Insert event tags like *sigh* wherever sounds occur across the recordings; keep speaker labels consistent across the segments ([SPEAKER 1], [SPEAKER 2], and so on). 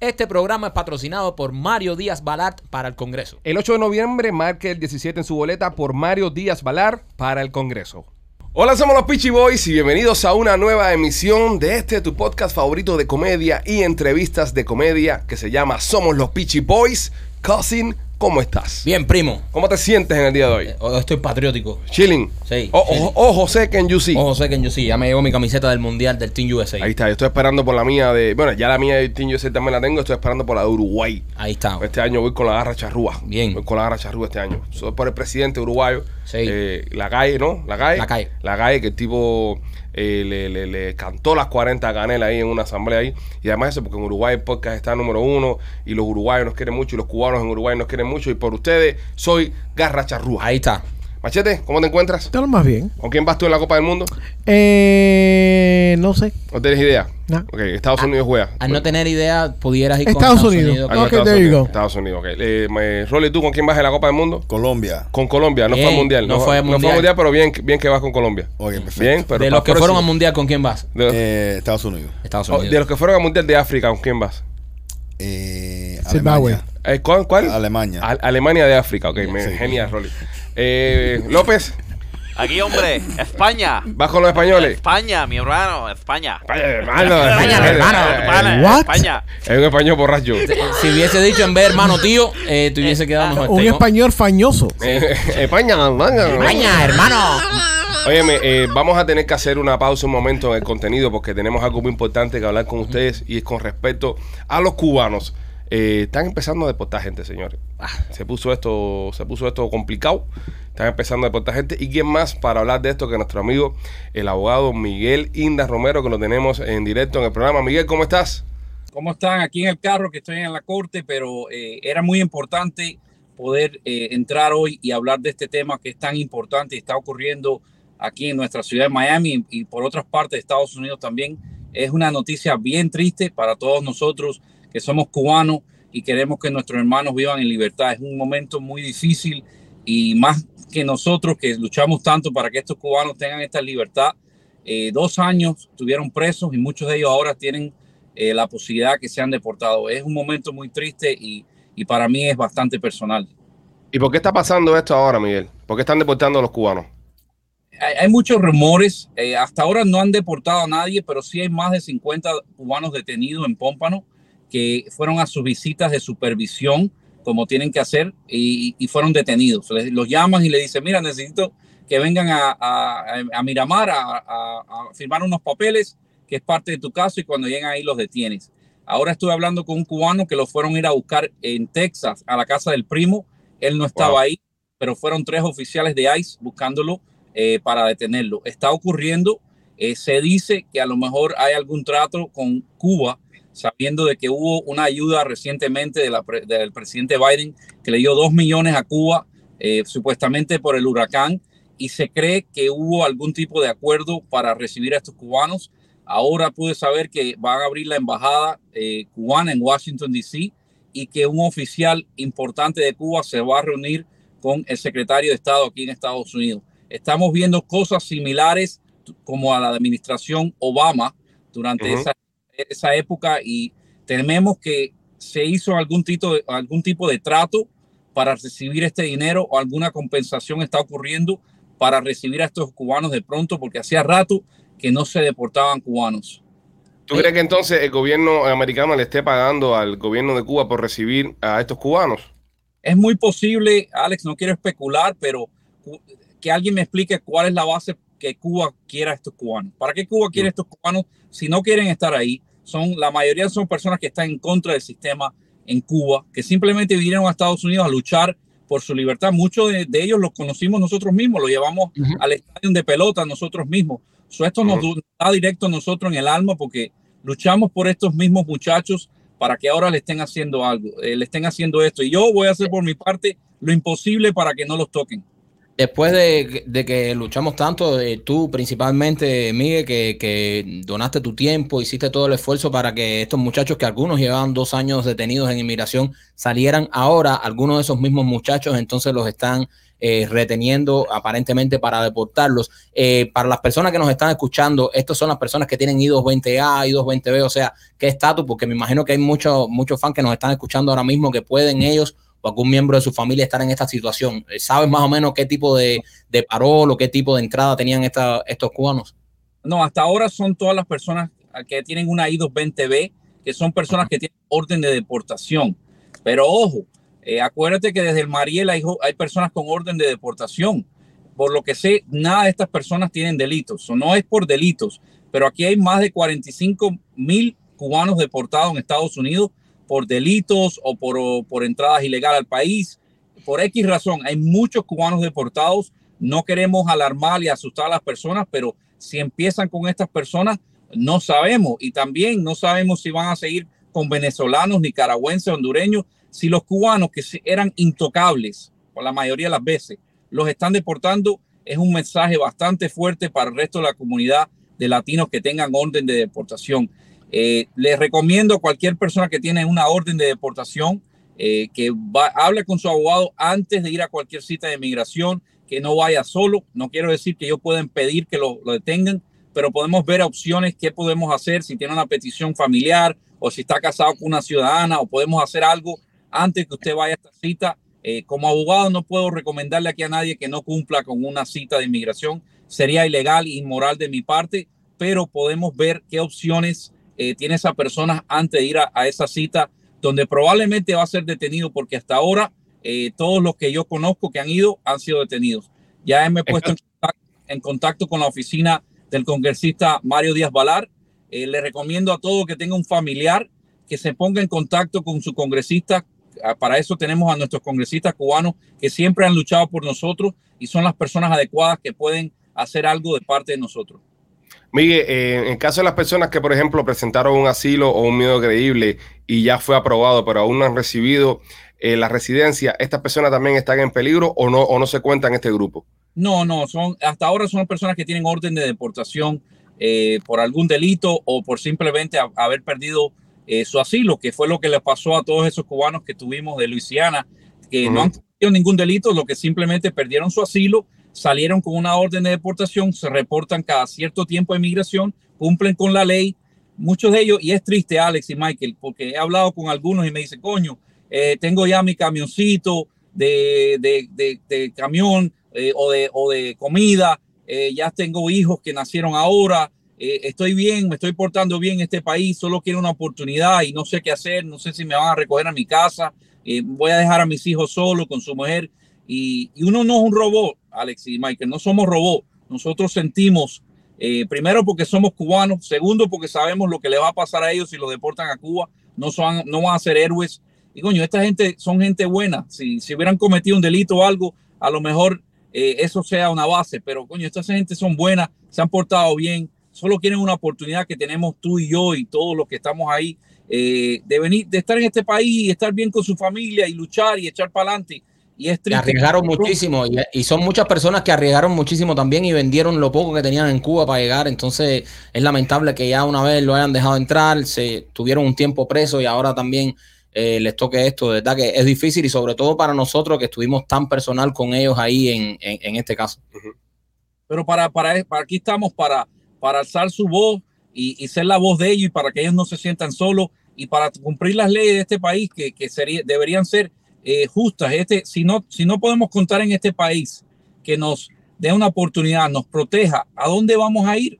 [SPEAKER 1] Este programa es patrocinado por Mario Díaz Balart para el Congreso.
[SPEAKER 2] El 8 de noviembre marque el 17 en su boleta por Mario Díaz Valar para el Congreso.
[SPEAKER 3] Hola, somos los Peachy Boys y bienvenidos a una nueva emisión de este tu podcast favorito de comedia y entrevistas de comedia que se llama Somos los Peachy Boys. Cousin, ¿cómo estás?
[SPEAKER 1] Bien, primo.
[SPEAKER 3] ¿Cómo te sientes en el día de hoy?
[SPEAKER 1] Hoy Estoy patriótico.
[SPEAKER 3] Chilling.
[SPEAKER 1] Sí,
[SPEAKER 3] O,
[SPEAKER 1] chilling. Oh,
[SPEAKER 3] o- o José Ken Yusi.
[SPEAKER 1] Ojo, sé que yo sí, ya me llevo mi camiseta del Mundial del Team USA.
[SPEAKER 3] Ahí
[SPEAKER 1] Ahí,
[SPEAKER 3] está, yo estoy esperando por la mía de. Bueno, ya la mía de Team USA también la tengo, estoy esperando por la de Uruguay.
[SPEAKER 1] está.
[SPEAKER 3] Este año voy con la garra charrúa.
[SPEAKER 1] Bien.
[SPEAKER 3] Voy con la garra charrúa este año. Soy por el presidente uruguayo.
[SPEAKER 1] Sí.
[SPEAKER 3] Eh, la calle, ¿no? La calle.
[SPEAKER 1] La Calle.
[SPEAKER 3] La calle, que el tipo eh, le, le- le cantó las 40 canelas ahí en una asamblea ahí. Y además eso, porque en Uruguay el podcast está número uno y los uruguayos nos quieren mucho y los cubanos en Uruguay nos quieren mucho. Y por ustedes soy garra charrúa.
[SPEAKER 1] Ahí está.
[SPEAKER 3] Machete, ¿cómo te encuentras?
[SPEAKER 4] Está lo más bien.
[SPEAKER 3] ¿Con quién vas tú en la Copa del Mundo?
[SPEAKER 4] Eh, no sé.
[SPEAKER 3] ¿No tienes idea?
[SPEAKER 4] No.
[SPEAKER 3] Ok, Estados Unidos juega.
[SPEAKER 1] Al Ah, no tener idea, pudieras ir con
[SPEAKER 4] Estados Unidos.
[SPEAKER 3] Ah, no,
[SPEAKER 4] Ok,
[SPEAKER 3] Estados,
[SPEAKER 4] there you
[SPEAKER 3] Unidos,
[SPEAKER 4] go.
[SPEAKER 3] Estados Unidos, ok. Eh, me- Rolly, ¿tú con quién vas en la Copa del Mundo?
[SPEAKER 5] Colombia.
[SPEAKER 3] Con Colombia, no
[SPEAKER 1] Bien,
[SPEAKER 3] fue al mundial.
[SPEAKER 1] no fue al
[SPEAKER 3] No fue
[SPEAKER 1] mundial.
[SPEAKER 3] mundial, pero bien, bien que vas con Colombia.
[SPEAKER 5] Ok, perfecto.
[SPEAKER 3] Bien, pero
[SPEAKER 1] de
[SPEAKER 3] para
[SPEAKER 1] los que
[SPEAKER 3] el
[SPEAKER 1] fueron al
[SPEAKER 3] próximo-
[SPEAKER 1] Mundial, ¿con quién vas?
[SPEAKER 3] de los-
[SPEAKER 5] Eh, Estados Unidos.
[SPEAKER 1] Estados
[SPEAKER 3] oh,
[SPEAKER 1] Unidos.
[SPEAKER 3] de los que fueron al mundial de África, ¿con quién vas?
[SPEAKER 5] Eh,
[SPEAKER 4] Zimbabwe.
[SPEAKER 5] Alemania.
[SPEAKER 3] Eh, ¿Cuál? cuál?
[SPEAKER 5] Alemania.
[SPEAKER 3] Al- Alemania de África, ok. me-
[SPEAKER 5] Sí.
[SPEAKER 3] Genial, Rolly. Eh, López,
[SPEAKER 6] Aquí, hombre, España.
[SPEAKER 3] vas con los españoles.
[SPEAKER 6] España, mi hermano, España.
[SPEAKER 3] España, *laughs* hermano.
[SPEAKER 6] España, mi hermano.
[SPEAKER 3] Eh,
[SPEAKER 6] España,
[SPEAKER 4] What?
[SPEAKER 6] España.
[SPEAKER 3] Es un español borracho.
[SPEAKER 1] Si hubiese dicho en vez hermano tío, eh, te hubiese quedado
[SPEAKER 7] este
[SPEAKER 1] mejor.
[SPEAKER 4] Un
[SPEAKER 1] Tengo-
[SPEAKER 4] español fañoso.
[SPEAKER 3] Eh, España, España.
[SPEAKER 1] España, hermano.
[SPEAKER 3] Óyeme, eh, vamos a tener que hacer una pausa un momento en el contenido porque tenemos algo muy importante que hablar con ustedes y es con respecto a los cubanos. Eh, están empezando a deportar gente, señores. Se puso esto, se puso esto complicado. Están empezando a deportar gente. ¿Y quién más para hablar de esto que nuestro amigo, el abogado Miguel Inda Romero, que lo tenemos en directo en el programa? Miguel, ¿cómo estás?
[SPEAKER 8] ¿Cómo están? Aquí en el carro, que estoy en la corte, pero eh, era muy importante poder eh, entrar hoy y hablar de este tema que es tan importante y está ocurriendo aquí en nuestra ciudad de Miami y por otras partes de Estados Unidos también. Es una noticia bien triste para todos nosotros que somos cubanos y queremos que nuestros hermanos vivan en libertad. Es un momento muy difícil y más que nosotros que luchamos tanto para que estos cubanos tengan esta libertad. eh, dos años estuvieron presos y muchos de ellos ahora tienen eh, la posibilidad que sean deportados. Es un momento muy triste y, y para mí es bastante personal.
[SPEAKER 3] ¿Y por qué está pasando esto ahora, Miguel? ¿Por qué están deportando a los cubanos?
[SPEAKER 8] Hay, hay muchos rumores, eh, hasta ahora no han deportado a nadie, pero sí hay más de 50 cubanos detenidos en Pómpano que fueron a sus visitas de supervisión, como tienen que hacer, y, y fueron detenidos. Les- los llaman y le dicen, mira, necesito que vengan a, a- a Miramar a, a- a firmar unos papeles que es parte de tu caso y cuando llegan ahí los detienes. Ahora estuve hablando con un cubano que lo fueron a ir a buscar en Texas, a la casa del primo. Él no estaba
[SPEAKER 3] Wow.
[SPEAKER 8] ahí, pero fueron tres oficiales de ICE buscándolo eh, para detenerlo. Está ocurriendo, eh, se dice que a lo mejor hay algún trato con Cuba, sabiendo de que hubo una ayuda recientemente de la pre- del presidente Biden que le dio dos millones a Cuba, eh, supuestamente por el huracán, y se cree que hubo algún tipo de acuerdo para recibir a estos cubanos. Ahora pude saber que van a abrir la embajada eh, cubana en Washington, D.C., y que un oficial importante de Cuba se va a reunir con el secretario de Estado aquí en Estados Unidos estamos viendo cosas similares t- como a la administración Obama durante
[SPEAKER 3] Ujú.
[SPEAKER 8] esa, esa época y tememos que se hizo algún, tipo de, algún tipo de trato para recibir este dinero o alguna compensación está ocurriendo para recibir a estos cubanos de pronto porque hacía rato que no se deportaban cubanos.
[SPEAKER 3] ¿Tú crees que entonces el gobierno americano le esté pagando al gobierno de Cuba por recibir a estos cubanos?
[SPEAKER 8] Es muy posible, Alex, no quiero especular, pero cu- que alguien me explique cuál es la base que Cuba quiera a estos cubanos. ¿Para qué Cuba quiere a estos cubanos si no quieren estar ahí? Son, la mayoría son personas que están en contra del sistema en Cuba, que simplemente vinieron a Estados Unidos a luchar por su libertad. Muchos de, de ellos los conocimos nosotros mismos, los llevamos al estadio de pelota nosotros mismos. So, esto nos du- da directo a nosotros en el alma porque luchamos por estos mismos muchachos para que ahora le estén haciendo algo, eh, le estén haciendo esto. Y yo voy a hacer por mi parte lo imposible para que no los toquen.
[SPEAKER 7] Después de, de que luchamos tanto, eh, tú principalmente, Miguel, que, que donaste tu tiempo, hiciste todo el esfuerzo para que estos muchachos, que algunos llevaban dos años detenidos en inmigración, salieran ahora. Algunos de esos mismos muchachos entonces los están eh, reteniendo aparentemente para deportarlos. Eh, para las personas que nos están escuchando, estas son las personas que tienen I220A, I220B, o sea, ¿qué estatus? Porque me imagino que hay muchos muchos fans que nos están escuchando ahora mismo que pueden ellos o algún miembro de su familia estar en esta situación. Eh, ¿Sabes más o menos qué tipo de, de parol o qué tipo de entrada tenían esta- estos cubanos?
[SPEAKER 8] No, hasta ahora son todas las personas que tienen una I220B, que son personas que tienen orden de deportación. Pero ojo, eh, acuérdate que desde el Mariel hay, jo- hay personas con orden de deportación. Por lo que sé, nada de estas personas tienen delitos. O no es por delitos, pero aquí hay más de 45 mil cubanos deportados en Estados Unidos por delitos o por, o por entradas ilegales al país. Por X razón, hay muchos cubanos deportados. No queremos alarmar y asustar a las personas, pero si empiezan con estas personas, no sabemos. Y también no sabemos si van a seguir con venezolanos, nicaragüenses, hondureños, si los cubanos que se- eran intocables, por la mayoría de las veces, los están deportando, es un mensaje bastante fuerte para el resto de la comunidad de latinos que tengan orden de deportación. Eh, les recomiendo a cualquier persona que tiene una orden de deportación eh, que va- hable con su abogado antes de ir a cualquier cita de migración, que no vaya solo. No quiero decir que ellos pueden pedir que lo, lo detengan, pero podemos ver opciones, qué podemos hacer si tiene una petición familiar o si está casado con una ciudadana o podemos hacer algo antes que usted vaya a esta cita. Eh, como abogado no puedo recomendarle aquí a nadie que no cumpla con una cita de inmigración. Sería ilegal e inmoral de mi parte, pero podemos ver qué opciones eh, tiene esa persona antes de ir a, a esa cita donde probablemente va a ser detenido porque hasta ahora eh, todos los que yo conozco que han ido han sido detenidos. Ya me he puesto en contacto, en contacto con la oficina del congresista Mario Díaz Balar. Eh, le recomiendo a todo que tenga un familiar que se ponga en contacto con su congresista. Ah, Para eso tenemos a nuestros congresistas cubanos que siempre han luchado por nosotros y son las personas adecuadas que pueden hacer algo de parte de nosotros.
[SPEAKER 3] Miguel, eh, en caso de las personas que, por ejemplo, presentaron un asilo o un miedo creíble y ya fue aprobado, pero aún no han recibido eh, la residencia, ¿estas personas también están en peligro o no, o no se cuentan en este grupo?
[SPEAKER 8] No, no, son hasta ahora son personas que tienen orden de deportación eh, por algún delito o por simplemente ha- haber perdido eh, su asilo, que fue lo que le pasó a todos esos cubanos que tuvimos de Luisiana, que
[SPEAKER 3] Ujú.
[SPEAKER 8] no han cometido ningún delito, lo que simplemente perdieron su asilo, salieron con una orden de deportación, se reportan cada cierto tiempo de migración, cumplen con la ley, muchos de ellos, y es triste Alex y Michael, porque he hablado con algunos y me dicen, coño, eh, tengo ya mi camioncito de, de- de- de camión eh, o, de, o de comida, eh, ya tengo hijos que nacieron ahora, eh, estoy bien, me estoy portando bien en este país, solo quiero una oportunidad y no sé qué hacer, no sé si me van a recoger a mi casa, eh, voy a dejar a mis hijos solos con su mujer. Y, y uno no es un robot, Alex y Michael, no somos robots, nosotros sentimos eh, primero porque somos cubanos, segundo porque sabemos lo que le va a pasar a ellos si los deportan a Cuba, no, son, no van a ser héroes. Y coño, esta gente son gente buena, si, si hubieran cometido un delito o algo, a lo mejor eh, eso sea una base, pero coño, esta gente son buenas, se han portado bien, solo quieren una oportunidad que tenemos tú y yo y todos los que estamos ahí, eh, de venir, de estar en este país y estar bien con su familia y luchar y echar para adelante. Y es
[SPEAKER 7] Que
[SPEAKER 8] triste.
[SPEAKER 7] arriesgaron muchísimo y, y son muchas personas que arriesgaron muchísimo también y vendieron lo poco que tenían en Cuba para llegar. Entonces es lamentable que ya una vez lo hayan dejado entrar, se tuvieron un tiempo preso y ahora también eh, les toque esto. De verdad que es difícil y sobre todo para nosotros que estuvimos tan personal con ellos ahí en, en- en este caso.
[SPEAKER 8] pero para, para, para aquí estamos para, para alzar su voz y, y ser la voz de ellos y para que ellos no se sientan solos y para cumplir las leyes de este país que, que sería- deberían ser eh, justas. Este, si, no, si no podemos contar en este país que nos dé una oportunidad, nos proteja, ¿a dónde vamos a ir?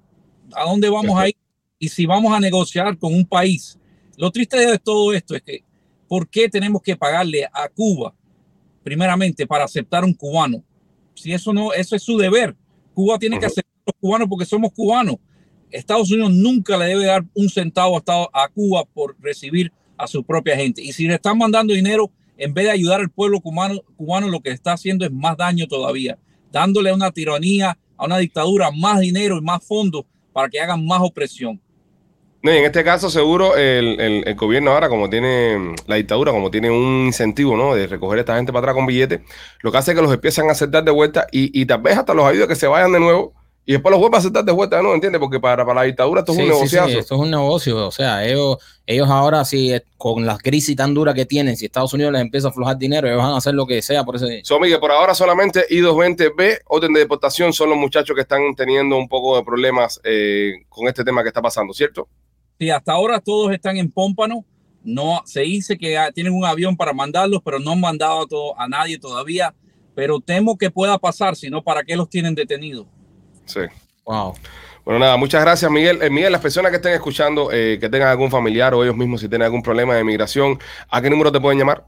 [SPEAKER 8] ¿A dónde vamos a ir? Y si vamos a negociar con un país. Lo triste de todo esto es que, ¿por qué tenemos que pagarle a Cuba, primeramente, para aceptar un cubano? Si eso no, eso es su deber. Cuba tiene que
[SPEAKER 3] Ujú.
[SPEAKER 8] aceptar a los cubanos porque somos cubanos. Estados Unidos nunca le debe dar un centavo a, Estados- a Cuba por recibir a su propia gente. Y si le están mandando dinero, en vez de ayudar al pueblo cubano, cubano lo que está haciendo es más daño todavía, dándole a una tiranía, a una dictadura, más dinero y más fondos para que hagan más opresión.
[SPEAKER 3] No, y en este caso seguro el, el- el gobierno ahora, como tiene mm, la dictadura, como tiene un incentivo, ¿no? De recoger a esta gente para atrás con billetes, lo que hace es que los empiezan a aceptar de vuelta y, y tal vez hasta los ayuda a que se vayan de nuevo y después los vuelve a aceptar de vuelta, ¿no? ¿Entiendes? Porque para, para la dictadura esto es
[SPEAKER 7] Sí,
[SPEAKER 3] un
[SPEAKER 7] sí, sí,
[SPEAKER 3] negociazo.
[SPEAKER 7] esto es un negocio. O sea, ellos, ellos ahora sí, eh, con la crisis tan dura que tienen, si Estados Unidos les empieza a aflojar dinero, ellos van a hacer lo que sea por ese
[SPEAKER 3] Somi, que por ahora solamente I220B, orden de deportación, son los muchachos que están teniendo un poco de problemas eh, con este tema que está pasando, ¿cierto?
[SPEAKER 8] Sí, hasta ahora todos están en Pómpano. No, se dice que ah, tienen un avión para mandarlos, pero no han mandado a, todo- a nadie todavía. Pero temo que pueda pasar, si no, ¿para qué los tienen detenidos?
[SPEAKER 3] Sí.
[SPEAKER 7] Wow.
[SPEAKER 3] Bueno, nada, muchas gracias, Miguel. Eh, Miguel, las personas que estén escuchando, eh, que tengan algún familiar o ellos mismos si tienen algún problema de migración, ¿a qué número te pueden llamar?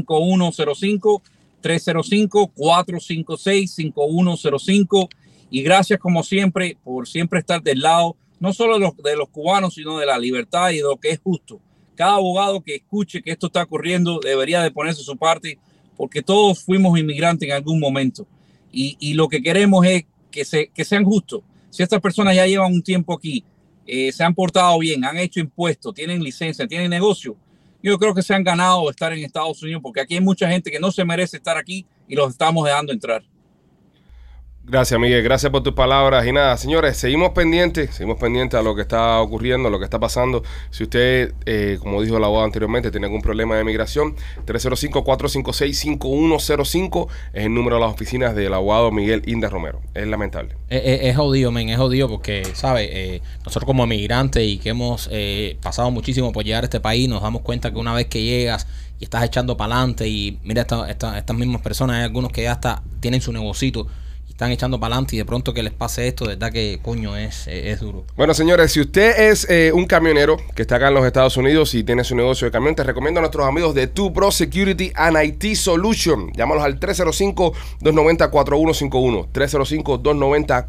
[SPEAKER 8] 305-456-5105, 305-456-5105. Y gracias como siempre por siempre estar del lado, no solo de los, de los cubanos, sino de la libertad y de lo que es justo. Cada abogado que escuche que esto está ocurriendo debería de ponerse su parte, porque todos fuimos inmigrantes en algún momento. Y, y lo que queremos es que, se, que sean justos. Si estas personas ya llevan un tiempo aquí, eh, se han portado bien, han hecho impuestos, tienen licencia, tienen negocio. Yo creo que se han ganado estar en Estados Unidos porque aquí hay mucha gente que no se merece estar aquí y los estamos dejando entrar.
[SPEAKER 3] Gracias, Miguel. Gracias por tus palabras. Y nada, señores, seguimos pendientes, seguimos pendientes a lo que está ocurriendo, a lo que está pasando. Si usted, eh, como dijo la abogada anteriormente, tiene algún problema de migración, 305-456-5105 es el número de las oficinas del abogado Miguel Inda Romero. Es lamentable.
[SPEAKER 7] Eh, eh, Es, jodido, men, es jodido porque, ¿sabes? Eh, nosotros como emigrantes y que hemos eh, pasado muchísimo por llegar a este país, nos damos cuenta que una vez que llegas y estás echando para adelante y mira esta- esta- estas mismas personas, hay algunos que ya hasta tienen su negocito y están echando para adelante y de pronto que les pase esto, de verdad que coño es, es, es duro.
[SPEAKER 3] Bueno, señores, si usted es eh, un camionero que está acá en los Estados Unidos y tiene su negocio de camión, te recomiendo a nuestros amigos de 2Pro Security and IT Solution. Llámalos al 305-290-4151.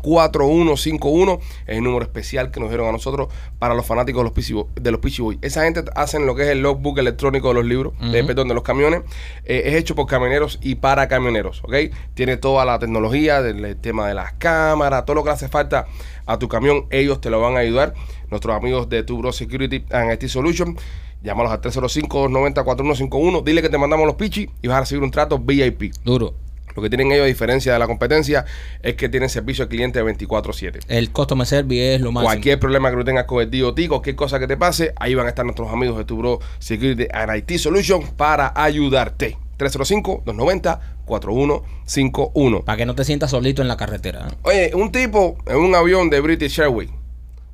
[SPEAKER 3] 305-290-4151 es el número especial que nos dieron a nosotros para los fanáticos de los Peachy Boy- de los Peachy Boys. Esa gente hacen lo que es el logbook electrónico de los libros, de, perdón, de los camiones. Eh, es hecho por camioneros y para camioneros, ¿ok? Tiene toda la tecnología del el tema de las cámaras, todo lo que le hace falta a tu camión, ellos te lo van a ayudar. Nuestros amigos de Tubro Security and IT Solution, llámalos al 305-290-4151, dile que te mandamos los pichis y vas a recibir un trato VIP.
[SPEAKER 7] Duro.
[SPEAKER 3] Lo que tienen ellos, a diferencia de la competencia, es que tienen servicio al cliente 24-7.
[SPEAKER 7] El customer service es lo máximo.
[SPEAKER 3] Cualquier problema que tú tengas con el DOT, cualquier cosa que te pase, ahí van a estar nuestros amigos de tu bro Security and IT Solution para ayudarte. 305-290-4151.
[SPEAKER 7] Para que no te sientas solito en la carretera. ¿eh?
[SPEAKER 3] Oye, un tipo en un avión de British Airways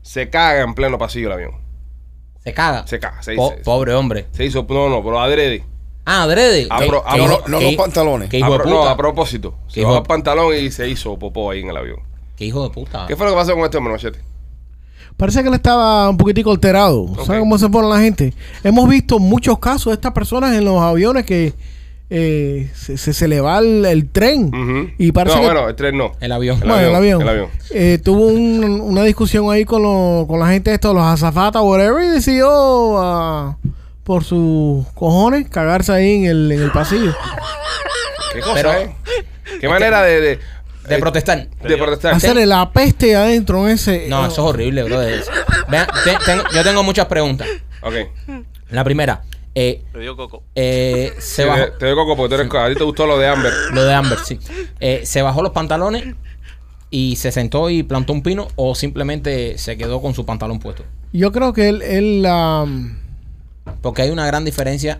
[SPEAKER 3] se caga en pleno pasillo del avión.
[SPEAKER 7] Se caga.
[SPEAKER 3] Se caga, se
[SPEAKER 7] Po-
[SPEAKER 3] dice.
[SPEAKER 7] pobre hombre.
[SPEAKER 3] Se hizo, no, no, pero adrede.
[SPEAKER 7] Ah, adrede.
[SPEAKER 3] A
[SPEAKER 7] ¿Qué-
[SPEAKER 3] pro- a
[SPEAKER 7] qué-
[SPEAKER 3] pro-
[SPEAKER 5] No, no
[SPEAKER 7] qué-
[SPEAKER 5] los pantalones.
[SPEAKER 7] qué
[SPEAKER 3] A
[SPEAKER 7] hijo de
[SPEAKER 3] pro- no,
[SPEAKER 7] puta.
[SPEAKER 3] a propósito.
[SPEAKER 7] Qué
[SPEAKER 3] Se
[SPEAKER 7] hijo
[SPEAKER 3] bajó
[SPEAKER 7] de-
[SPEAKER 3] el pantalón y se hizo popó ahí en el avión.
[SPEAKER 7] Qué hijo de puta.
[SPEAKER 3] ¿Qué fue lo que pasó con este hombre, Machete?
[SPEAKER 4] Parece que él estaba un poquitico alterado.
[SPEAKER 3] Ok.
[SPEAKER 4] ¿Sabes cómo se pone la gente? Hemos visto muchos casos de estas personas en los aviones que eh, se, se- se le va el, el tren.
[SPEAKER 3] Ujú.
[SPEAKER 4] Y parece
[SPEAKER 3] no,
[SPEAKER 4] que
[SPEAKER 3] bueno, el tren no.
[SPEAKER 7] El avión.
[SPEAKER 3] El
[SPEAKER 4] Bueno, el
[SPEAKER 3] avión, el
[SPEAKER 4] avión.
[SPEAKER 3] avión.
[SPEAKER 4] Eh, tuvo un- una discusión ahí con, lo- con la gente de estos, los azafatas, whatever, y decidió, ah, por sus cojones, cagarse ahí en el, en el pasillo.
[SPEAKER 3] ¿Qué cosa,
[SPEAKER 7] Pero- *laughs* Este,
[SPEAKER 3] eh? ¿Qué manera de, de,
[SPEAKER 7] De
[SPEAKER 3] eh,
[SPEAKER 7] protestar.
[SPEAKER 3] de protestar?
[SPEAKER 4] Hacerle la peste adentro en ese.
[SPEAKER 7] No, eso es
[SPEAKER 3] eh,
[SPEAKER 7] horrible, bro. es- Vean, te- tengo- yo tengo muchas preguntas.
[SPEAKER 3] Ok.
[SPEAKER 7] La primera, eh,
[SPEAKER 6] Lo dio Coco.
[SPEAKER 7] eh, se
[SPEAKER 3] Te-
[SPEAKER 7] bajó
[SPEAKER 3] Te digo, Coco, porque tú eres- a ti te gustó lo de Amber.
[SPEAKER 7] lo de Amber, sí. Eh, se bajó los pantalones y se sentó y plantó un pino o simplemente se quedó con su pantalón puesto.
[SPEAKER 4] Yo creo que él. él um, am,
[SPEAKER 7] Porque hay una gran diferencia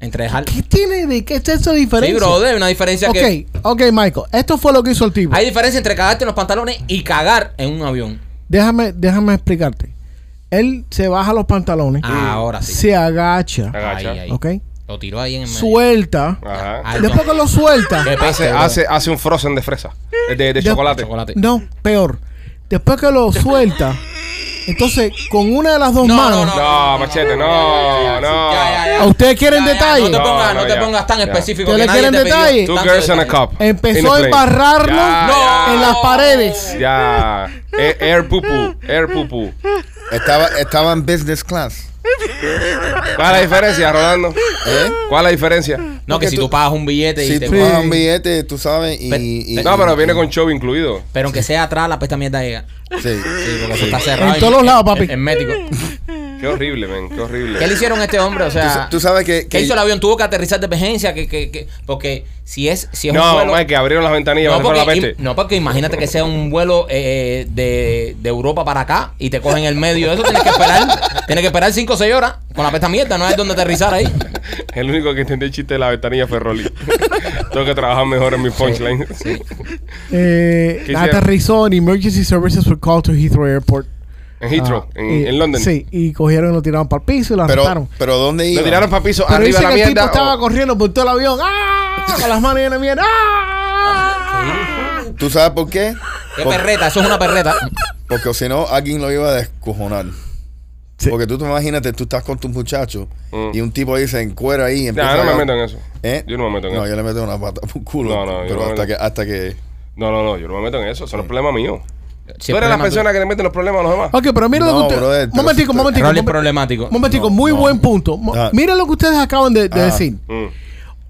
[SPEAKER 7] entre dejar.
[SPEAKER 4] ¿Qué tiene de qué es esa diferencia?
[SPEAKER 7] Sí, brother, hay una diferencia
[SPEAKER 4] ok,
[SPEAKER 7] que
[SPEAKER 4] ok, Michael. Esto fue lo que hizo el tipo.
[SPEAKER 7] hay diferencia entre cagarte en los pantalones y cagar en un avión.
[SPEAKER 4] Déjame, déjame explicarte. Él se baja los pantalones,
[SPEAKER 7] Ah, ahora sí.
[SPEAKER 4] se agacha,
[SPEAKER 3] Agacha.
[SPEAKER 7] Ahí, ahí.
[SPEAKER 4] ok,
[SPEAKER 7] Lo tiró ahí en el medio.
[SPEAKER 4] suelta.
[SPEAKER 3] Ajá.
[SPEAKER 7] Ay, no.
[SPEAKER 4] Después que lo suelta.
[SPEAKER 7] Qué peste,
[SPEAKER 3] Hace,
[SPEAKER 7] brother.
[SPEAKER 3] hace, hace un frozen de fresa. eh, De, de
[SPEAKER 4] Yo-
[SPEAKER 3] chocolate.
[SPEAKER 7] Chocolate.
[SPEAKER 4] No, peor. Después que lo suelta, entonces con una de las dos
[SPEAKER 7] No, no,
[SPEAKER 4] manos.
[SPEAKER 7] no.
[SPEAKER 3] No, Machete, no, no.
[SPEAKER 7] Ya, ya, ya.
[SPEAKER 4] ¿A ustedes quieren
[SPEAKER 7] Ya, ya,
[SPEAKER 4] detalle?
[SPEAKER 7] No te pongas,
[SPEAKER 3] No,
[SPEAKER 7] no,
[SPEAKER 3] no,
[SPEAKER 7] te
[SPEAKER 3] ya.
[SPEAKER 7] pongas tan
[SPEAKER 3] Ya.
[SPEAKER 7] específico.
[SPEAKER 4] ¿Ustedes
[SPEAKER 7] que nadie
[SPEAKER 4] quieren
[SPEAKER 7] te pidió
[SPEAKER 4] detalle?
[SPEAKER 3] Two
[SPEAKER 7] tanto
[SPEAKER 3] girls and a
[SPEAKER 7] detalle.
[SPEAKER 3] cup. in
[SPEAKER 4] Empezó a
[SPEAKER 3] plane.
[SPEAKER 4] embarrarlo
[SPEAKER 3] Ya,
[SPEAKER 4] en las paredes.
[SPEAKER 3] Ya. Eh, Air poo poo. Air poo poo.
[SPEAKER 5] Estaba, estaba en business class.
[SPEAKER 3] ¿Cuál es la diferencia, Rolando?
[SPEAKER 5] ¿Eh?
[SPEAKER 3] ¿Cuál es la diferencia?
[SPEAKER 7] No, que
[SPEAKER 5] Porque
[SPEAKER 7] si
[SPEAKER 5] tú-
[SPEAKER 7] tú pagas un billete y
[SPEAKER 5] Si
[SPEAKER 7] te
[SPEAKER 5] tú
[SPEAKER 4] Sí.
[SPEAKER 5] pagas un billete, tú sabes. Y,
[SPEAKER 7] Pe-
[SPEAKER 5] y-
[SPEAKER 3] No, pero viene con show incluido.
[SPEAKER 7] Pero aunque sea atrás, la pesta mierda llega.
[SPEAKER 5] Sí.
[SPEAKER 7] Sí, porque eso está cerrado.
[SPEAKER 4] En todos los lados, papi.
[SPEAKER 7] En, en México.
[SPEAKER 3] Qué horrible, men, qué
[SPEAKER 7] ¿Qué le
[SPEAKER 3] horrible.
[SPEAKER 7] hicieron a este hombre? O sea,
[SPEAKER 5] Tú, tú sabes que.
[SPEAKER 7] ¿qué
[SPEAKER 5] que-
[SPEAKER 7] hizo el avión? Tuvo que aterrizar de emergencia. Que, que, que- porque si es, si es un
[SPEAKER 3] No,
[SPEAKER 7] vuelo.
[SPEAKER 3] Mike, que abrieron las ventanillas
[SPEAKER 7] No
[SPEAKER 3] para
[SPEAKER 7] porque,
[SPEAKER 3] la peste.
[SPEAKER 7] im- no, porque imagínate que sea un vuelo eh, de, de Europa para acá y te cogen el medio. Eso tienes que esperar. tienes que esperar 5 o 6 horas con la pesta mierda. No hay donde aterrizar ahí.
[SPEAKER 3] El único que entendió el chiste de la ventanilla fue Rolly. *laughs* Tengo que trabajar mejor en mi punchline.
[SPEAKER 4] Eh,
[SPEAKER 3] ¿Qué hicieron?
[SPEAKER 4] aterrizó en Emergency Services were called to Heathrow Airport.
[SPEAKER 3] En Heathrow,
[SPEAKER 4] Ah,
[SPEAKER 3] en,
[SPEAKER 4] y-
[SPEAKER 3] en London.
[SPEAKER 4] Sí, y cogieron y lo tiraron para el piso y lo
[SPEAKER 5] Pero,
[SPEAKER 4] arrestaron.
[SPEAKER 5] pero ¿dónde iba?
[SPEAKER 3] Lo tiraron para piso,
[SPEAKER 4] Pero
[SPEAKER 3] arriba
[SPEAKER 4] dice
[SPEAKER 3] la
[SPEAKER 4] que el tipo
[SPEAKER 3] mierda. oh.
[SPEAKER 4] estaba
[SPEAKER 3] o-
[SPEAKER 4] corriendo por todo el avión. ¡Ah! Con las manos llenas de mierda. ¡Ah!
[SPEAKER 5] ¿Tú sabes por qué?
[SPEAKER 7] Qué
[SPEAKER 5] Por-
[SPEAKER 7] perreta. Eso es una perreta.
[SPEAKER 5] porque si no, alguien lo iba a descojonar.
[SPEAKER 4] Sí.
[SPEAKER 5] Porque tú te imagínate, tú estás con tus muchachos y un tipo ahí se encuera ahí y
[SPEAKER 3] Mm. No, yo
[SPEAKER 5] empieza
[SPEAKER 3] no
[SPEAKER 5] a-
[SPEAKER 3] me meto en eso.
[SPEAKER 5] ¿Eh?
[SPEAKER 3] Yo no me meto en
[SPEAKER 5] No,
[SPEAKER 3] eso.
[SPEAKER 5] yo le meto una pata por culo.
[SPEAKER 3] No, no, yo
[SPEAKER 5] pero
[SPEAKER 3] no me
[SPEAKER 5] hasta,
[SPEAKER 3] meto.
[SPEAKER 5] que, hasta que.
[SPEAKER 3] No, no, no, yo no me meto en eso. Eso no es problema mío.
[SPEAKER 7] Sí,
[SPEAKER 3] Tú eres
[SPEAKER 7] problema
[SPEAKER 3] la
[SPEAKER 7] tú.
[SPEAKER 3] persona que le meten los problemas a los demás.
[SPEAKER 4] Ok, pero mira
[SPEAKER 5] No,
[SPEAKER 4] lo que
[SPEAKER 5] brother,
[SPEAKER 4] usted...
[SPEAKER 5] pero
[SPEAKER 4] Momentico,
[SPEAKER 5] si-
[SPEAKER 4] momentico.
[SPEAKER 7] Rolly es
[SPEAKER 4] momen-
[SPEAKER 7] problemático.
[SPEAKER 4] Momentico, muy
[SPEAKER 5] no.
[SPEAKER 4] buen punto. Mo-
[SPEAKER 5] Ah.
[SPEAKER 4] Mira lo que ustedes acaban de, de
[SPEAKER 5] Ah.
[SPEAKER 4] decir.
[SPEAKER 3] Mm.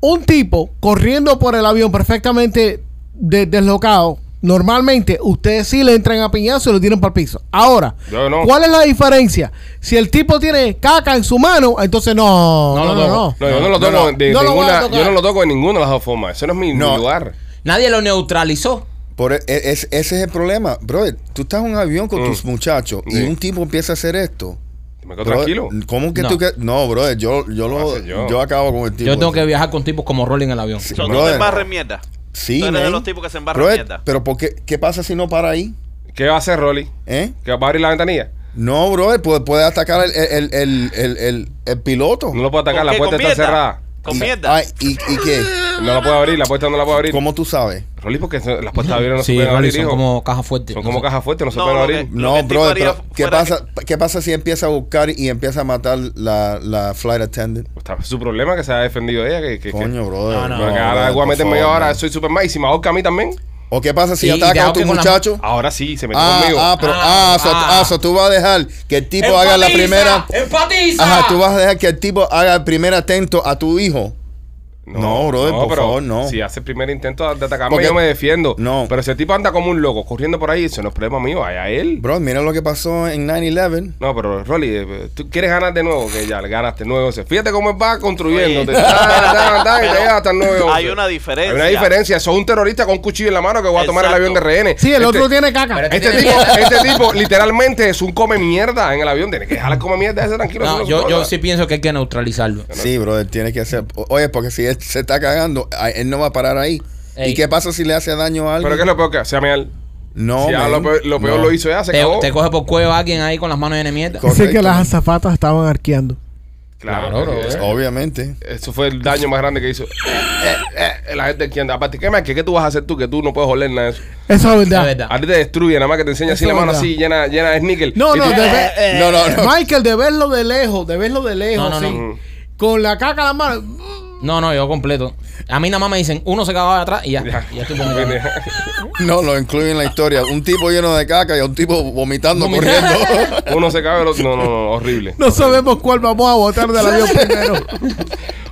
[SPEAKER 4] Un tipo corriendo por el avión perfectamente de- deslocado. Normalmente, ustedes sí le entran a piñazo y lo tiran para el piso. Ahora,
[SPEAKER 3] Yo no.
[SPEAKER 4] ¿cuál es la diferencia? Si el tipo tiene caca en su mano, entonces no.
[SPEAKER 7] No
[SPEAKER 4] No,
[SPEAKER 7] lo
[SPEAKER 4] no,
[SPEAKER 7] toco.
[SPEAKER 4] no.
[SPEAKER 3] No, yo no lo toco
[SPEAKER 5] no,
[SPEAKER 3] de
[SPEAKER 4] no lo voy a
[SPEAKER 3] ninguna.
[SPEAKER 4] tocar.
[SPEAKER 3] yo no lo toco de ninguna de las dos formas. Eso no es mi, mi
[SPEAKER 5] No.
[SPEAKER 3] lugar.
[SPEAKER 7] Nadie lo neutralizó.
[SPEAKER 5] Por, e- es- ese es el problema. Brother, tú estás en un avión con
[SPEAKER 3] Mm.
[SPEAKER 5] tus muchachos
[SPEAKER 3] Sí.
[SPEAKER 5] y un tipo empieza a hacer esto.
[SPEAKER 3] Me quedo
[SPEAKER 5] Brother,
[SPEAKER 3] tranquilo.
[SPEAKER 5] ¿Cómo que
[SPEAKER 7] No.
[SPEAKER 5] tú.? que- No, brother, yo, yo, lo,
[SPEAKER 3] hace yo.
[SPEAKER 5] yo. acabo con el tipo.
[SPEAKER 3] pues
[SPEAKER 7] Yo tengo
[SPEAKER 5] ese.
[SPEAKER 7] que viajar con tipos como Rolly en el avión.
[SPEAKER 5] Sí,
[SPEAKER 6] So, tú te
[SPEAKER 5] brother.
[SPEAKER 6] embarras en mierda.
[SPEAKER 5] Sí,
[SPEAKER 6] Tú eres de
[SPEAKER 5] man.
[SPEAKER 6] los tipos que se embarran
[SPEAKER 5] Brother,
[SPEAKER 6] mierda.
[SPEAKER 5] Pero por qué, ¿qué pasa si no para ahí?
[SPEAKER 3] ¿Qué va a hacer Rolly?
[SPEAKER 5] ¿Eh?
[SPEAKER 3] ¿Que va a abrir la ventanilla?
[SPEAKER 5] No, brother, puede, puede atacar el, el, el, el, el- el piloto.
[SPEAKER 3] No lo puedo atacar,
[SPEAKER 6] ¿Con
[SPEAKER 3] la
[SPEAKER 6] qué?
[SPEAKER 3] puerta
[SPEAKER 6] ¿Con
[SPEAKER 3] está
[SPEAKER 6] mierda?
[SPEAKER 3] cerrada.
[SPEAKER 6] Con mierda.
[SPEAKER 5] Ay, ¿y, ¿Y qué?
[SPEAKER 3] No la puedo abrir, la puerta no la puedo abrir.
[SPEAKER 5] ¿Cómo tú sabes?
[SPEAKER 3] Rolly, porque son- las puertas abiertas no se
[SPEAKER 7] Sí,
[SPEAKER 3] pueden
[SPEAKER 7] Rolly
[SPEAKER 3] abrir,
[SPEAKER 7] son
[SPEAKER 3] hijo.
[SPEAKER 7] como caja fuerte.
[SPEAKER 3] Son como caja fuerte, no se
[SPEAKER 6] No,
[SPEAKER 3] pueden
[SPEAKER 6] lo
[SPEAKER 3] abrir.
[SPEAKER 6] que- Lo
[SPEAKER 5] No,
[SPEAKER 6] el tipo
[SPEAKER 5] brother,
[SPEAKER 6] haría
[SPEAKER 5] pero ¿qué
[SPEAKER 6] fuera
[SPEAKER 5] pasa, ¿qué pasa si empieza a buscar y empieza a matar la, la flight attendant?
[SPEAKER 3] Está- su problema es que se ha defendido ella. Que, que,
[SPEAKER 5] Coño, brother.
[SPEAKER 3] que,
[SPEAKER 5] no,
[SPEAKER 3] Porque ahora
[SPEAKER 5] brother,
[SPEAKER 3] voy a
[SPEAKER 5] por
[SPEAKER 3] meterme yo
[SPEAKER 5] favor,
[SPEAKER 3] ahora,
[SPEAKER 5] man.
[SPEAKER 3] soy Superman. Y si me ahoga a mí también,
[SPEAKER 5] ¿O qué pasa si
[SPEAKER 7] Sí, te
[SPEAKER 5] ataca a
[SPEAKER 7] ahogue
[SPEAKER 5] tu
[SPEAKER 7] con la-
[SPEAKER 5] muchacho?
[SPEAKER 3] ahora sí, se metió
[SPEAKER 5] Ah,
[SPEAKER 3] conmigo.
[SPEAKER 5] ah, pero ah, so-
[SPEAKER 7] ah.
[SPEAKER 5] ah, so tú vas a dejar que el tipo haga la primera.
[SPEAKER 7] ¡Enfatiza!
[SPEAKER 5] Ajá, tú vas a dejar que el tipo haga el primer atento a tu hijo. No, brother, por
[SPEAKER 3] pero
[SPEAKER 5] favor, no.
[SPEAKER 3] Si hace el primer intento de atacarme,
[SPEAKER 5] Porque-
[SPEAKER 3] yo me defiendo.
[SPEAKER 5] No.
[SPEAKER 3] Pero si el tipo anda como un loco corriendo por ahí, eso no es problema mío, allá él.
[SPEAKER 5] Bro, mira lo que pasó en 9-11.
[SPEAKER 3] No, pero Rolly, eh, tú quieres ganar de nuevo, que ya le ganaste 9-11. Fíjate cómo va construyéndote.
[SPEAKER 6] Oye.
[SPEAKER 3] Tan, tan, tan, y te
[SPEAKER 6] Pero
[SPEAKER 3] llega hasta el 9-11.
[SPEAKER 6] hay una diferencia.
[SPEAKER 3] Hay una diferencia. Sos un terrorista con un cuchillo en la mano que va a tomar el
[SPEAKER 6] Exacto.
[SPEAKER 3] avión de rehenes.
[SPEAKER 4] Sí, el
[SPEAKER 3] Este-
[SPEAKER 4] otro tiene caca.
[SPEAKER 7] Pero
[SPEAKER 3] Este tipo, este tipo literalmente es un come mierda en el avión. Tiene que dejar el come mierda ese tranquilo. eso
[SPEAKER 7] No,
[SPEAKER 3] es
[SPEAKER 7] yo,
[SPEAKER 3] cosa.
[SPEAKER 7] yo sí pienso que hay que neutralizarlo.
[SPEAKER 5] Sí, brother, tiene que hacer. o- Oye, porque si él se está cagando, a- él no va a parar ahí.
[SPEAKER 7] Ey.
[SPEAKER 5] ¿Y qué pasa si le hace daño a alguien?
[SPEAKER 3] Pero ¿qué es lo peor que hace? Sea meal.
[SPEAKER 5] No,
[SPEAKER 3] Si ya
[SPEAKER 5] man,
[SPEAKER 3] ah, lo peor, lo, peor
[SPEAKER 5] no.
[SPEAKER 3] lo hizo ya, se
[SPEAKER 7] Te,
[SPEAKER 3] acabó.
[SPEAKER 7] te coge por cuello alguien ahí con las manos llenas de mierda.
[SPEAKER 5] Co-
[SPEAKER 4] Dice que
[SPEAKER 5] correcto.
[SPEAKER 4] las azafatas estaban arqueando.
[SPEAKER 3] Claro,
[SPEAKER 7] Claro,
[SPEAKER 3] porque
[SPEAKER 7] bro.
[SPEAKER 5] Obviamente.
[SPEAKER 3] Eso fue el daño más grande que hizo. Eh, eh, eh, la gente que anda. Aparte, ¿qué más? ¿Qué, qué tú vas a hacer tú? Que tú no puedes oler nada de eso.
[SPEAKER 4] Eso es
[SPEAKER 7] La
[SPEAKER 4] verdad.
[SPEAKER 7] verdad.
[SPEAKER 3] A ti te destruye, nada más que te enseña así la
[SPEAKER 4] Eso es
[SPEAKER 3] mano
[SPEAKER 4] verdad.
[SPEAKER 3] así, llena, llena de níquel.
[SPEAKER 4] No,
[SPEAKER 3] Y eh,
[SPEAKER 4] no,
[SPEAKER 3] tú-
[SPEAKER 4] de ver-
[SPEAKER 5] no, no, no.
[SPEAKER 4] Michael, de verlo de lejos, de verlo de lejos,
[SPEAKER 7] No, no,
[SPEAKER 4] sí.
[SPEAKER 3] no.
[SPEAKER 4] Con la caca en la mano.
[SPEAKER 7] No, no, yo completo. A mí nada más me dicen, uno se cagaba de atrás y ya.
[SPEAKER 3] Ya.
[SPEAKER 7] Ya estoy
[SPEAKER 3] *laughs*
[SPEAKER 7] vomitando.
[SPEAKER 5] No, lo incluye en la historia. Un tipo lleno de caca y un tipo vomitando, corriendo.
[SPEAKER 3] *laughs* Uno se cabe, el otro. No, no, no, horrible.
[SPEAKER 4] No sabemos cuál vamos a botar del avión primero.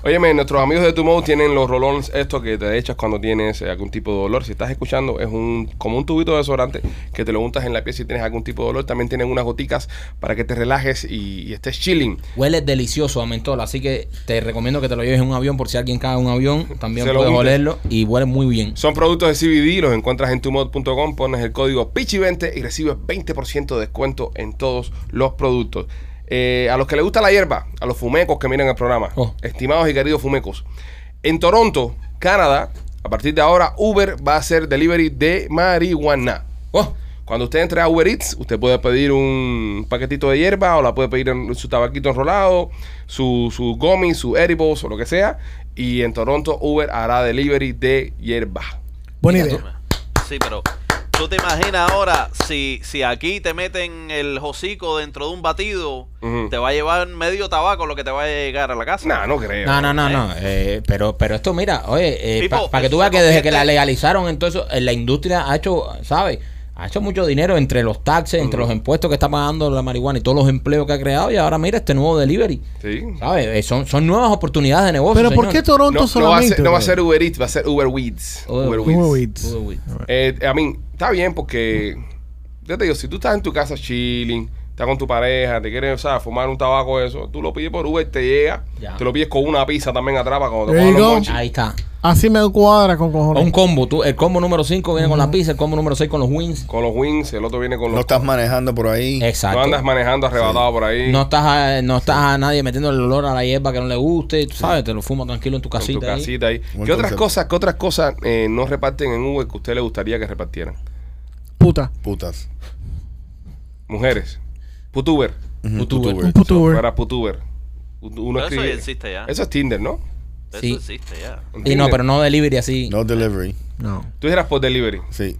[SPEAKER 3] Óyeme, nuestros amigos de Tumo tienen los rolones estos que te echas cuando tienes eh, algún tipo de dolor. Si estás escuchando, es un como un tubito de desodorante que te lo untas en la piel si tienes algún tipo de dolor. También tienen unas goticas para que te relajes y, y estés chilling.
[SPEAKER 7] Huele delicioso a mentol, así que te recomiendo que te lo lleves en un avión por si alguien cae en un avión. También
[SPEAKER 3] Se lo
[SPEAKER 7] puedes
[SPEAKER 3] unte.
[SPEAKER 7] olerlo y huele muy bien.
[SPEAKER 3] Son productos de CBD, los encuentras en tumod.com, pones el código PICHI20 y recibes 20% de descuento en todos los productos. Eh, a los que les gusta la hierba, a los fumecos que miran el programa,
[SPEAKER 7] Oh.
[SPEAKER 3] estimados y queridos fumecos, en Toronto, Canadá, a partir de ahora Uber va a hacer delivery de marihuana.
[SPEAKER 7] Oh,
[SPEAKER 3] Cuando usted entre a Uber Eats, usted puede pedir un paquetito de hierba o la puede pedir en su tabaquito enrolado, su, su gummy, su edibles o lo que sea. Y en Toronto, Uber hará delivery de hierba.
[SPEAKER 4] Buena
[SPEAKER 7] Mira tú.
[SPEAKER 4] idea.
[SPEAKER 6] Sí, pero tú te imaginas ahora si, si aquí te meten el hocico dentro de un batido,
[SPEAKER 3] Ujú.
[SPEAKER 6] te va a llevar medio tabaco lo que te va a llegar a la casa.
[SPEAKER 3] Nah, no creo.
[SPEAKER 7] No, no, no, no. eh, pero, pero esto, mira, oye, para
[SPEAKER 6] Tipo,
[SPEAKER 7] que tú
[SPEAKER 6] eso
[SPEAKER 7] veas
[SPEAKER 6] se
[SPEAKER 7] que desde que
[SPEAKER 6] convierte-
[SPEAKER 7] la legalizaron, entonces eh, la industria ha hecho, ¿sabes? Ha hecho mucho dinero entre los taxes, entre los impuestos que está pagando la marihuana y todos los empleos que ha creado. Y ahora mira este nuevo delivery.
[SPEAKER 3] Sí.
[SPEAKER 7] ¿Sabes? Eh, Son, son nuevas oportunidades de negocio.
[SPEAKER 4] Pero ¿por
[SPEAKER 7] señor.
[SPEAKER 4] qué Toronto
[SPEAKER 3] No, no va a
[SPEAKER 4] solamente?
[SPEAKER 3] ser, no va a
[SPEAKER 4] bro?
[SPEAKER 3] ser Uber Eats, va a ser Uber Weeds.
[SPEAKER 7] Uber
[SPEAKER 3] Uber,
[SPEAKER 4] Uber
[SPEAKER 3] Weeds.
[SPEAKER 4] Weeds.
[SPEAKER 7] Uber Eats.
[SPEAKER 3] Eh, a mí, está bien porque, yo te digo, si tú estás en tu casa chilling, estás con tu pareja, te quieres, ¿sabes? Fumar un tabaco, eso, tú lo pides por Uber, te llega,
[SPEAKER 7] Ya.
[SPEAKER 3] te lo pides con una pizza también atrapa cuando te
[SPEAKER 4] There
[SPEAKER 3] vas
[SPEAKER 4] you
[SPEAKER 3] los
[SPEAKER 4] go.
[SPEAKER 3] monchis.
[SPEAKER 7] Ahí está.
[SPEAKER 4] Así me cuadra con
[SPEAKER 7] O
[SPEAKER 4] cojones.
[SPEAKER 7] Un combo. Tú, el combo número 5 viene con la pizza, el combo número 6 con los wings.
[SPEAKER 3] Con los wings, el otro viene con
[SPEAKER 5] No
[SPEAKER 3] los...
[SPEAKER 5] estás manejando por ahí.
[SPEAKER 3] No,
[SPEAKER 7] Exacto.
[SPEAKER 3] andas manejando arrebatado por ahí.
[SPEAKER 7] No estás, a, no estás a nadie metiendo el olor a la hierba que no le guste, tú sabes, te lo fumas tranquilo en tu
[SPEAKER 3] en tu
[SPEAKER 7] casita. ahí.
[SPEAKER 3] casita ahí.
[SPEAKER 5] Buen
[SPEAKER 3] ¿Qué otras
[SPEAKER 5] concepto.
[SPEAKER 3] cosas, qué otras cosas eh, no reparten en Uber que a usted le gustaría que repartieran?
[SPEAKER 4] Puta.
[SPEAKER 5] Putas.
[SPEAKER 3] Mujeres. Putuber.
[SPEAKER 5] Ujú,
[SPEAKER 7] Putuber.
[SPEAKER 5] putuber.
[SPEAKER 4] Un putuber.
[SPEAKER 3] Fuera Putuber. Uno
[SPEAKER 6] Pero eso
[SPEAKER 3] escribe-
[SPEAKER 6] ya existe ya.
[SPEAKER 3] Eso es Tinder, ¿no?
[SPEAKER 6] Eso
[SPEAKER 7] Sí.
[SPEAKER 6] existe ya.
[SPEAKER 7] Y no, pero no delivery así. *laughs*
[SPEAKER 5] No delivery.
[SPEAKER 4] No.
[SPEAKER 3] Tú eras por delivery.
[SPEAKER 5] Sí.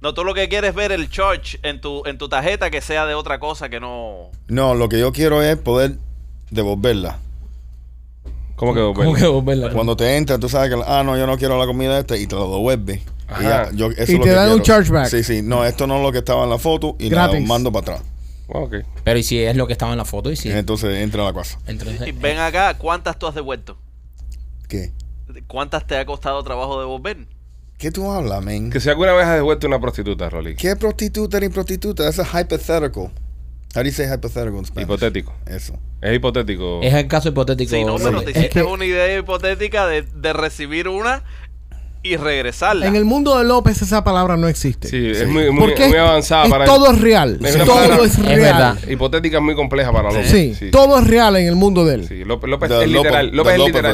[SPEAKER 6] No, tú lo que quieres es ver el charge en tu, en tu tarjeta que sea de otra cosa que no.
[SPEAKER 5] No, lo que yo quiero es poder devolverla.
[SPEAKER 3] ¿Cómo quedó?
[SPEAKER 7] ¿Cómo que vos ves la-
[SPEAKER 5] Cuando te entra, tú sabes que, ah, no, yo no quiero la comida esta y te lo devuelve.
[SPEAKER 3] Ajá.
[SPEAKER 5] Y, ya, yo- eso
[SPEAKER 4] Y
[SPEAKER 5] es lo
[SPEAKER 4] te
[SPEAKER 5] que
[SPEAKER 4] dan un
[SPEAKER 5] quiero.
[SPEAKER 4] chargeback.
[SPEAKER 5] Sí, sí, no, esto no es lo que estaba en la foto y nada,
[SPEAKER 4] Gratis.
[SPEAKER 5] mando para atrás.
[SPEAKER 3] ok.
[SPEAKER 7] Pero y si es lo que estaba en la foto y si.
[SPEAKER 5] Entonces entra a la casa.
[SPEAKER 4] Eh,
[SPEAKER 6] Y
[SPEAKER 7] Entonces,
[SPEAKER 6] ven acá, ¿cuántas tú has devuelto?
[SPEAKER 5] ¿Qué?
[SPEAKER 6] ¿Cuántas te ha costado trabajo devolver?
[SPEAKER 5] ¿Qué tú hablas, men?
[SPEAKER 3] Que si alguna vez has devuelto una prostituta, Rolly.
[SPEAKER 5] ¿Qué prostituta ni prostituta? Eso es hypothetical. How do you say hypothetical in Spanish?
[SPEAKER 3] Hipotético.
[SPEAKER 5] Eso.
[SPEAKER 3] Es hipotético.
[SPEAKER 7] es el caso hipotético.
[SPEAKER 6] Sí, no, pero
[SPEAKER 7] Rolly.
[SPEAKER 6] te
[SPEAKER 4] Es
[SPEAKER 6] hiciste
[SPEAKER 4] que-
[SPEAKER 6] una idea hipotética de, de recibir una y regresarla.
[SPEAKER 4] En el mundo de López esa palabra no existe.
[SPEAKER 3] Sí, es muy, muy,
[SPEAKER 4] Porque
[SPEAKER 3] muy
[SPEAKER 4] es-
[SPEAKER 3] avanzada
[SPEAKER 4] es
[SPEAKER 3] para
[SPEAKER 4] todo es real.
[SPEAKER 3] Es una
[SPEAKER 4] todo
[SPEAKER 3] palabra-
[SPEAKER 4] es
[SPEAKER 3] Es
[SPEAKER 4] real.
[SPEAKER 7] verdad.
[SPEAKER 3] Hipotética es muy compleja para López.
[SPEAKER 4] Sí, todo es real en el mundo de él.
[SPEAKER 3] Sí, López, López
[SPEAKER 5] The
[SPEAKER 3] es literal.
[SPEAKER 5] Lopo-
[SPEAKER 3] López
[SPEAKER 5] the
[SPEAKER 3] es literal.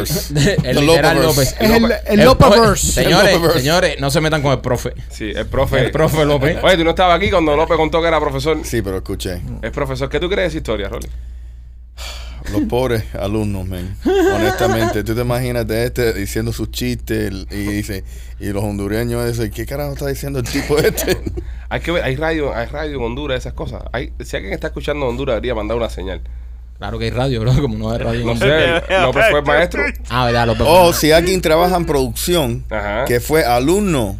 [SPEAKER 3] *laughs*
[SPEAKER 5] Lopoverse.
[SPEAKER 7] el
[SPEAKER 5] The
[SPEAKER 7] literal
[SPEAKER 5] Lopoverse.
[SPEAKER 7] López.
[SPEAKER 4] Es el, el
[SPEAKER 7] El-
[SPEAKER 4] Lopaverse.
[SPEAKER 7] Señores,
[SPEAKER 5] Lopoverse.
[SPEAKER 7] señores, no se metan con el profe.
[SPEAKER 3] Sí, el profe.
[SPEAKER 7] El profe López.
[SPEAKER 3] Oye, tú no estabas aquí cuando López contó que era profesor.
[SPEAKER 5] Sí, pero escuché.
[SPEAKER 3] Es profesor. ¿Qué tú crees de esa historia, Rolly?
[SPEAKER 5] Los pobres alumnos, men. Honestamente, tú te imaginas de este diciendo sus chistes y dice, y los hondureños dicen, ¿qué carajo está diciendo el
[SPEAKER 3] *laughs*
[SPEAKER 5] tipo este?
[SPEAKER 3] Hay que ver, hay radio, hay radio en Honduras, esas cosas. Hay, si alguien está escuchando en Honduras, debería mandar una señal.
[SPEAKER 7] Claro que hay radio, bro, como no hay radio.
[SPEAKER 3] No sé, López fue maestro.
[SPEAKER 7] Ah, verdad, López.
[SPEAKER 5] O si alguien trabaja en producción,
[SPEAKER 3] Ajá.
[SPEAKER 5] que fue alumno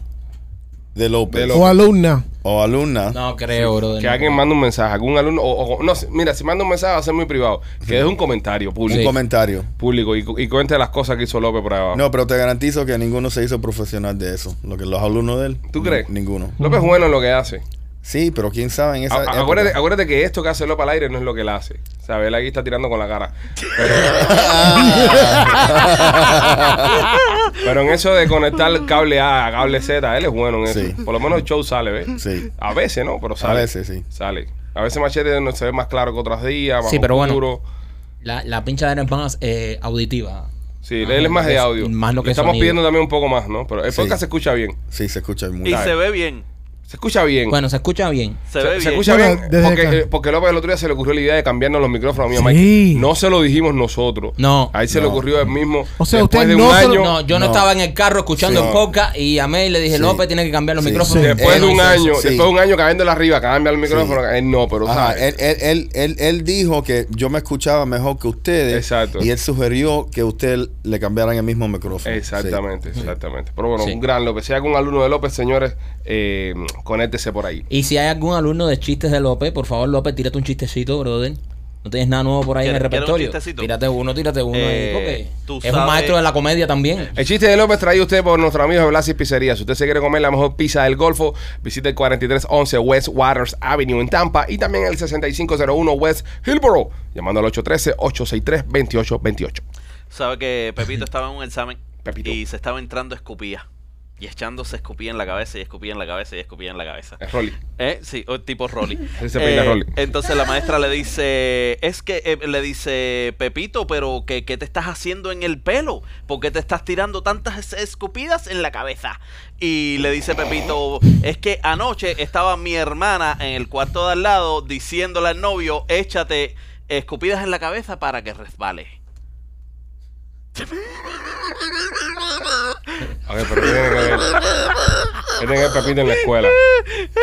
[SPEAKER 5] de López,
[SPEAKER 3] De López.
[SPEAKER 4] O alumna.
[SPEAKER 5] o alumna,
[SPEAKER 7] No creo, bro.
[SPEAKER 3] Que alguien mande un mensaje, algún alumno, o, o- no, si- mira, si manda un mensaje va a ser muy privado, que deje un comentario
[SPEAKER 5] un
[SPEAKER 3] público,
[SPEAKER 5] comentario.
[SPEAKER 3] público y, cu- y cuente las cosas que hizo López por ahí abajo.
[SPEAKER 5] No, pero te garantizo que ninguno se hizo profesional de eso. Lo que los alumnos de él.
[SPEAKER 3] ¿Tú crees?
[SPEAKER 5] Ninguno.
[SPEAKER 3] López es bueno en lo que hace.
[SPEAKER 5] Sí, pero quién sabe en esa.
[SPEAKER 3] A-
[SPEAKER 5] época.
[SPEAKER 3] acuérdate, acuérdate que esto que hace López al aire no es lo que él hace. ¿Sabes? Él aquí está tirando con la cara.
[SPEAKER 5] *laughs*
[SPEAKER 3] Pero, Pero en eso de conectar cable A a cable Z, él es bueno en eso.
[SPEAKER 5] Sí.
[SPEAKER 3] Por lo menos el show sale, ¿ves?
[SPEAKER 5] Sí.
[SPEAKER 3] A veces, ¿no? Pero sale.
[SPEAKER 5] veces, sí.
[SPEAKER 3] Sale. A veces Machete no se ve más claro que otros días, más
[SPEAKER 7] Sí, pero bueno.
[SPEAKER 3] oscuro.
[SPEAKER 7] La, la pinchadera es más eh, auditiva.
[SPEAKER 3] Sí,
[SPEAKER 7] Ajá,
[SPEAKER 3] él es más de
[SPEAKER 7] Ah, es
[SPEAKER 3] audio.
[SPEAKER 7] más lo
[SPEAKER 3] Le
[SPEAKER 7] que
[SPEAKER 3] Estamos
[SPEAKER 7] sonido.
[SPEAKER 3] pidiendo también un poco más, ¿no? Pero el
[SPEAKER 5] Sí.
[SPEAKER 3] podcast se escucha bien.
[SPEAKER 5] Sí, se escucha muy
[SPEAKER 6] Y
[SPEAKER 5] bien.
[SPEAKER 6] se ve bien.
[SPEAKER 3] Se escucha bien.
[SPEAKER 7] Bueno, se escucha bien.
[SPEAKER 6] Se, ve
[SPEAKER 3] se
[SPEAKER 6] bien.
[SPEAKER 3] escucha
[SPEAKER 4] Bueno,
[SPEAKER 3] bien
[SPEAKER 4] desde acá.
[SPEAKER 3] porque, eh, porque López el otro día se le ocurrió la idea de cambiarnos los micrófonos a mí, a
[SPEAKER 4] Sí.
[SPEAKER 3] Mike. No se lo dijimos nosotros.
[SPEAKER 7] No.
[SPEAKER 3] Ahí se le ocurrió el mismo.
[SPEAKER 4] O sea,
[SPEAKER 3] después
[SPEAKER 4] usted
[SPEAKER 3] de un
[SPEAKER 4] no se lo-
[SPEAKER 3] año,
[SPEAKER 7] No, yo no,
[SPEAKER 5] No.
[SPEAKER 7] estaba en el carro escuchando
[SPEAKER 5] Sí.
[SPEAKER 7] el podcast y llamé y le dije,
[SPEAKER 5] Sí.
[SPEAKER 7] López, tiene que cambiar los
[SPEAKER 5] Sí.
[SPEAKER 7] micrófonos.
[SPEAKER 4] Sí.
[SPEAKER 3] Después
[SPEAKER 5] Él
[SPEAKER 3] de un
[SPEAKER 5] hizo
[SPEAKER 3] año,
[SPEAKER 5] eso, sí.
[SPEAKER 3] después de un año cayéndole arriba, cambia el micrófono.
[SPEAKER 5] Sí.
[SPEAKER 3] Él no, pero
[SPEAKER 5] Ajá,
[SPEAKER 3] ¿sabes?
[SPEAKER 5] él, él, él, él, él dijo que yo me escuchaba mejor que ustedes.
[SPEAKER 3] Exacto.
[SPEAKER 5] Y él sugirió que ustedes le cambiaran el mismo micrófono.
[SPEAKER 3] Exactamente, exactamente. Pero bueno,
[SPEAKER 7] Sí.
[SPEAKER 3] un gran López. Si hay algún alumno de López, señores, eh, conéctese por ahí.
[SPEAKER 7] Y si hay algún alumno de chistes de López, por favor, López, tírate un chistecito, brother. No tienes nada nuevo por ahí en el
[SPEAKER 6] ¿Quieres- quieres un
[SPEAKER 7] repertorio.
[SPEAKER 6] chistecito?
[SPEAKER 7] Tírate uno, tírate uno. ahí,
[SPEAKER 6] Eh,
[SPEAKER 7] porque
[SPEAKER 6] tú
[SPEAKER 7] es un
[SPEAKER 6] sabes-
[SPEAKER 7] maestro de la comedia también.
[SPEAKER 3] El chiste de López traído usted por nuestros amigos de Blasis Pizzería. Si usted se quiere comer la mejor pizza del Golfo, visite el 4311 West Waters Avenue en Tampa y también el 6501 West Hillboro, llamando al 813-863-2828.
[SPEAKER 6] Sabe que Pepito estaba en un examen
[SPEAKER 3] Pepito.
[SPEAKER 6] y se estaba entrando escupía. Y echándose escupía en la cabeza y escupía en la cabeza y escupía en la cabeza.
[SPEAKER 3] Es Rolly.
[SPEAKER 6] ¿Eh? Sí, o tipo Rolly.
[SPEAKER 3] *laughs* Ese se peina
[SPEAKER 6] Eh,
[SPEAKER 3] Rolly.
[SPEAKER 6] Entonces la maestra le dice, es que eh, le dice, Pepito, pero ¿qué, qué te estás haciendo en el pelo? ¿Por qué te estás tirando tantas es- escupidas en la cabeza? Y le dice Pepito, es que anoche estaba mi hermana en el cuarto de al lado diciéndole al novio, échate escupidas en la cabeza para que resbale.
[SPEAKER 3] A ver, pero ¿qué tiene que ver? ¿Qué tiene que ver Pepito en la escuela?
[SPEAKER 6] *laughs*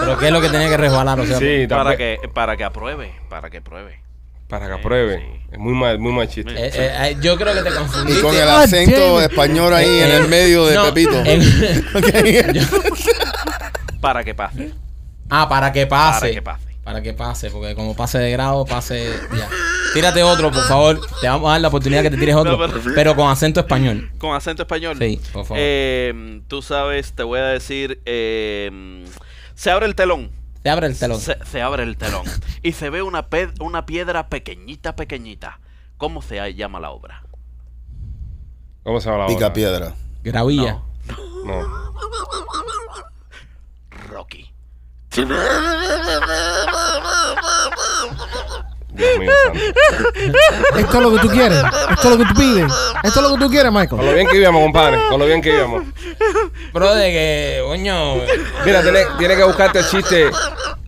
[SPEAKER 7] Pero ¿qué es lo que tenía que resbalar? O sea, eh,
[SPEAKER 3] Sí,
[SPEAKER 6] Para
[SPEAKER 3] también-
[SPEAKER 6] que, para que apruebe, para que apruebe.
[SPEAKER 3] Para que apruebe. Es muy mal, muy mal chiste.
[SPEAKER 7] eh, eh, eh, yo creo que te
[SPEAKER 5] Sí. Y
[SPEAKER 7] confundiste.
[SPEAKER 5] con el
[SPEAKER 4] Ah,
[SPEAKER 5] acento
[SPEAKER 4] damn.
[SPEAKER 7] Eh, *laughs*
[SPEAKER 5] español ahí en el medio de
[SPEAKER 7] No,
[SPEAKER 5] Pepito.
[SPEAKER 7] en-
[SPEAKER 5] Ok.
[SPEAKER 6] para que pase.
[SPEAKER 7] Ah, para que pase.
[SPEAKER 6] Para que pase.
[SPEAKER 7] Para que pase, porque como pase de grado, pase. Ya. Tírate otro, por favor. Te vamos a dar la oportunidad que te tires otro,
[SPEAKER 6] No,
[SPEAKER 7] pero...
[SPEAKER 6] pero-
[SPEAKER 7] con acento español.
[SPEAKER 6] Con acento español.
[SPEAKER 7] Sí, por favor.
[SPEAKER 6] Eh, tú sabes, te voy a decir. eh, se abre el telón.
[SPEAKER 7] Te abre el telón.
[SPEAKER 6] Se, se abre el telón. y se ve una, pe- una piedra pequeñita, pequeñita. ¿Cómo se llama la obra?
[SPEAKER 3] ¿Cómo se llama la obra?
[SPEAKER 5] Pica piedra.
[SPEAKER 7] Gravilla.
[SPEAKER 6] No.
[SPEAKER 3] No.
[SPEAKER 6] Rocky.
[SPEAKER 3] Dios mío, santo.
[SPEAKER 4] Esto es lo que tú quieres. Esto es lo que tú pides. Esto es lo que tú quieres,
[SPEAKER 3] Con
[SPEAKER 4] Michael.
[SPEAKER 3] lo bien que íbamos, compadre. Con lo bien que íbamos.
[SPEAKER 7] Bro, de que, coño.
[SPEAKER 3] Mira, tiene, tiene que buscarte chiste.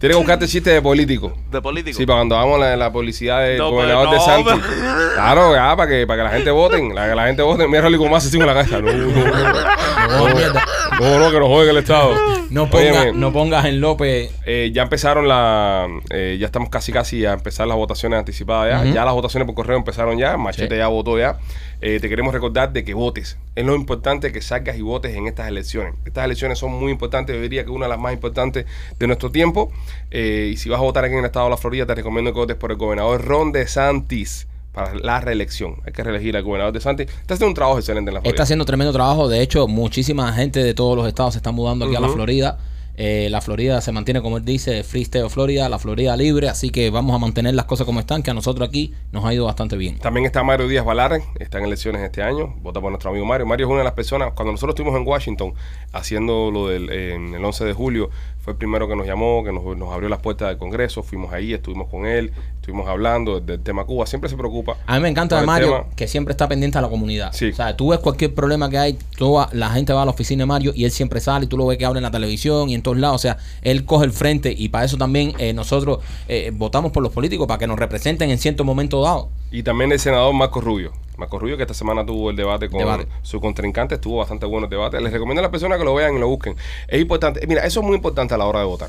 [SPEAKER 3] Tiene que buscarte chiste de político.
[SPEAKER 6] De político.
[SPEAKER 3] Sí, para cuando hagamos la, la publicidad del
[SPEAKER 6] No, pero
[SPEAKER 3] gobernador de
[SPEAKER 6] no,
[SPEAKER 3] Santi.
[SPEAKER 6] pero-
[SPEAKER 3] Claro, ya, para que, para que la gente voten. La, que la gente vote. Mira, Rolly como hace así con la cabeza. No, no, no,
[SPEAKER 7] No, mierda.
[SPEAKER 3] no, no, que nos joden el Estado.
[SPEAKER 7] No, ponga-
[SPEAKER 3] Óyeme,
[SPEAKER 7] no pongas en López.
[SPEAKER 3] eh, ya empezaron la. eh, ya estamos casi casi a empezar las votaciones anticipadas ya. Ya las votaciones por correo empezaron ya. Machete
[SPEAKER 7] Sí.
[SPEAKER 3] ya votó ya. Eh, te queremos recordar de que votes. Es lo importante que salgas y votes en estas elecciones. Estas elecciones son muy importantes. Yo diría que una de las más importantes de nuestro tiempo. Eh, y si vas a votar aquí en el estado de la Florida, te recomiendo que votes por el gobernador Ron DeSantis para la reelección. Hay que reelegir al gobernador DeSantis. Está haciendo un trabajo excelente en la Florida.
[SPEAKER 7] Está haciendo tremendo trabajo. De hecho, muchísima gente de todos los estados se está mudando aquí a la
[SPEAKER 3] Ujú.
[SPEAKER 7] Florida. Eh, la Florida se mantiene, como él dice, Free State of Florida, la Florida libre. Así que vamos a mantener las cosas como están, que a nosotros aquí nos ha ido bastante bien.
[SPEAKER 3] También está Mario Díaz Balar, está en elecciones este año, vota por nuestro amigo Mario. Mario es una de las personas, cuando nosotros estuvimos en Washington haciendo lo del eh, en el 11 de julio, fue el primero que nos llamó, que nos, nos abrió las puertas del Congreso, fuimos ahí, estuvimos con él, estuvimos hablando del, del tema Cuba, siempre se preocupa.
[SPEAKER 7] A mí me encanta de
[SPEAKER 3] por el
[SPEAKER 7] Mario
[SPEAKER 3] tema.
[SPEAKER 7] que siempre está pendiente a la comunidad.
[SPEAKER 3] Sí.
[SPEAKER 7] O sea, tú ves cualquier problema que hay, toda la gente va a la oficina de Mario y él siempre sale y tú lo ves que habla en la televisión y en todos lados. O sea, él coge el frente y para eso también eh, nosotros eh, votamos por los políticos para que nos representen en cierto momento dado.
[SPEAKER 3] Y también el senador Marco Rubio. Marco Rubio, que esta semana tuvo el debate con
[SPEAKER 7] Debate.
[SPEAKER 3] su contrincante, estuvo bastante bueno el debate. Les recomiendo a las personas que lo vean y lo busquen. Es importante, mira, eso es muy importante a la hora de votar.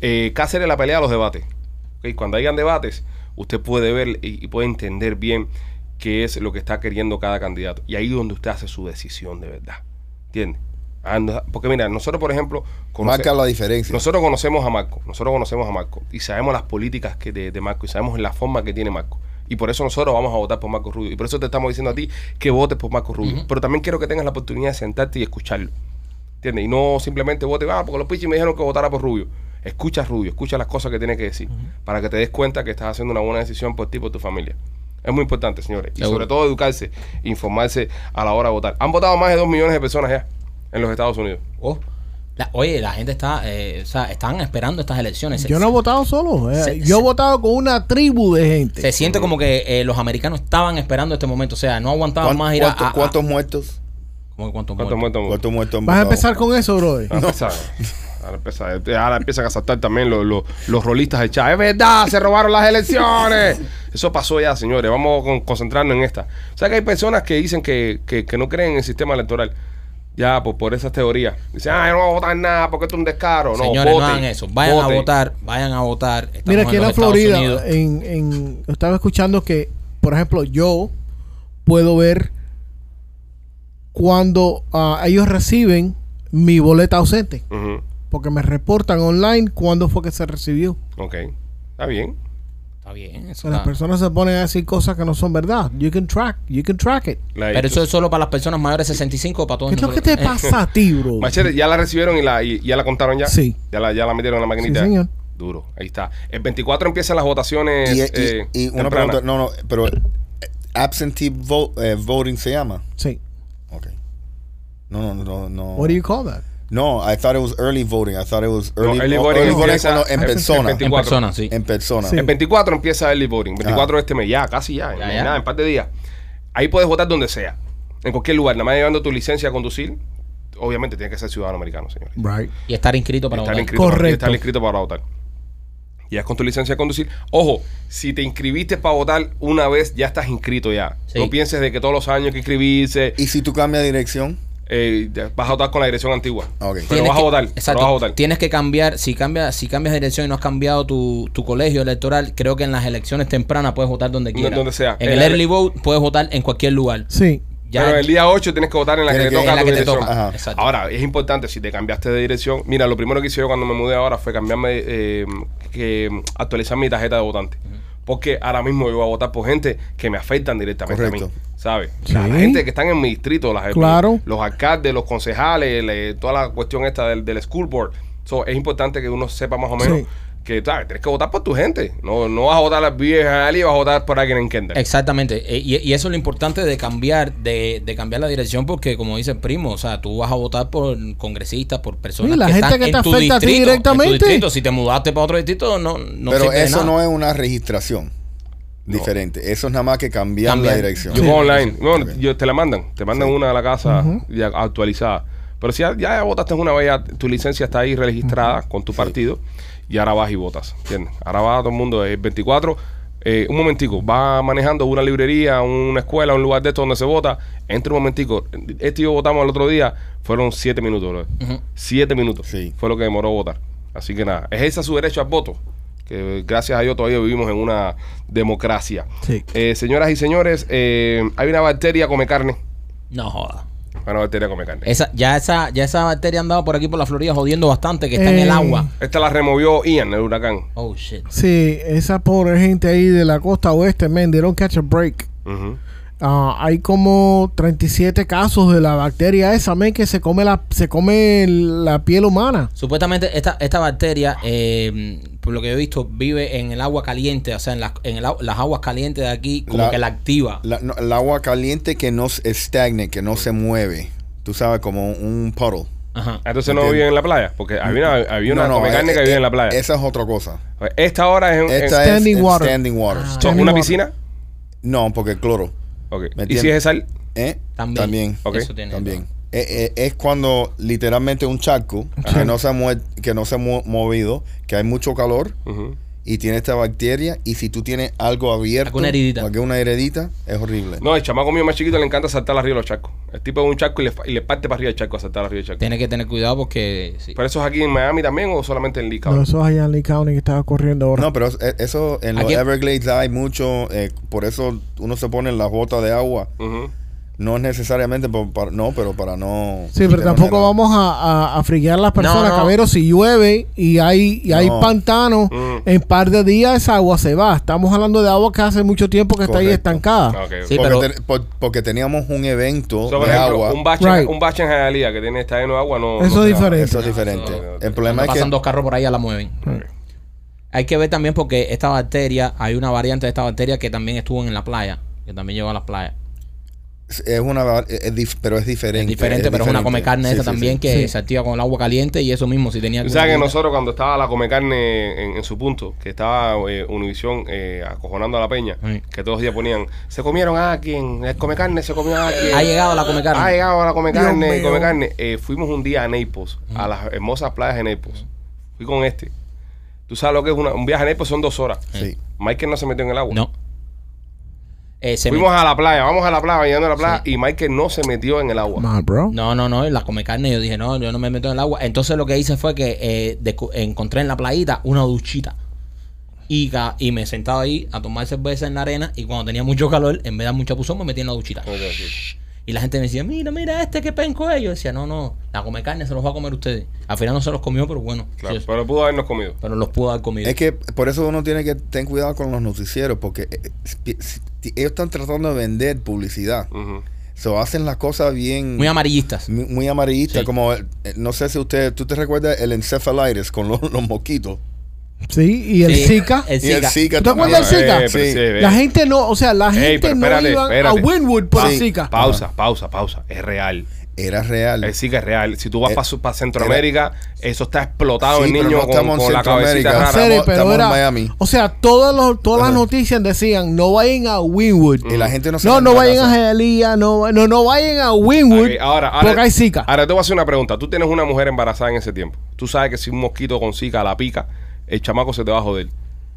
[SPEAKER 3] Eh, Cáceres la pelea a los debates. ¿ok? Cuando hayan debates, usted puede ver y, y puede entender bien qué es lo que está queriendo cada candidato. Y ahí es donde usted hace su decisión de verdad. ¿Entiende? Anda- Porque mira, nosotros, por ejemplo, conoce-
[SPEAKER 5] Marca la diferencia.
[SPEAKER 3] nosotros conocemos a Marco, nosotros conocemos a Marco y sabemos las políticas que de, de Marco y sabemos la forma que tiene Marco. Y por eso nosotros vamos a votar por Marco Rubio. Y por eso te estamos diciendo a ti que votes por Marco Rubio. Pero también quiero que tengas la oportunidad de sentarte y escucharlo. ¿Entiendes? Y no simplemente vote, ah, porque los pichis me dijeron que votara por Rubio. Escucha a Rubio, escucha las cosas que tiene que decir para que te des cuenta que estás haciendo una buena decisión por ti, por tu familia. Es muy importante, señores. Y
[SPEAKER 7] Seguro.
[SPEAKER 3] sobre todo educarse, informarse a la hora de votar. Han votado más de dos millones de personas ya en los Estados Unidos.
[SPEAKER 7] Oh, la- oye, la gente está, eh, o sea, están esperando estas elecciones. Se-
[SPEAKER 4] Yo no he votado solo. eh.
[SPEAKER 7] Se-
[SPEAKER 4] Yo he
[SPEAKER 7] se-
[SPEAKER 4] votado con una tribu de gente.
[SPEAKER 7] se siente como que eh, los americanos estaban esperando este momento, o sea, no aguantaban
[SPEAKER 5] ¿Cuán-
[SPEAKER 7] más ir a,
[SPEAKER 5] cuánto-
[SPEAKER 7] a- a-
[SPEAKER 5] ¿Cuántos muertos?
[SPEAKER 7] ¿Cómo que cuántos
[SPEAKER 3] ¿Cuántos
[SPEAKER 7] muertos?
[SPEAKER 3] muertos? hemos-
[SPEAKER 5] ¿Cuántos muertos? han
[SPEAKER 4] Vas a
[SPEAKER 5] votado?
[SPEAKER 4] empezar con eso, brother.
[SPEAKER 3] Ahora empieza, ahora empieza, ahora empiezan a saltar también los, los, los rolistas de Chávez. Es verdad, se robaron las elecciones. Eso pasó ya, señores. Vamos a con- concentrarnos en esta. O sea que hay personas que dicen que, que, que no creen en el sistema electoral. Ya, pues, por, por esas teorías. Dicen, ah, yo no voy a votar nada porque esto es un descaro. No,
[SPEAKER 7] Señores,
[SPEAKER 3] voten,
[SPEAKER 7] no hagan eso. Vayan
[SPEAKER 3] voten.
[SPEAKER 7] a votar, vayan a votar. Estamos
[SPEAKER 4] Mira, aquí en
[SPEAKER 7] los
[SPEAKER 4] la
[SPEAKER 7] Estados Unidos.
[SPEAKER 4] Florida, eh, en, en- estaba escuchando que, por ejemplo, yo puedo ver cuando ah, ellos reciben mi boleta ausente,
[SPEAKER 3] Ujú,
[SPEAKER 4] porque me reportan online cuándo fue que se recibió.
[SPEAKER 3] Ok. Está bien.
[SPEAKER 7] Está bien,
[SPEAKER 4] O
[SPEAKER 7] eso
[SPEAKER 4] sea, las
[SPEAKER 7] está-
[SPEAKER 4] personas se ponen a decir cosas que no son verdad. You can track, you can track it.
[SPEAKER 3] La-
[SPEAKER 7] Pero eso es solo para las personas mayores de 65 o para todos
[SPEAKER 4] ¿Qué es lo que
[SPEAKER 7] nosotros. Eh,
[SPEAKER 4] te pasa a
[SPEAKER 7] *laughs*
[SPEAKER 4] ti, bro?
[SPEAKER 3] Machete, ¿ya la recibieron y, la, y- ya la contaron ya?
[SPEAKER 4] Sí.
[SPEAKER 3] ¿Ya la, ya la metieron en la maquinita?
[SPEAKER 4] Sí, señor.
[SPEAKER 3] Duro. Ahí está. El 24 empiezan las votaciones.
[SPEAKER 5] Y, y-
[SPEAKER 3] eh,
[SPEAKER 5] y una
[SPEAKER 3] tempranas.
[SPEAKER 5] pregunta, no, no, pero eh, absentee vote, eh, voting se llama.
[SPEAKER 4] Sí.
[SPEAKER 5] Ok. No, no, no, no.
[SPEAKER 4] What do you call that?
[SPEAKER 5] No, I thought it was early voting. I thought it was early,
[SPEAKER 3] No, early
[SPEAKER 5] oh,
[SPEAKER 3] voting
[SPEAKER 5] early voting
[SPEAKER 3] empieza
[SPEAKER 5] cuando en
[SPEAKER 3] el
[SPEAKER 5] persona.
[SPEAKER 3] 24.
[SPEAKER 7] En persona, sí.
[SPEAKER 5] En persona.
[SPEAKER 4] Sí.
[SPEAKER 7] Mm.
[SPEAKER 3] El 24 empieza el voting. 24 de este mes, ya, casi ya. en-
[SPEAKER 7] Ya,
[SPEAKER 3] en
[SPEAKER 7] ya.
[SPEAKER 3] Nada, en par de días. Ahí puedes votar donde sea. En cualquier lugar. Nada más llevando tu licencia a conducir. Obviamente tienes que ser ciudadano americano, señores.
[SPEAKER 4] Right.
[SPEAKER 7] Y estar inscrito para
[SPEAKER 3] Estar
[SPEAKER 7] votar.
[SPEAKER 3] inscrito,
[SPEAKER 4] Correcto.
[SPEAKER 3] para- estar inscrito para votar. Ya con tu licencia de conducir. Ojo, si te inscribiste para votar una vez, ya estás inscrito ya.
[SPEAKER 7] Sí.
[SPEAKER 3] No pienses de que todos los años que inscribirse
[SPEAKER 5] Y si tú cambias de dirección, Ah,
[SPEAKER 3] eh, ya vas a votar con la dirección antigua.
[SPEAKER 5] Ok.
[SPEAKER 3] Pero
[SPEAKER 7] Tienes
[SPEAKER 3] vas a
[SPEAKER 7] que-
[SPEAKER 3] votar.
[SPEAKER 7] exacto,
[SPEAKER 3] Pero vas a votar.
[SPEAKER 7] Tienes que cambiar. Si cambias, si cambias de dirección y no has cambiado tu, tu colegio electoral, creo que en las elecciones tempranas puedes votar donde
[SPEAKER 3] No,
[SPEAKER 7] quieras.
[SPEAKER 3] donde sea.
[SPEAKER 7] En
[SPEAKER 3] Eh,
[SPEAKER 7] el
[SPEAKER 3] la-
[SPEAKER 7] early vote puedes votar en cualquier lugar.
[SPEAKER 4] Sí.
[SPEAKER 7] Ya-
[SPEAKER 3] Pero el día 8 tienes que votar en la que
[SPEAKER 5] Tiene
[SPEAKER 3] te
[SPEAKER 5] que-
[SPEAKER 3] toca
[SPEAKER 5] en
[SPEAKER 3] a
[SPEAKER 5] la
[SPEAKER 3] tu
[SPEAKER 7] que te
[SPEAKER 3] dirección.
[SPEAKER 7] toca.
[SPEAKER 5] Ajá.
[SPEAKER 7] Exacto.
[SPEAKER 3] Ahora, es importante, si te cambiaste de dirección, mira, lo primero que hice yo cuando me mudé ahora fue cambiarme, eh, que mm, actualizar mi tarjeta de votante. Porque ahora mismo yo voy a votar por gente que me afectan directamente a mí.
[SPEAKER 5] Correcto.
[SPEAKER 3] ¿Sabes?
[SPEAKER 4] Sí.
[SPEAKER 3] La gente que están en mi distrito, las,
[SPEAKER 4] Claro.
[SPEAKER 3] los alcaldes, los concejales, le- toda la cuestión esta del, del school board. So, es importante que uno sepa más o menos
[SPEAKER 4] Sí.
[SPEAKER 3] que ¿sabes? tienes que votar por tu gente. No, no vas a votar a las viejas y vas a votar por alguien en Kendall.
[SPEAKER 7] Exactamente, Eh, y, y eso es lo importante de cambiar, de, de cambiar la dirección, porque como dice el primo, o sea, tú vas a votar por congresistas, por personas
[SPEAKER 4] Sí, la gente que te afecta a ti
[SPEAKER 7] distrito, en tu
[SPEAKER 4] directamente.
[SPEAKER 7] distrito. Si te mudaste para otro distrito, no, no
[SPEAKER 5] Pero
[SPEAKER 7] sirve de
[SPEAKER 5] eso
[SPEAKER 7] nada.
[SPEAKER 5] no es una registración diferente. Eso es nada más que cambiar
[SPEAKER 7] Cambiar.
[SPEAKER 5] la dirección.
[SPEAKER 3] Yo pongo online. No,
[SPEAKER 5] Ok.
[SPEAKER 3] yo- te la mandan. Te mandan una a la casa ya actualizada. Pero si ya, ya votaste una vez, ya tu licencia está ahí registrada con tu partido y ahora vas y votas. ¿Entiendes? Ahora va todo el mundo. El 24, eh, un momentico, va manejando una librería, una escuela, un lugar de estos donde se vota. Entra un momentico. Este y yo votamos el otro día. Fueron siete minutos, bro. Siete minutos.
[SPEAKER 5] Sí.
[SPEAKER 3] Fue lo que demoró votar. Así que nada, ejerza su derecho al voto. Que gracias a Dios todavía vivimos en una democracia.
[SPEAKER 4] Sí.
[SPEAKER 3] Eh, señoras y señores, eh, hay una bacteria come carne.
[SPEAKER 7] No joda.
[SPEAKER 3] Hay una bacteria come carne.
[SPEAKER 7] Esa, ya esa, ya esa bacteria andaba por aquí por la Florida jodiendo bastante, que está en
[SPEAKER 4] Eh.
[SPEAKER 7] el agua.
[SPEAKER 3] Esta la removió Ian, el huracán.
[SPEAKER 7] Oh shit.
[SPEAKER 4] Sí, esa pobre gente ahí de la costa oeste, man, they don't catch a break.
[SPEAKER 3] Ujú.
[SPEAKER 4] Ah, hay como 37 casos de la bacteria esa, men, que se come la, se come la piel humana.
[SPEAKER 7] Supuestamente esta, esta bacteria, eh, por lo que yo he visto, vive en el agua caliente, o sea, en, las en el au- las aguas calientes de aquí, como
[SPEAKER 5] La-
[SPEAKER 7] que la activa.
[SPEAKER 5] La- no, el agua caliente que no se estagne, que no se mueve. Tú sabes, como un puddle.
[SPEAKER 7] Ajá.
[SPEAKER 3] Entonces no
[SPEAKER 5] Entiendo.
[SPEAKER 3] vive en la playa, porque había una, había una
[SPEAKER 5] No, no,
[SPEAKER 3] come carne
[SPEAKER 5] eh,
[SPEAKER 3] que vive
[SPEAKER 5] eh,
[SPEAKER 3] en la playa.
[SPEAKER 5] Esa es otra cosa.
[SPEAKER 3] Esta ahora es, en-
[SPEAKER 5] Esta
[SPEAKER 3] en-
[SPEAKER 4] Standing
[SPEAKER 5] es en
[SPEAKER 4] water.
[SPEAKER 5] standing water.
[SPEAKER 4] Ah.
[SPEAKER 3] so,
[SPEAKER 4] standing
[SPEAKER 3] una
[SPEAKER 4] water.
[SPEAKER 3] piscina.
[SPEAKER 5] No, porque el cloro.
[SPEAKER 3] Ok.
[SPEAKER 5] Me
[SPEAKER 3] ¿Y
[SPEAKER 5] entiendo.
[SPEAKER 3] si es de sal?
[SPEAKER 5] ¿Eh?
[SPEAKER 7] También.
[SPEAKER 5] También.
[SPEAKER 3] Ok.
[SPEAKER 7] Eso tiene-
[SPEAKER 5] También. Eh, eh, es cuando literalmente un charco que no se ha mue- que no se ha mu- movido, que hay mucho calor
[SPEAKER 3] Ujú.
[SPEAKER 5] y tiene esta bacteria y si tú tienes algo abierto,
[SPEAKER 7] Alguna heridita.
[SPEAKER 5] alguna heredita, es horrible.
[SPEAKER 3] No, el chamaco mío más chiquito le encanta saltar arriba de los charcos. El tipo de un charco y le, y le parte para arriba del charco a saltar arriba del charco.
[SPEAKER 7] Tiene que tener cuidado porque sí.
[SPEAKER 3] ¿Pero eso es aquí en Miami también o solamente en Lee
[SPEAKER 4] No,
[SPEAKER 3] County?
[SPEAKER 4] eso es allá en Lee County que estaba corriendo ahora.
[SPEAKER 5] No, pero es- eh, eso en los
[SPEAKER 7] Aquí-
[SPEAKER 5] Everglades hay mucho, eh, por eso uno se pone en las botas de agua,
[SPEAKER 3] Ujú.
[SPEAKER 5] no es necesariamente, por- para- no, pero para no...
[SPEAKER 4] Sí, pero tampoco vamos a, a, a friquear las personas,
[SPEAKER 7] no.
[SPEAKER 4] cabrero. Si llueve y hay, y hay
[SPEAKER 5] No.
[SPEAKER 4] pantanos,
[SPEAKER 3] Mm.
[SPEAKER 4] en par de días esa agua se va. Estamos hablando de agua que hace mucho tiempo que está ahí
[SPEAKER 5] Correcto.
[SPEAKER 4] estancada.
[SPEAKER 3] Ah, ok.
[SPEAKER 7] Sí,
[SPEAKER 5] porque,
[SPEAKER 7] pero-
[SPEAKER 5] ten- por- porque teníamos un evento
[SPEAKER 3] So, por
[SPEAKER 5] de
[SPEAKER 3] ejemplo,
[SPEAKER 5] agua.
[SPEAKER 3] un bache,
[SPEAKER 4] Right.
[SPEAKER 3] un bache en Hialeah que tiene esta lleno de agua no.
[SPEAKER 4] Eso
[SPEAKER 3] no
[SPEAKER 4] es
[SPEAKER 3] se va.
[SPEAKER 4] diferente.
[SPEAKER 5] Eso es
[SPEAKER 3] no,
[SPEAKER 5] diferente.
[SPEAKER 3] no,
[SPEAKER 5] El
[SPEAKER 7] Cuando
[SPEAKER 5] problema es
[SPEAKER 7] pasan
[SPEAKER 5] que
[SPEAKER 7] dos carros por ahí ya la mueven. Hay que ver también porque esta bacteria, hay una variante de esta bacteria que también estuvo en la playa, que también llegó a las playas.
[SPEAKER 5] es una, va- es dif- pero es diferente.
[SPEAKER 7] Es diferente,
[SPEAKER 5] es
[SPEAKER 7] pero es una come carne
[SPEAKER 5] Sí,
[SPEAKER 7] esa
[SPEAKER 5] sí,
[SPEAKER 7] también
[SPEAKER 5] sí.
[SPEAKER 7] que
[SPEAKER 4] Sí.
[SPEAKER 7] se activa con el agua caliente y eso mismo, si tenía *laughs*
[SPEAKER 3] Tú sabes que
[SPEAKER 7] alguna-
[SPEAKER 3] nosotros cuando estaba la come carne en, en su punto, que estaba eh, Univisión eh, acojonando a la peña,
[SPEAKER 7] Sí.
[SPEAKER 3] que todos los días ponían, se comieron a quien, el come carne se comió a quien.
[SPEAKER 7] Ha llegado la come carne.
[SPEAKER 3] Ha llegado la come
[SPEAKER 4] Dios
[SPEAKER 3] carne,
[SPEAKER 4] mío.
[SPEAKER 3] come carne. Eh, fuimos un día a Naples, a las hermosas playas de Naples. Fui con este. Tú sabes lo que es una- un viaje a Naples, son dos horas.
[SPEAKER 5] Sí.
[SPEAKER 3] Michael no se metió en el agua.
[SPEAKER 7] No. Eh, se
[SPEAKER 3] Fuimos a la playa, vamos a la playa, bañando a la playa, y Michael no se metió en el agua.
[SPEAKER 4] Mal, bro.
[SPEAKER 7] me- No, no, no, la come carne. Yo dije, no, yo no me meto en el agua. Entonces lo que hice fue que eh, descu- encontré en la playita una duchita. Y, ca- y me sentaba ahí a tomar cerveza en la arena. Y cuando tenía mucho calor, en vez de dar mucha puzón, me metí en la duchita. Y la gente me decía, mira, mira, este que penco es. Yo decía, no, no, la come carne se los va a comer ustedes. Al final no se los comió, pero bueno.
[SPEAKER 3] Claro,
[SPEAKER 7] sí,
[SPEAKER 3] pero pudo habernos comido.
[SPEAKER 7] pero los pudo haber comido.
[SPEAKER 5] Es que por eso uno tiene que tener cuidado con los noticieros, porque eh, eh, si- si- ti- ellos están tratando de vender publicidad.
[SPEAKER 3] Ujú.
[SPEAKER 5] So, hacen las cosas bien.
[SPEAKER 7] Muy amarillistas.
[SPEAKER 5] mu- muy amarillistas,
[SPEAKER 7] Sí.
[SPEAKER 5] como eh, eh, no sé si usted, tú te recuerdas el encefalitis con los, los mosquitos
[SPEAKER 4] Sí, y el
[SPEAKER 7] Sí,
[SPEAKER 4] Zika.
[SPEAKER 7] El
[SPEAKER 5] y el
[SPEAKER 7] Zika.
[SPEAKER 5] Zika.
[SPEAKER 4] ¿Tú te
[SPEAKER 5] también.
[SPEAKER 4] acuerdas del Zika?
[SPEAKER 3] Eh, pero
[SPEAKER 5] Sí.
[SPEAKER 3] sí, eh.
[SPEAKER 4] La gente no, o sea, la gente
[SPEAKER 3] Ey, pero
[SPEAKER 4] no
[SPEAKER 3] espérate,
[SPEAKER 4] iba
[SPEAKER 3] espérate.
[SPEAKER 4] a Winwood por
[SPEAKER 3] Pa-
[SPEAKER 4] el Zika.
[SPEAKER 3] Pausa, pausa, pausa. Es real.
[SPEAKER 5] Era real.
[SPEAKER 3] El Zika es real. Si tú vas
[SPEAKER 5] Eh,
[SPEAKER 3] para Centroamérica, eso está explotado
[SPEAKER 5] Sí,
[SPEAKER 3] en
[SPEAKER 5] pero
[SPEAKER 3] niños
[SPEAKER 5] no
[SPEAKER 3] con,
[SPEAKER 5] estamos en
[SPEAKER 3] con la cabecita
[SPEAKER 5] Centroamérica.
[SPEAKER 4] En
[SPEAKER 3] rara.
[SPEAKER 5] Estamos-
[SPEAKER 4] serio, pero
[SPEAKER 5] estamos en
[SPEAKER 4] era,
[SPEAKER 5] Miami.
[SPEAKER 4] o sea, todas, los- todas las
[SPEAKER 5] Ajá.
[SPEAKER 4] noticias decían, no vayan a Winwood.
[SPEAKER 5] Y
[SPEAKER 3] Mm.
[SPEAKER 5] la gente no se
[SPEAKER 4] No,
[SPEAKER 5] da
[SPEAKER 4] no
[SPEAKER 5] cuenta de
[SPEAKER 4] vayan
[SPEAKER 5] eso.
[SPEAKER 4] a Jalía, no, va- no, no vayan a Winwood
[SPEAKER 3] Ok, ahora, ahora,
[SPEAKER 4] porque hay Zika.
[SPEAKER 3] ahora te voy a hacer una pregunta. Tú tienes una mujer embarazada en ese tiempo. Tú sabes que si un mosquito con Zika la pica, el chamaco se te va a joder.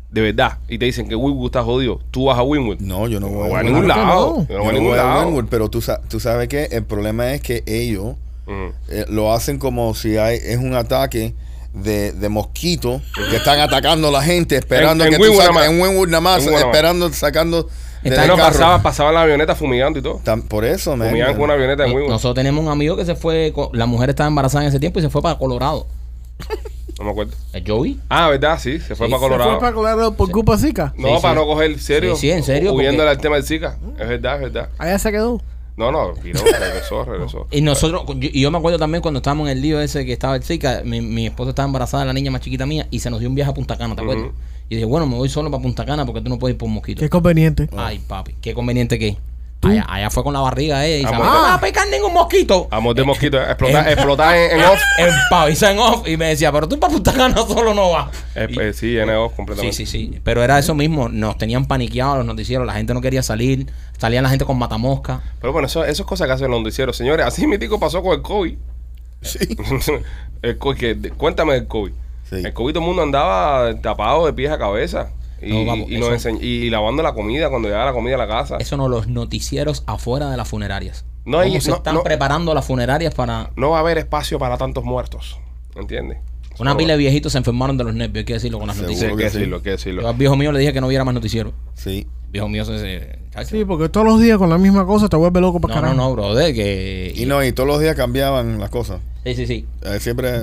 [SPEAKER 3] De verdad. Y te dicen que Winwood está jodido. Tú vas a Winwood.
[SPEAKER 5] No, yo no
[SPEAKER 3] No
[SPEAKER 5] voy
[SPEAKER 3] voy a
[SPEAKER 5] Winwood.
[SPEAKER 3] ningún
[SPEAKER 4] Claro que
[SPEAKER 3] lado.
[SPEAKER 4] no.
[SPEAKER 3] Yo
[SPEAKER 5] Yo
[SPEAKER 3] No voy a ningún
[SPEAKER 5] voy a
[SPEAKER 3] lado.
[SPEAKER 5] Winwood, pero tú, sa- tú sabes que el problema es que ellos
[SPEAKER 3] Ujú.
[SPEAKER 5] eh, lo hacen como si hay, es un ataque de, de mosquitos que están atacando a la gente, esperando
[SPEAKER 3] En- en
[SPEAKER 5] que tú
[SPEAKER 3] Winwood
[SPEAKER 5] saques-
[SPEAKER 3] nada más.
[SPEAKER 5] en Winwood nada más,
[SPEAKER 3] En Winwood nada más.
[SPEAKER 5] esperando, sacando
[SPEAKER 3] Yo
[SPEAKER 7] Está en
[SPEAKER 3] Ah, no
[SPEAKER 7] el carro.
[SPEAKER 3] pasaba, pasaba en la avioneta fumigando y todo.
[SPEAKER 5] Tan- por eso, man.
[SPEAKER 3] Fumigaban con una avioneta de
[SPEAKER 7] No-
[SPEAKER 3] muy bueno.
[SPEAKER 7] Nosotros tenemos un amigo que se fue, co- la mujer estaba embarazada en ese tiempo y se fue para Colorado.
[SPEAKER 3] No me acuerdo.
[SPEAKER 7] ¿El Joey?
[SPEAKER 3] Ah, ¿verdad? Sí, se fue
[SPEAKER 7] Sí,
[SPEAKER 3] para
[SPEAKER 4] Se
[SPEAKER 3] Colorado.
[SPEAKER 4] fue para Colorado por culpa Zika.
[SPEAKER 3] No,
[SPEAKER 7] Sí,
[SPEAKER 3] para
[SPEAKER 7] sí.
[SPEAKER 3] no coger serio.
[SPEAKER 7] Sí, sí, en serio,
[SPEAKER 3] Huyéndole
[SPEAKER 7] porque-
[SPEAKER 3] al tema del Zika. Es verdad, es verdad.
[SPEAKER 4] Allá se quedó.
[SPEAKER 3] No, no,
[SPEAKER 7] *laughs*
[SPEAKER 3] viró, regresó, regresó.
[SPEAKER 7] Y nosotros, yo- y yo me acuerdo también cuando estábamos en el lío ese que estaba el Zika, mi, mi esposa estaba embarazada, la niña más chiquita mía, y se nos dio un viaje a Punta Cana, ¿te acuerdas?
[SPEAKER 3] Ujú.
[SPEAKER 7] Y dije, bueno, me voy solo para Punta Cana porque tú no puedes ir por mosquito.
[SPEAKER 4] Qué conveniente.
[SPEAKER 5] Ah.
[SPEAKER 3] Ah.
[SPEAKER 7] Ay, papi, qué conveniente que es. Allá, allá fue con la barriga eh, y dice,
[SPEAKER 3] Ah,
[SPEAKER 7] "Ah, no
[SPEAKER 3] bueno.
[SPEAKER 7] vas a pescar ningún mosquito.
[SPEAKER 3] Amor de mosquito, eh, explotar, explotar
[SPEAKER 7] *laughs*
[SPEAKER 3] en, en off.
[SPEAKER 7] El pavo hizo en off y me decía, pero tú para Punta Cana *laughs* solo no vas.
[SPEAKER 3] Eh, eh, sí, en off
[SPEAKER 7] Sí,
[SPEAKER 3] completamente.
[SPEAKER 7] sí, sí. Pero era eso mismo. Nos tenían paniqueados los noticieros. La gente no quería salir. Salían la gente con matamosca.
[SPEAKER 3] Pero bueno, eso, eso es cosa que hacen los noticieros. Señores, así mi tico pasó con el COVID. *laughs*
[SPEAKER 5] Sí.
[SPEAKER 3] El COVID, que- de- cuéntame del COVID.
[SPEAKER 5] Sí.
[SPEAKER 3] El COVID todo el mundo andaba tapado de pies a cabeza. Y,
[SPEAKER 7] No, vamos,
[SPEAKER 3] y, nos
[SPEAKER 7] eso-
[SPEAKER 3] enseñ- y lavando la comida cuando llegaba la comida a la casa.
[SPEAKER 7] Eso no, los noticieros afuera de las funerarias.
[SPEAKER 3] Ah. No,
[SPEAKER 7] No,
[SPEAKER 3] y-
[SPEAKER 7] se
[SPEAKER 3] no,
[SPEAKER 7] están
[SPEAKER 3] no.
[SPEAKER 7] preparando las funerarias para.
[SPEAKER 3] No va a haber espacio para tantos muertos. ¿Entiendes?
[SPEAKER 7] Una
[SPEAKER 3] Eso-
[SPEAKER 7] pila de viejitos se enfermaron de los nervios. Hay que decirlo con las
[SPEAKER 3] Sí,
[SPEAKER 7] noticias.
[SPEAKER 3] hay que decirlo, hay que decirlo.
[SPEAKER 7] Yo al viejo mío le dije que no viera más noticieros.
[SPEAKER 5] Sí.
[SPEAKER 7] El viejo mío se. se-
[SPEAKER 4] Sí, porque todos los días con la misma cosa te vuelve loco para
[SPEAKER 7] no, no,
[SPEAKER 4] carajo.
[SPEAKER 7] no, brother. Que...
[SPEAKER 5] Y no, y todos los días cambiaban las cosas.
[SPEAKER 7] Sí, sí, sí.
[SPEAKER 5] Eh, siempre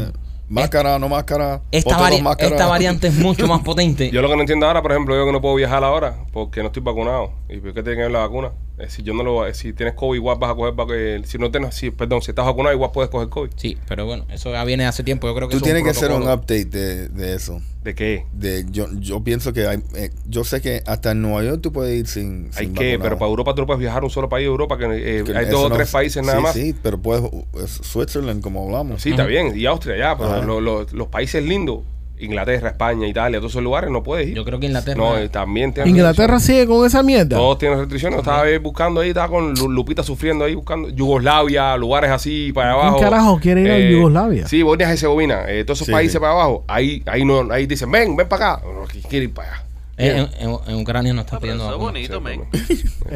[SPEAKER 5] máscara, no máscara.
[SPEAKER 7] Esta,
[SPEAKER 5] ponte dos
[SPEAKER 7] vari-
[SPEAKER 5] máscaras.
[SPEAKER 7] esta
[SPEAKER 5] *laughs*
[SPEAKER 7] variante es mucho más potente.
[SPEAKER 3] Yo lo que no entiendo ahora, por ejemplo, yo que no puedo viajar ahora porque no estoy vacunado. ¿Y por qué tiene que ver la vacuna? Eh, si yo no lo, eh, si tienes COVID igual vas a coger vacu- eh, si no tienes, si, perdón, si estás vacunado igual puedes coger COVID.
[SPEAKER 7] Sí, pero bueno, eso ya viene de hace tiempo. Yo creo que
[SPEAKER 5] Tú
[SPEAKER 7] eso es
[SPEAKER 5] tienes que hacer un
[SPEAKER 7] protocolo.
[SPEAKER 5] update de, de eso.
[SPEAKER 3] ¿De qué?
[SPEAKER 5] De, yo, yo pienso que hay, eh, yo sé que hasta en Nueva York tú puedes ir sin,
[SPEAKER 3] Hay
[SPEAKER 5] sin
[SPEAKER 3] que,
[SPEAKER 5] vacunado.
[SPEAKER 3] pero para Europa tú no puedes viajar a un solo país de Europa que eh,
[SPEAKER 5] Que
[SPEAKER 3] hay
[SPEAKER 5] eso
[SPEAKER 3] dos o
[SPEAKER 5] no-
[SPEAKER 3] tres países nada
[SPEAKER 5] sí,
[SPEAKER 3] más. Sí,
[SPEAKER 5] Sí, pero puedes eh, Switzerland como hablamos.
[SPEAKER 3] está bien. Y Austria ya, pero
[SPEAKER 5] Ajá.
[SPEAKER 3] lo- lo- los países lindos, Inglaterra, España, Italia, todos esos lugares no puedes ir.
[SPEAKER 7] Yo creo que Inglaterra.
[SPEAKER 3] no, eh, también tienen
[SPEAKER 4] Inglaterra sigue con esa mierda.
[SPEAKER 3] Todos tienen restricciones. Yo Estaba ahí buscando ahí, estaba con Lu- Lupita sufriendo ahí, buscando Yugoslavia, lugares así para abajo. Eh,
[SPEAKER 4] carajo quiere ir a Yugoslavia?
[SPEAKER 3] Sí, Bosnia y Herzegovina, eh, todos esos
[SPEAKER 5] Sí,
[SPEAKER 3] países
[SPEAKER 5] sí.
[SPEAKER 3] para abajo. Ahí, ahí, no, ahí dicen, ven, ven para acá. No, no, ¿quién quiere ir para allá?
[SPEAKER 7] Eh, en, en- en Ucrania no están
[SPEAKER 6] Ah, pero
[SPEAKER 7] pidiendo
[SPEAKER 6] eso es
[SPEAKER 7] vacunas.
[SPEAKER 6] bonito, men.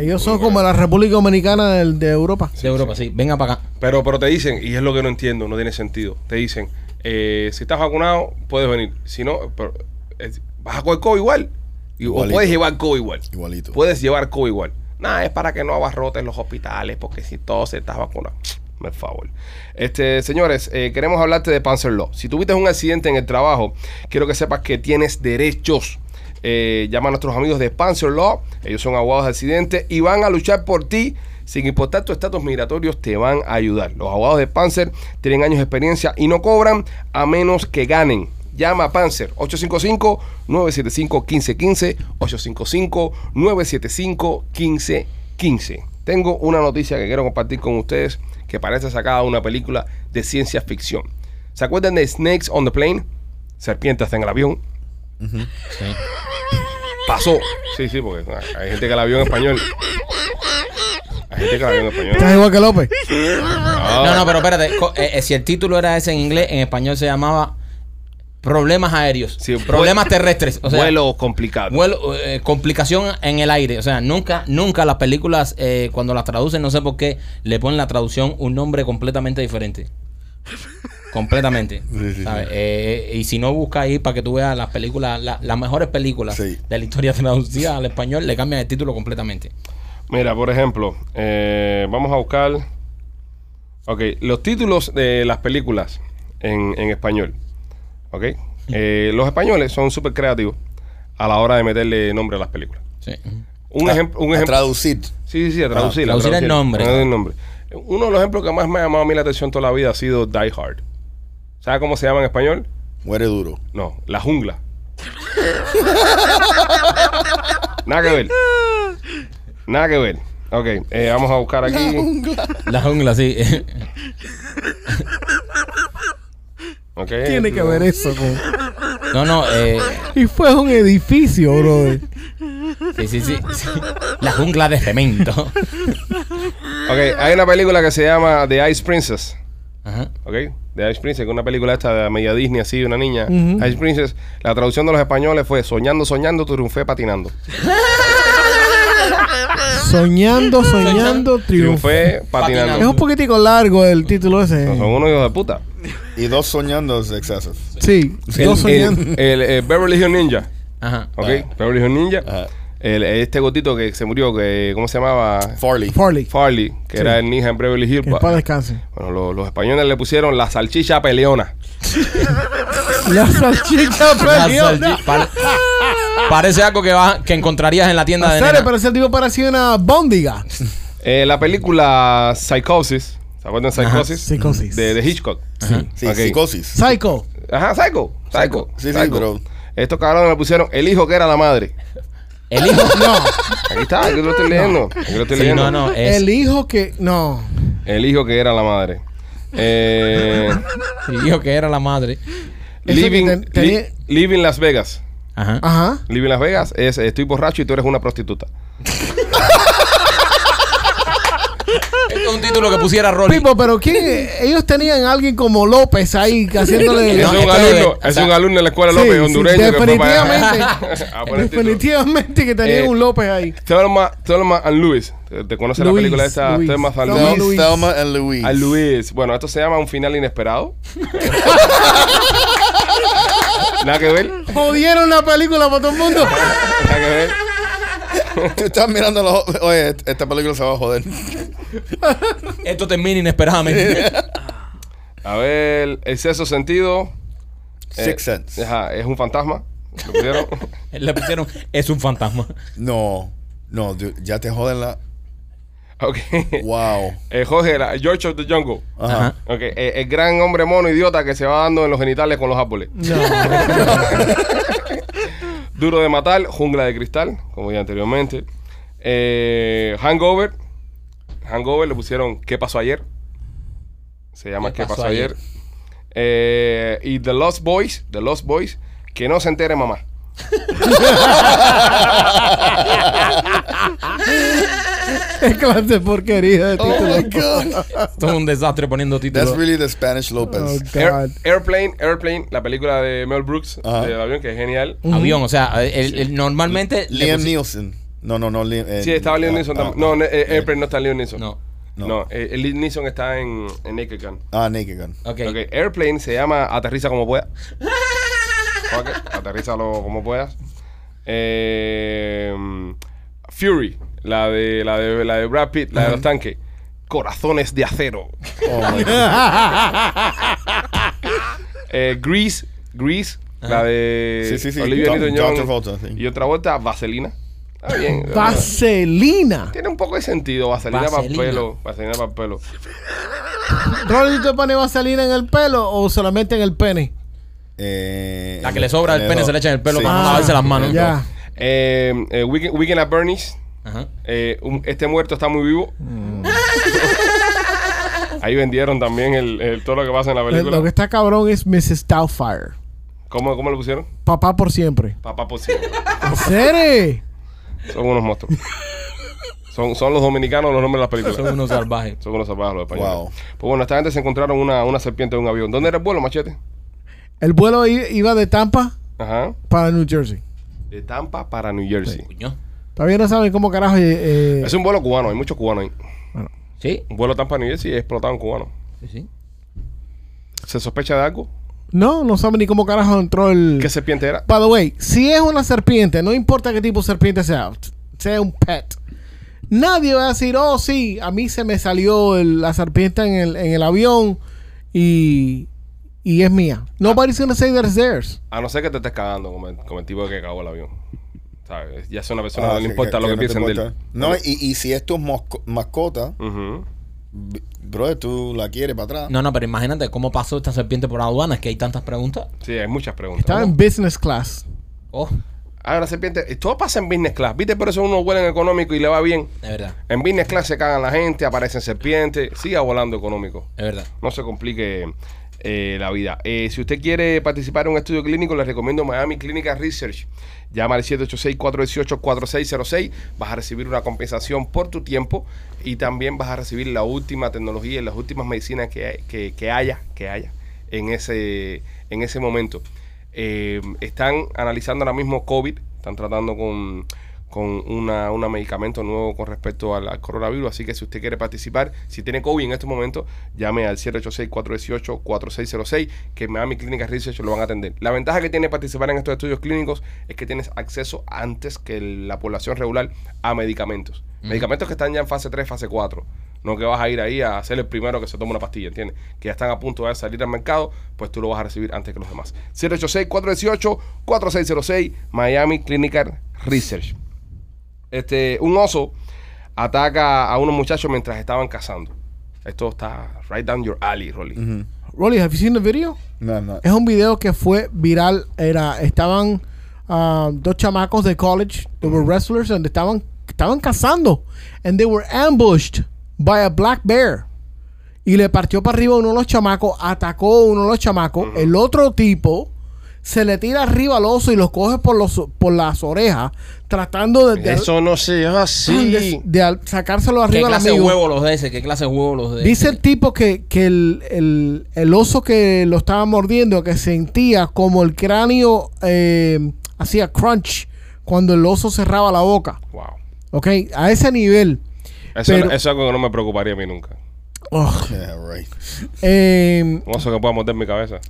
[SPEAKER 4] Ellos son como la República Dominicana del- de Europa.
[SPEAKER 7] de Europa, sí. Venga para acá.
[SPEAKER 3] Pero, pero te dicen, y es lo que no entiendo, no tiene sentido. Te dicen, eh, si estás vacunado, puedes venir. Si no, pero, eh, vas a coger COVID igual. Y- o
[SPEAKER 5] Igualito.
[SPEAKER 3] puedes llevar COVID igual.
[SPEAKER 5] Igualito.
[SPEAKER 3] Puedes llevar COVID igual. Nada, es para que no abarrotes los hospitales, porque si todos estás vacunado. Me favor. Este, señores, eh, queremos hablarte de Panzer Law. Si tuviste un accidente en el trabajo, quiero que sepas que tienes derechos. Eh, llama a nuestros amigos de Panzer Law. Ellos son abogados de accidentes y van a luchar por ti. Sin importar tu estatus migratorio, te van a ayudar. Los abogados de Panzer tienen años de experiencia y no cobran a menos que ganen. Llama a Panzer 855-975-1515. 855-975-1515. Tengo una noticia que quiero compartir con ustedes que parece sacada de una película de ciencia ficción. ¿Se acuerdan de Snakes on the Plane? Serpientes en el avión.
[SPEAKER 7] Sí.
[SPEAKER 3] Pasó. Sí, sí, porque hay gente que la vio en español. Hay gente que la vio en
[SPEAKER 4] Estás
[SPEAKER 3] español.
[SPEAKER 4] igual que López. *laughs*
[SPEAKER 5] Ah,
[SPEAKER 7] No, no, pero espérate. co- eh, eh, si el título era ese en inglés, en español se llamaba Problemas aéreos.
[SPEAKER 3] Sí,
[SPEAKER 7] problemas
[SPEAKER 3] vuel-
[SPEAKER 7] terrestres. O sea,
[SPEAKER 3] Vuelo complicado.
[SPEAKER 7] vuelo, eh, complicación en el aire. O sea, nunca, nunca las películas, eh, cuando las traducen, no sé por qué, le ponen la traducción un nombre completamente
[SPEAKER 5] *laughs*
[SPEAKER 7] diferente. completamente.
[SPEAKER 5] Sí, sí,
[SPEAKER 7] ¿sabes? Eh, y si no busca ahí para que tú veas las películas, la- las mejores películas
[SPEAKER 5] Sí.
[SPEAKER 7] de la historia traducida al español, le cambian el título completamente.
[SPEAKER 3] Mira, por ejemplo, eh, vamos a buscar. Ok, los títulos de las películas en, en español. Ok. Eh, los españoles son súper creativos a la hora de meterle nombre a las películas.
[SPEAKER 7] Sí.
[SPEAKER 3] Un
[SPEAKER 7] Ah,
[SPEAKER 5] A-
[SPEAKER 3] ejemplo. Un
[SPEAKER 5] a
[SPEAKER 3] ejemplo
[SPEAKER 5] Traducir.
[SPEAKER 3] sí, sí, sí, a traducir. a
[SPEAKER 7] traducir el nombre.
[SPEAKER 3] a traducir el nombre. Uno de los ejemplos que más me ha llamado a mí la atención toda la vida ha sido Die Hard. ¿Sabes cómo se llama en español?
[SPEAKER 5] Muere duro.
[SPEAKER 3] No, La Jungla. Nada que ver. Nada que ver. Ok, eh, vamos a buscar aquí.
[SPEAKER 7] La jungla, sí. *laughs*
[SPEAKER 3] Okay.
[SPEAKER 4] Tiene que ver eso. con-
[SPEAKER 7] No, no, eh,
[SPEAKER 4] Y fue un edificio, brother.
[SPEAKER 7] sí, sí, *laughs* sí, sí. La jungla de cemento.
[SPEAKER 3] Ok, hay una película que se llama The Ice Princess.
[SPEAKER 7] Ajá.
[SPEAKER 3] Ok, The Ice Princess, que es una película esta de media Disney, así, de una niña.
[SPEAKER 4] Ujú.
[SPEAKER 3] Ice Princess, la traducción de los españoles fue Soñando, soñando, triunfé patinando.
[SPEAKER 4] Soñando, soñando, triunfé.
[SPEAKER 3] Triunfé
[SPEAKER 4] Es
[SPEAKER 3] patinando.
[SPEAKER 4] un poquitico largo el título ese.
[SPEAKER 3] No, son unos hijos de puta.
[SPEAKER 5] Y dos soñando es excesos.
[SPEAKER 4] Sí,
[SPEAKER 3] El-
[SPEAKER 4] yo soñando.
[SPEAKER 3] el- el, eh, Beverly Hills Ninja.
[SPEAKER 7] Ajá.
[SPEAKER 3] Ok, Beverly Hills Ninja.
[SPEAKER 5] Ajá.
[SPEAKER 3] el- este gotito que se murió, que ¿cómo se llamaba?
[SPEAKER 5] Farley.
[SPEAKER 4] Farley.
[SPEAKER 3] Farley, que
[SPEAKER 4] Sí.
[SPEAKER 3] era el ninja en Beverly Hills.
[SPEAKER 4] Que en paz descanse.
[SPEAKER 3] Bueno, lo- los españoles le pusieron la salchicha peleona.
[SPEAKER 4] La salchicha
[SPEAKER 7] La
[SPEAKER 4] peleona.
[SPEAKER 7] salchi- pare- parece algo que, va, que encontrarías en la tienda de
[SPEAKER 4] Sale,
[SPEAKER 7] nena.
[SPEAKER 4] pero ese tipo parecía una bóndiga.
[SPEAKER 3] Eh, la película Psychosis, ¿se acuerdan de Psychosis?
[SPEAKER 4] Psicosis.
[SPEAKER 3] De, de Hitchcock.
[SPEAKER 5] Sí,
[SPEAKER 3] Ok.
[SPEAKER 5] psicosis.
[SPEAKER 4] Psycho.
[SPEAKER 3] Ajá, Psycho. Psycho.
[SPEAKER 5] Sí, sí,
[SPEAKER 3] Psycho.
[SPEAKER 5] pero-
[SPEAKER 3] Estos cabrones le pusieron el hijo que era la madre.
[SPEAKER 7] El hijo.
[SPEAKER 4] No.
[SPEAKER 3] Aquí está, aquí lo estoy
[SPEAKER 4] *laughs*
[SPEAKER 3] leyendo. Aquí lo estoy
[SPEAKER 7] Sí,
[SPEAKER 3] leyendo.
[SPEAKER 7] no, no. es-
[SPEAKER 4] El hijo que. No.
[SPEAKER 3] El hijo que era la
[SPEAKER 4] *laughs*
[SPEAKER 3] madre. Eh,
[SPEAKER 7] el hijo que era la madre.
[SPEAKER 4] que
[SPEAKER 3] living,
[SPEAKER 4] ten- tenía-
[SPEAKER 3] Li- Living Las Vegas.
[SPEAKER 7] Ajá.
[SPEAKER 4] Ajá.
[SPEAKER 3] Living Las Vegas es estoy borracho y tú eres una prostituta.
[SPEAKER 7] Este es un título que pusiera Rolly.
[SPEAKER 4] Pipo, pero ¿quién? Ellos tenían a alguien como López ahí
[SPEAKER 3] *laughs*
[SPEAKER 4] haciéndole.
[SPEAKER 3] es
[SPEAKER 7] No,
[SPEAKER 3] un
[SPEAKER 7] esto
[SPEAKER 3] alumno,
[SPEAKER 7] lo de- o
[SPEAKER 3] es
[SPEAKER 7] sea,
[SPEAKER 3] un alumno de la escuela López,
[SPEAKER 4] Sí, sí,
[SPEAKER 3] hondureño. *laughs*
[SPEAKER 4] definitivamente.
[SPEAKER 3] Que fue para- a
[SPEAKER 4] *laughs*
[SPEAKER 3] poner el título.
[SPEAKER 4] Definitivamente que tenían
[SPEAKER 3] Eh,
[SPEAKER 4] un López ahí.
[SPEAKER 3] Thelma, Thelma and Louis. ¿Te conoces la
[SPEAKER 4] Luis,
[SPEAKER 3] película esta?
[SPEAKER 4] Luis.
[SPEAKER 3] Thelma and
[SPEAKER 4] Thelma
[SPEAKER 3] Louis.
[SPEAKER 4] y Luis.
[SPEAKER 5] Thelma and Louise.
[SPEAKER 3] A
[SPEAKER 5] *laughs*
[SPEAKER 3] Luis. Bueno, esto se llama un final inesperado. Nada que ver.
[SPEAKER 4] Jodieron la película para todo el mundo. *laughs*
[SPEAKER 3] Nada que ver.
[SPEAKER 5] Tú estás mirando los. Oye, este, esta película se va a joder.
[SPEAKER 7] Esto termina inesperadamente.
[SPEAKER 3] A ver, el sexto sentido. Eh,
[SPEAKER 5] Six Sense.
[SPEAKER 3] Ajá, es un fantasma. ¿Lo pusieron? *laughs*
[SPEAKER 7] *laughs* Le pusieron, es un fantasma.
[SPEAKER 5] No, no, dude, ya te
[SPEAKER 3] *laughs*
[SPEAKER 5] joden la.
[SPEAKER 3] ok.
[SPEAKER 5] Wow.
[SPEAKER 3] Eh, Jorge era George of the Jungle.
[SPEAKER 5] Ajá.
[SPEAKER 3] Ok, eh, el gran hombre mono idiota que se va dando en los genitales con los árboles.
[SPEAKER 4] No.
[SPEAKER 3] *laughs* Duro de matar, jungla de cristal, como ya anteriormente. Eh, hangover. Hangover le pusieron ¿Qué pasó ayer? Se llama ¿Qué, pasó ayer? Eh, y The Lost Boys, The Lost Boys, que no se entere mamá.
[SPEAKER 4] Qué clase de porquería
[SPEAKER 3] Er-
[SPEAKER 4] de
[SPEAKER 5] Oh
[SPEAKER 4] título.
[SPEAKER 5] my God.
[SPEAKER 7] Esto es un desastre poniendo
[SPEAKER 5] That's
[SPEAKER 7] títulos.
[SPEAKER 5] really the Spanish Lopez.
[SPEAKER 4] Oh,
[SPEAKER 3] Air-
[SPEAKER 4] God.
[SPEAKER 3] Airplane, Airplane, la película de Mel Brooks,
[SPEAKER 5] Ajá.
[SPEAKER 3] del avión, que es genial.
[SPEAKER 7] Avión, o sea, el- el- normalmente. le
[SPEAKER 5] Liam
[SPEAKER 7] pusi-
[SPEAKER 5] Neeson. No, no, no, Liam. eh,
[SPEAKER 3] Sí, estaba Liam
[SPEAKER 5] ah,
[SPEAKER 3] Neeson
[SPEAKER 5] ah,
[SPEAKER 3] también. No, no, eh, Airplane no está Liam Neeson.
[SPEAKER 7] No.
[SPEAKER 3] No,
[SPEAKER 5] No.
[SPEAKER 3] eh, eh, Liam Neeson está en, en Naked Gun.
[SPEAKER 5] Ah, Naked Gun.
[SPEAKER 7] Ok.
[SPEAKER 3] Ok, Airplane se llama Aterriza como pueda. Ok, aterrízalo como puedas. Eh, Fury, la de, la de la de Brad Pitt, la de los tanques. Corazones de acero.
[SPEAKER 5] Oh, my God.
[SPEAKER 3] Eh, Grease, Grease, la de
[SPEAKER 5] Sí, sí, sí,
[SPEAKER 3] Olivia
[SPEAKER 5] John-
[SPEAKER 3] Newton-John.
[SPEAKER 5] John Travolta, sí.
[SPEAKER 3] Y otra vuelta, Vaselina. Está bien.
[SPEAKER 4] Vaselina.
[SPEAKER 3] Tiene un poco de sentido, Vaselina,
[SPEAKER 7] Vaselina.
[SPEAKER 3] para el pelo. Vaselina para el pelo.
[SPEAKER 4] ¿Rolly te pone vaselina en el pelo o solamente en el pene?
[SPEAKER 5] Eh,
[SPEAKER 7] La que le sobra el
[SPEAKER 5] eh,
[SPEAKER 7] pene
[SPEAKER 5] no.
[SPEAKER 7] se le echa en el pelo
[SPEAKER 5] Sí.
[SPEAKER 7] para no
[SPEAKER 4] Ah,
[SPEAKER 7] lavarse las manos.
[SPEAKER 4] Ya.
[SPEAKER 3] Eh, eh, Weekend, Weekend at Bernie's.
[SPEAKER 7] Ajá.
[SPEAKER 3] Eh, un- este muerto está muy vivo. Ahí vendieron también el, el- todo lo que pasa en la
[SPEAKER 4] Lo que
[SPEAKER 3] película.
[SPEAKER 4] está cabrón es Mrs. Doubtfire.
[SPEAKER 3] ¿Cómo, cómo lo pusieron?
[SPEAKER 4] Papá por siempre.
[SPEAKER 3] Papá posible.
[SPEAKER 4] ¿En serio?
[SPEAKER 3] Son unos monstruos. Son, son los dominicanos los nombres de las
[SPEAKER 7] Son
[SPEAKER 3] películas.
[SPEAKER 7] unos salvajes.
[SPEAKER 3] Son unos salvajes los españoles.
[SPEAKER 5] Wow.
[SPEAKER 3] Pues bueno, esta gente se encontraron una, una serpiente de un avión. ¿Dónde era el vuelo, machete?
[SPEAKER 4] El vuelo i- iba de Tampa
[SPEAKER 3] Ajá.
[SPEAKER 4] para New Jersey.
[SPEAKER 3] De Tampa para New Jersey.
[SPEAKER 7] Coño.
[SPEAKER 4] Todavía no saben cómo carajo. eh, eh,
[SPEAKER 3] Es un vuelo cubano, hay muchos cubanos ahí.
[SPEAKER 7] Sí,
[SPEAKER 3] Un vuelo Tampa a New Jersey y explotaron cubanos.
[SPEAKER 7] sí, sí.
[SPEAKER 3] ¿Se sospecha de algo?
[SPEAKER 4] No, no saben ni cómo carajo entró el.
[SPEAKER 3] ¿Qué serpiente era?
[SPEAKER 4] By the way, si es una serpiente, no importa qué tipo de serpiente sea, sea un pet, nadie va a decir, oh, sí, a mí se me salió el- la serpiente en el, en el avión y, y es mía. Nobody's gonna say that's theirs.
[SPEAKER 3] A no ser que te estés cagando como el, como el tipo que cagó el avión. ¿Sabes? Ya es una persona
[SPEAKER 5] Ah,
[SPEAKER 3] que no le
[SPEAKER 5] sí,
[SPEAKER 3] importa lo que,
[SPEAKER 5] no te
[SPEAKER 3] piensen de él.
[SPEAKER 5] importa. No, y, y si esto es mosco- mascota,
[SPEAKER 3] Ujú.
[SPEAKER 5] b- bro, tú la quieres para atrás.
[SPEAKER 7] No, no, pero imagínate cómo pasó esta serpiente por aduanas, que hay tantas preguntas.
[SPEAKER 3] Sí, hay muchas preguntas.
[SPEAKER 4] Estaba en business class.
[SPEAKER 7] Oh,
[SPEAKER 3] Ah, una serpiente. Todo pasa en business class. ¿Viste? Pero eso uno vuela en económico y le va bien.
[SPEAKER 7] es verdad,
[SPEAKER 3] En business class se cagan la gente, aparecen serpientes. Siga volando económico.
[SPEAKER 7] es verdad.
[SPEAKER 3] No se complique eh, la vida. Eh, si usted quiere participar en un estudio clínico, les recomiendo Miami Clinical Research. Llama al 786-418-4606. Vas a recibir una compensación por tu tiempo y también vas a recibir la última tecnología y las últimas medicinas que, hay- que, que haya, que haya en ese, en ese momento. Eh, están analizando ahora mismo COVID, están tratando con, con una, un medicamento nuevo con respecto al, al coronavirus. Así que si usted quiere participar, si tiene COVID en este momento, llame al 786-418-4606, que Miami Clinic Research lo van a atender. La ventaja que tiene participar en estos estudios clínicos es que tienes acceso antes que el- la población regular a medicamentos. Medicamentos que están ya en fase 3, fase 4. No que vas a ir ahí a ser el primero que se toma una pastilla, ¿entiendes? Que ya están a punto de salir al mercado, pues tú lo vas a recibir antes que los demás. 786-418-4606, Miami Clinical Research. Este, un oso ataca a unos muchachos mientras estaban cazando. Esto está right down your alley, Rolly.
[SPEAKER 4] Rolly, ¿have you seen the video?
[SPEAKER 5] No, no.
[SPEAKER 4] Es un video que fue viral. Era, estaban ah, dos chamacos de college, they were wrestlers, and estaban, estaban cazando. And they were ambushed by a black bear. Y le partió para arriba uno de los chamacos, atacó a uno de los chamacos. El otro tipo se le tira arriba al oso y los coge por, los, por las orejas, tratando de, de-
[SPEAKER 3] no se hace
[SPEAKER 4] de- de al- sacárselo
[SPEAKER 7] ¿Qué
[SPEAKER 4] arriba al
[SPEAKER 7] clase de
[SPEAKER 4] amigo.
[SPEAKER 7] huevo los de ese? ¿Qué clase de huevo los de
[SPEAKER 4] Dice
[SPEAKER 7] ese?
[SPEAKER 4] el tipo que, que el, el- el oso que lo estaba mordiendo, que sentía como el cráneo eh, hacía crunch cuando el oso cerraba la boca.
[SPEAKER 3] Wow.
[SPEAKER 4] ¿Ok? A ese nivel.
[SPEAKER 3] Eso,
[SPEAKER 4] Pero-
[SPEAKER 3] eso es algo que no me preocuparía a mí nunca.
[SPEAKER 4] Ugh.
[SPEAKER 5] Yeah, right.
[SPEAKER 4] Eh,
[SPEAKER 3] Un oso que pueda morder mi cabeza.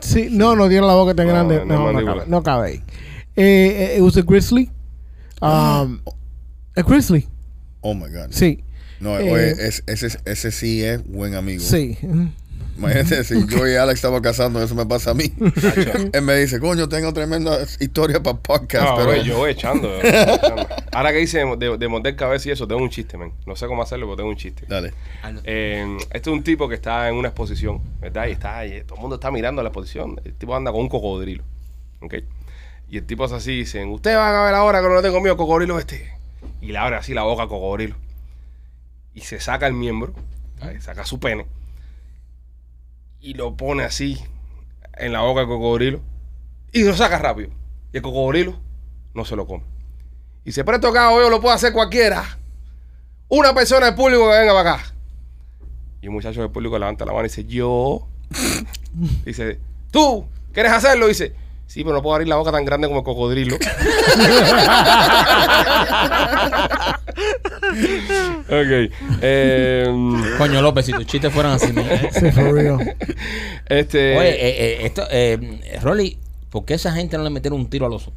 [SPEAKER 4] sí, no, no tiene la boca tan
[SPEAKER 3] No,
[SPEAKER 4] grande.
[SPEAKER 3] no,
[SPEAKER 4] No, no,
[SPEAKER 3] mandíbula.
[SPEAKER 4] cabe, no cabe ahí. Eh, eh, it was a grizzly.
[SPEAKER 3] Ah.
[SPEAKER 4] Um, a grizzly,
[SPEAKER 5] Oh my God.
[SPEAKER 4] sí.
[SPEAKER 5] No,
[SPEAKER 4] Eh,
[SPEAKER 5] oye, es- ese, ese sí es buen amigo.
[SPEAKER 4] Sí.
[SPEAKER 5] Imagínate, si yo y Alex estaba casando, eso me pasa
[SPEAKER 7] *laughs*
[SPEAKER 5] a mí. Él me dice, coño, tengo tremenda historia para podcast,
[SPEAKER 3] No,
[SPEAKER 5] pero
[SPEAKER 3] bro, Ah, yo voy echando, yo voy *laughs* echando. Ahora que dice de, de, de morder cabeza y eso, tengo un chiste, man. No sé cómo hacerlo, pero tengo un chiste.
[SPEAKER 5] Dale.
[SPEAKER 3] Eh, este es un tipo que está en una exposición, ¿verdad? Y está, y todo el mundo está mirando la exposición. El tipo anda con un cocodrilo, ¿ok? Y el tipo hace así, dicen, ustedes van a ver ahora que no le tengo miedo al cocodrilo este. Y le abre así la boca al cocodrilo. Y se saca el miembro, ¿sabes? saca su pene. Y lo pone así en la boca del cocodrilo. Y lo saca rápido. Y el cocodrilo no se lo come. Y se presta acá, yo lo puede hacer cualquiera. Una persona del público que venga para acá. Y un muchacho del público levanta la mano y dice, yo. dice, tú, ¿quieres hacerlo? dice, sí, pero no puedo abrir la boca tan grande como el cocodrilo. ok. eh,
[SPEAKER 7] Coño López, si tus chistes fueran así. ¿no?
[SPEAKER 5] *laughs*
[SPEAKER 4] Sí, for real.
[SPEAKER 3] este...
[SPEAKER 7] Oye, eh, eh, esto, eh, Rolly, ¿por qué esa gente no le metieron un tiro al oso?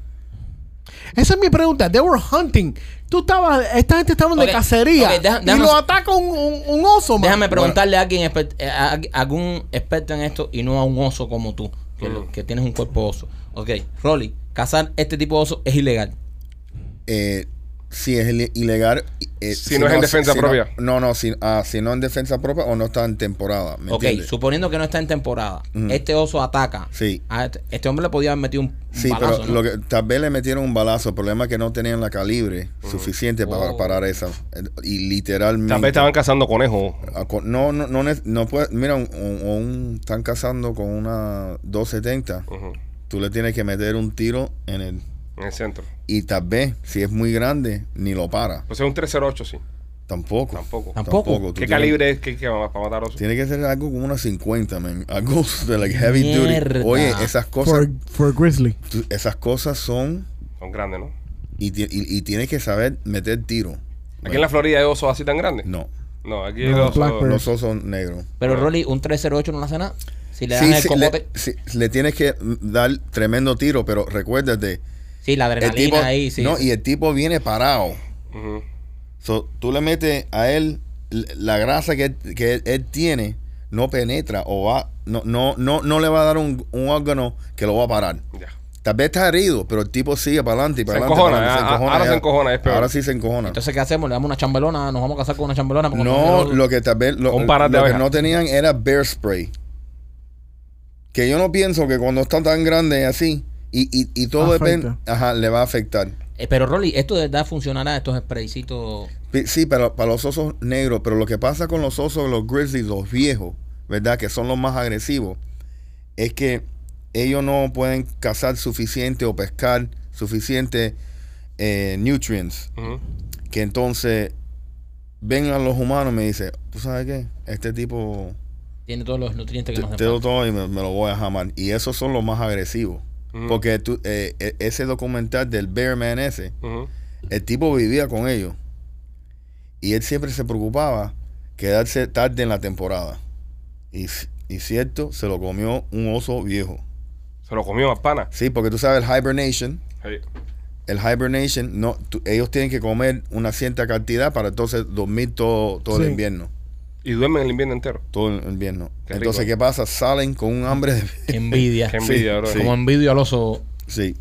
[SPEAKER 4] Esa es mi pregunta. They were hunting. Tú estabas, esta gente estaba
[SPEAKER 7] Ok,
[SPEAKER 4] de cacería.
[SPEAKER 7] ok, deja-
[SPEAKER 4] y
[SPEAKER 7] déjame-
[SPEAKER 4] lo ataca un, un- un oso, man.
[SPEAKER 7] Déjame preguntarle a alguien exper- eh, a, a algún experto en esto y no a un oso como tú, que, lo- que tienes un cuerpo oso. Ok, Rolly, cazar este tipo de oso es ilegal.
[SPEAKER 5] Eh, si es ile- ilegal. eh,
[SPEAKER 3] Si no es en defensa
[SPEAKER 5] si
[SPEAKER 3] propia.
[SPEAKER 5] No, no, si, ah, si no en defensa propia o no está en temporada. ¿me
[SPEAKER 7] ok,
[SPEAKER 5] entiendes?
[SPEAKER 7] suponiendo que no está en temporada,
[SPEAKER 5] Ujú.
[SPEAKER 7] este oso ataca.
[SPEAKER 5] Sí.
[SPEAKER 7] A este, este hombre le podía haber metido un
[SPEAKER 5] Sí,
[SPEAKER 7] balazo,
[SPEAKER 5] pero
[SPEAKER 7] ¿no?
[SPEAKER 5] lo que, tal vez le metieron un balazo. El problema es que no tenían la calibre suficiente para
[SPEAKER 7] Oh.
[SPEAKER 5] parar esa. eh, Y literalmente.
[SPEAKER 3] Tal vez estaban cazando conejos.
[SPEAKER 5] a co- No, no, no, ne- no puede. Mira, un, un- un- están cazando con una 270.
[SPEAKER 3] Ujú,
[SPEAKER 5] Tú le tienes que meter un tiro en el.
[SPEAKER 3] En el centro.
[SPEAKER 5] Y tal vez, si es muy grande, ni lo para.
[SPEAKER 3] Pues es un 308, sí.
[SPEAKER 5] Tampoco.
[SPEAKER 3] Tampoco.
[SPEAKER 7] Tampoco.
[SPEAKER 5] Tú
[SPEAKER 3] ¿Qué
[SPEAKER 5] tienes-
[SPEAKER 3] calibre es que, que va- para matar osos?
[SPEAKER 5] Tiene que ser algo como una 50, man. Algo *laughs* de like heavy duty.
[SPEAKER 7] Mierda.
[SPEAKER 5] Oye, esas cosas,
[SPEAKER 4] For, for grizzly.
[SPEAKER 5] tú- esas cosas son
[SPEAKER 3] Son grandes, ¿no?
[SPEAKER 5] y, ti- y, y tienes que saber meter tiro.
[SPEAKER 3] Aquí en la Florida hay osos así tan grandes.
[SPEAKER 5] No,
[SPEAKER 3] No, aquí
[SPEAKER 4] No,
[SPEAKER 3] hay osos.
[SPEAKER 4] Blackbird.
[SPEAKER 5] los osos son negros.
[SPEAKER 7] Pero Rolly, un 308 no le hace nada. Si le dan
[SPEAKER 5] Sí,
[SPEAKER 7] el
[SPEAKER 5] sí,
[SPEAKER 7] cocote,
[SPEAKER 5] le, sí, le tienes que dar tremendo tiro, pero recuérdate,
[SPEAKER 7] sí, la
[SPEAKER 5] el tipo,
[SPEAKER 7] adrenalina ahí, sí.
[SPEAKER 5] no, y el tipo viene parado.
[SPEAKER 3] Ujú.
[SPEAKER 5] So, tú le metes a él l- la grasa que, él- que él, él tiene no penetra o va no no no no le va a dar un, un órgano que lo va a parar.
[SPEAKER 3] Ya.
[SPEAKER 5] Tal vez está herido, pero el tipo sigue para adelante y para
[SPEAKER 3] Se
[SPEAKER 5] adelante.
[SPEAKER 3] encojona,
[SPEAKER 5] para adelante,
[SPEAKER 3] a- a- ahora
[SPEAKER 5] ya.
[SPEAKER 3] se encojona, es peor.
[SPEAKER 5] Ahora sí se encojona.
[SPEAKER 7] Entonces, ¿qué hacemos? ¿Le damos una chambelona? ¿Nos vamos a casar con una chambelona? Porque
[SPEAKER 5] no, lo que tal vez lo,
[SPEAKER 3] Un par de
[SPEAKER 5] lo que
[SPEAKER 3] abejas.
[SPEAKER 5] no tenían era bear spray. Que yo no pienso que cuando está tan grande así y, y, y todo
[SPEAKER 4] Afecta.
[SPEAKER 5] depende, ajá, le va a afectar.
[SPEAKER 7] Eh, pero Rolly, esto de verdad funcionará, estos spraycitos.
[SPEAKER 5] Pi- Sí, pero para los osos negros, pero lo que pasa con los osos, los grizzlies, los viejos, ¿verdad? Que son los más agresivos, es que ellos no pueden cazar suficiente o pescar suficiente eh, nutrients.
[SPEAKER 3] Ujú.
[SPEAKER 5] que entonces vengan los humanos y me dice ¿tú sabes qué? Este tipo
[SPEAKER 7] Tiene todos los nutrientes
[SPEAKER 5] te,
[SPEAKER 7] que nos
[SPEAKER 5] te
[SPEAKER 7] hacen
[SPEAKER 5] lo
[SPEAKER 7] falta.
[SPEAKER 5] tomo y me, me lo voy a jamar. Y esos son los más agresivos.
[SPEAKER 3] Ujú.
[SPEAKER 5] Porque tú, eh, e- ese documental del Bear Man ese,
[SPEAKER 3] Ujú.
[SPEAKER 5] El tipo vivía con ellos. Y él siempre se preocupaba quedarse tarde en la temporada. Y, y cierto, se lo comió un oso viejo.
[SPEAKER 3] Se lo comió a pana.
[SPEAKER 5] Sí, porque tú sabes, el hibernation,
[SPEAKER 3] Sí.
[SPEAKER 5] el hibernation, no, tú- ellos tienen que comer una cierta cantidad para entonces dormir todo, todo el
[SPEAKER 4] Sí.
[SPEAKER 5] invierno.
[SPEAKER 3] Y duermen el invierno entero.
[SPEAKER 5] Todo el invierno.
[SPEAKER 3] Qué rico.
[SPEAKER 5] entonces, ¿qué pasa? Salen con un hambre de... *laughs*
[SPEAKER 7] Qué
[SPEAKER 3] *laughs*
[SPEAKER 7] envidia.
[SPEAKER 3] Qué envidia, bro.
[SPEAKER 5] sí.
[SPEAKER 7] Como envidio al oso.
[SPEAKER 5] Sí.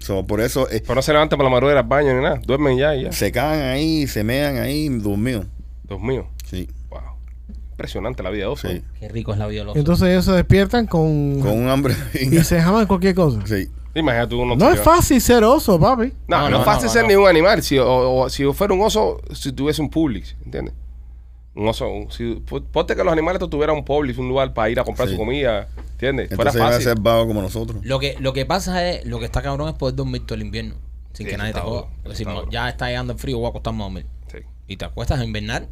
[SPEAKER 5] So, por eso eh,
[SPEAKER 3] Pero no se levantan para la madrugada al baño ni nada. Duermen ya y ya.
[SPEAKER 5] se cagan ahí, se mean ahí, dormido.
[SPEAKER 3] Dios mío.
[SPEAKER 5] Sí,
[SPEAKER 3] Wow. Impresionante la vida de Oso.
[SPEAKER 5] sí.
[SPEAKER 7] Qué rico es la vida del oso.
[SPEAKER 4] Entonces ellos se despiertan con,
[SPEAKER 5] Con un hambre de
[SPEAKER 4] y
[SPEAKER 3] *laughs*
[SPEAKER 5] pinga.
[SPEAKER 4] se jaman cualquier cosa.
[SPEAKER 5] Sí.
[SPEAKER 3] Imagínate uno.
[SPEAKER 4] No es fácil ser oso, papi.
[SPEAKER 3] No, no,
[SPEAKER 7] No, no,
[SPEAKER 3] es fácil
[SPEAKER 7] no,
[SPEAKER 3] ser
[SPEAKER 7] no.
[SPEAKER 3] ni un animal. Si, o- o- si yo fuera un oso, si tuviese un Publix, ¿entiendes? Un oso. un- si, po- ponte que los animales tu- tuvieran un Publix, un lugar para ir a comprar
[SPEAKER 5] Sí.
[SPEAKER 3] su comida, ¿entiendes?
[SPEAKER 5] Entonces
[SPEAKER 3] fuera
[SPEAKER 5] van a
[SPEAKER 3] fácil.
[SPEAKER 5] ser vagos como nosotros.
[SPEAKER 7] Lo que, lo que pasa es, lo que está cabrón es poder dormir todo el invierno.
[SPEAKER 3] Sí,
[SPEAKER 7] Sin que
[SPEAKER 3] eso
[SPEAKER 7] nadie te
[SPEAKER 3] está
[SPEAKER 7] joda.
[SPEAKER 3] duro, eso
[SPEAKER 7] Es decir,
[SPEAKER 3] está
[SPEAKER 7] no,
[SPEAKER 3] duro.
[SPEAKER 7] ya está llegando el frío, voy a acostarme a dormir.
[SPEAKER 3] Sí.
[SPEAKER 7] Y te acuestas a invernar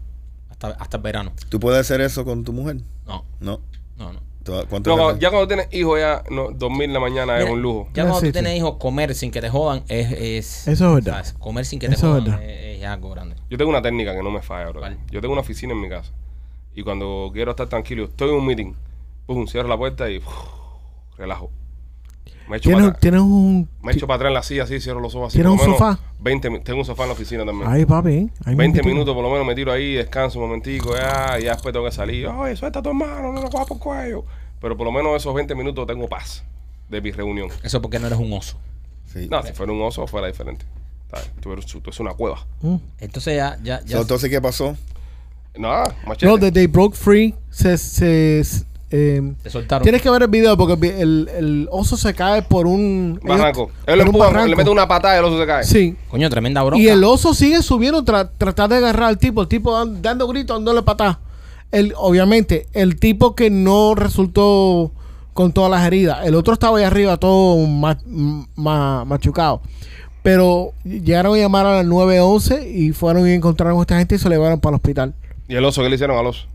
[SPEAKER 7] hasta, hasta el verano.
[SPEAKER 5] ¿Tú puedes hacer eso con tu mujer?
[SPEAKER 7] No,
[SPEAKER 5] No.
[SPEAKER 7] no, no.
[SPEAKER 5] ¿Tú- ¿Cuánto
[SPEAKER 3] No,
[SPEAKER 5] le-
[SPEAKER 3] cuando- ya cuando tienes hijos, ya no, dormir en la mañana es
[SPEAKER 7] Mira,
[SPEAKER 3] un lujo.
[SPEAKER 7] Ya
[SPEAKER 4] No
[SPEAKER 7] cuando tú
[SPEAKER 4] existe.
[SPEAKER 7] tienes hijos, comer sin que te jodan es. es
[SPEAKER 4] Eso es verdad.
[SPEAKER 7] ¿sabes? Comer sin que te
[SPEAKER 4] Eso es
[SPEAKER 7] jodan
[SPEAKER 4] verdad.
[SPEAKER 7] es, es algo grande.
[SPEAKER 3] Yo tengo una técnica que no me falla, bro.
[SPEAKER 7] ¿Cuál?
[SPEAKER 3] Yo tengo una oficina en mi casa. Y cuando quiero estar tranquilo, estoy en un meeting, pum, cierro la puerta y uf, relajo. Me echo para
[SPEAKER 4] Tienes,
[SPEAKER 3] atrás.
[SPEAKER 4] tienes un...
[SPEAKER 3] Me echo para atrás en la silla así, cierro los ojos así.
[SPEAKER 4] ¿Tienes
[SPEAKER 3] por lo
[SPEAKER 4] un
[SPEAKER 3] menos
[SPEAKER 4] sofá?
[SPEAKER 3] 20, mi- tengo un sofá en la oficina también.
[SPEAKER 4] Ay, papi, ¿eh? Ahí me
[SPEAKER 3] 20
[SPEAKER 4] invito.
[SPEAKER 3] minutos por lo menos me tiro ahí, descanso un momentico, ya, y ya después tengo que salir. Ay, suelta tu hermano, no lo cojas por cuello. Pero por lo menos esos 20 minutos tengo paz de mi reunión.
[SPEAKER 7] Eso porque no eres un oso.
[SPEAKER 5] Sí.
[SPEAKER 3] No, si fuera un oso fuera diferente. ¿Sabes? Tú eres, tú eres una cueva.
[SPEAKER 4] Mm.
[SPEAKER 7] Entonces ya. ya, ya
[SPEAKER 5] So, entonces, ¿qué pasó?
[SPEAKER 3] Nada, machete.
[SPEAKER 4] No, that they broke free. Se, se, se- eh,
[SPEAKER 7] te soltaron.
[SPEAKER 4] tienes que ver el video porque vi- el, el oso se cae por un...
[SPEAKER 3] Barranco.
[SPEAKER 4] ellos-
[SPEAKER 3] Él lo
[SPEAKER 4] por un
[SPEAKER 3] empuja,
[SPEAKER 4] barranco.
[SPEAKER 3] le mete una patada y el oso se cae.
[SPEAKER 4] Sí.
[SPEAKER 7] Coño, tremenda bronca.
[SPEAKER 4] Y el oso sigue subiendo, tra- tratar de agarrar al tipo, el tipo dan- dando gritos, dándole patada. El, obviamente, el tipo que no resultó con todas las heridas. El otro estaba ahí arriba todo ma- ma- machucado. Pero llegaron a llamar a las 911 y fueron y encontraron a esta gente y se la llevaron para el hospital.
[SPEAKER 3] ¿Y el oso qué le hicieron al oso?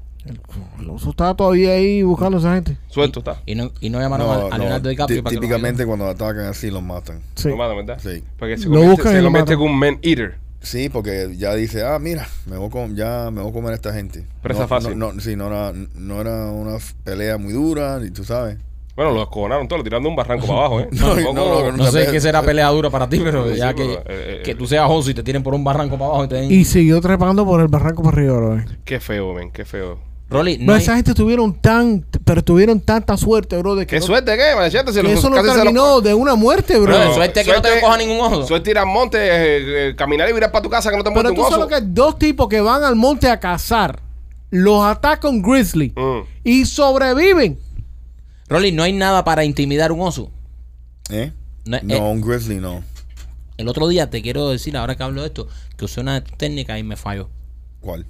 [SPEAKER 4] El oso estaba todavía ahí buscando a esa gente.
[SPEAKER 3] Suelto está.
[SPEAKER 7] Y no, y no llamaron
[SPEAKER 5] No,
[SPEAKER 7] a- a,
[SPEAKER 5] no,
[SPEAKER 7] Leonardo DiCaprio
[SPEAKER 5] tí-
[SPEAKER 7] para que lo
[SPEAKER 5] Típicamente cuando atacan así los matan.
[SPEAKER 4] Sí.
[SPEAKER 3] Lo matan, ¿verdad?
[SPEAKER 5] Sí.
[SPEAKER 3] Porque se
[SPEAKER 4] Lo
[SPEAKER 3] convierte,
[SPEAKER 4] buscan y
[SPEAKER 3] se
[SPEAKER 4] lo
[SPEAKER 3] convierte en
[SPEAKER 4] matan.
[SPEAKER 3] un man eater.
[SPEAKER 5] Sí, porque ya dice, ah, mira, me voy a com- ya me voy a comer a esta gente.
[SPEAKER 3] Presa
[SPEAKER 5] No-
[SPEAKER 3] fácil.
[SPEAKER 5] No, no, sí, no era, no era una f- pelea muy dura, y tú sabes.
[SPEAKER 3] Bueno, lo descojonaron todo, lo tiraron de un barranco para abajo, ¿eh?
[SPEAKER 5] *laughs* No,
[SPEAKER 3] Tampoco-
[SPEAKER 5] no,
[SPEAKER 7] No sé qué será pelea dura para ti, pero
[SPEAKER 3] Sí,
[SPEAKER 7] ya que,
[SPEAKER 3] pero, eh, eh,
[SPEAKER 7] que tú seas oso y te tienen por un barranco para abajo y te den...
[SPEAKER 4] Y siguió trepando por el barranco para arriba, bro.
[SPEAKER 3] Qué feo, men, qué feo.
[SPEAKER 7] Rolly, no
[SPEAKER 4] No,
[SPEAKER 7] hay-
[SPEAKER 4] esa gente tuvieron tan, pero tuvieron tanta suerte, bro, de que,
[SPEAKER 3] ¿Qué
[SPEAKER 4] no-
[SPEAKER 3] suerte, qué? Machete, si
[SPEAKER 4] que
[SPEAKER 3] los
[SPEAKER 4] eso no
[SPEAKER 3] casi se los-
[SPEAKER 4] terminó de una muerte, bro.
[SPEAKER 7] Bro, suerte que no te coja ningún oso.
[SPEAKER 3] Suerte ir al monte, eh, eh, caminar y virar para tu casa que no te muerde
[SPEAKER 4] Pero
[SPEAKER 3] un
[SPEAKER 4] tú sabes
[SPEAKER 3] oso.
[SPEAKER 4] lo que es? dos tipos que van al monte a cazar, los ataca un grizzly
[SPEAKER 3] Mm.
[SPEAKER 4] y sobreviven.
[SPEAKER 7] Rolly, no hay nada para intimidar un oso.
[SPEAKER 5] ¿Eh?
[SPEAKER 7] No, eh,
[SPEAKER 5] No, un grizzly no.
[SPEAKER 7] el otro día te quiero decir, ahora que hablo de esto, que usé una técnica y me falló.
[SPEAKER 5] ¿Cuál?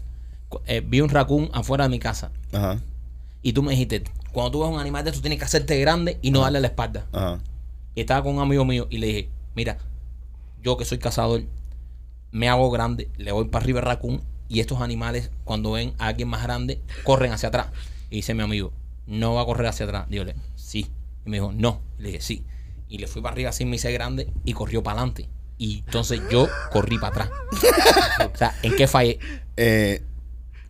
[SPEAKER 7] Cu- eh, vi un raccoon afuera de mi casa
[SPEAKER 5] Ajá,
[SPEAKER 7] y tú me dijiste, cuando tú ves un animal de eso tienes que hacerte grande y
[SPEAKER 4] Ah.
[SPEAKER 7] no darle la espalda.
[SPEAKER 5] ajá.
[SPEAKER 7] Y estaba con un amigo mío y le dije, mira, yo que soy cazador, me hago grande, le voy para arriba al raccoon y estos animales cuando ven a alguien más grande corren hacia atrás. Y dice mi amigo, no va a correr hacia atrás. Dígale, sí. Y me dijo, no. Y le dije, sí. Y le fui para arriba así, me hice grande y corrió para adelante. Y entonces yo corrí para atrás. o sea, ¿en qué fallé?
[SPEAKER 5] Eh,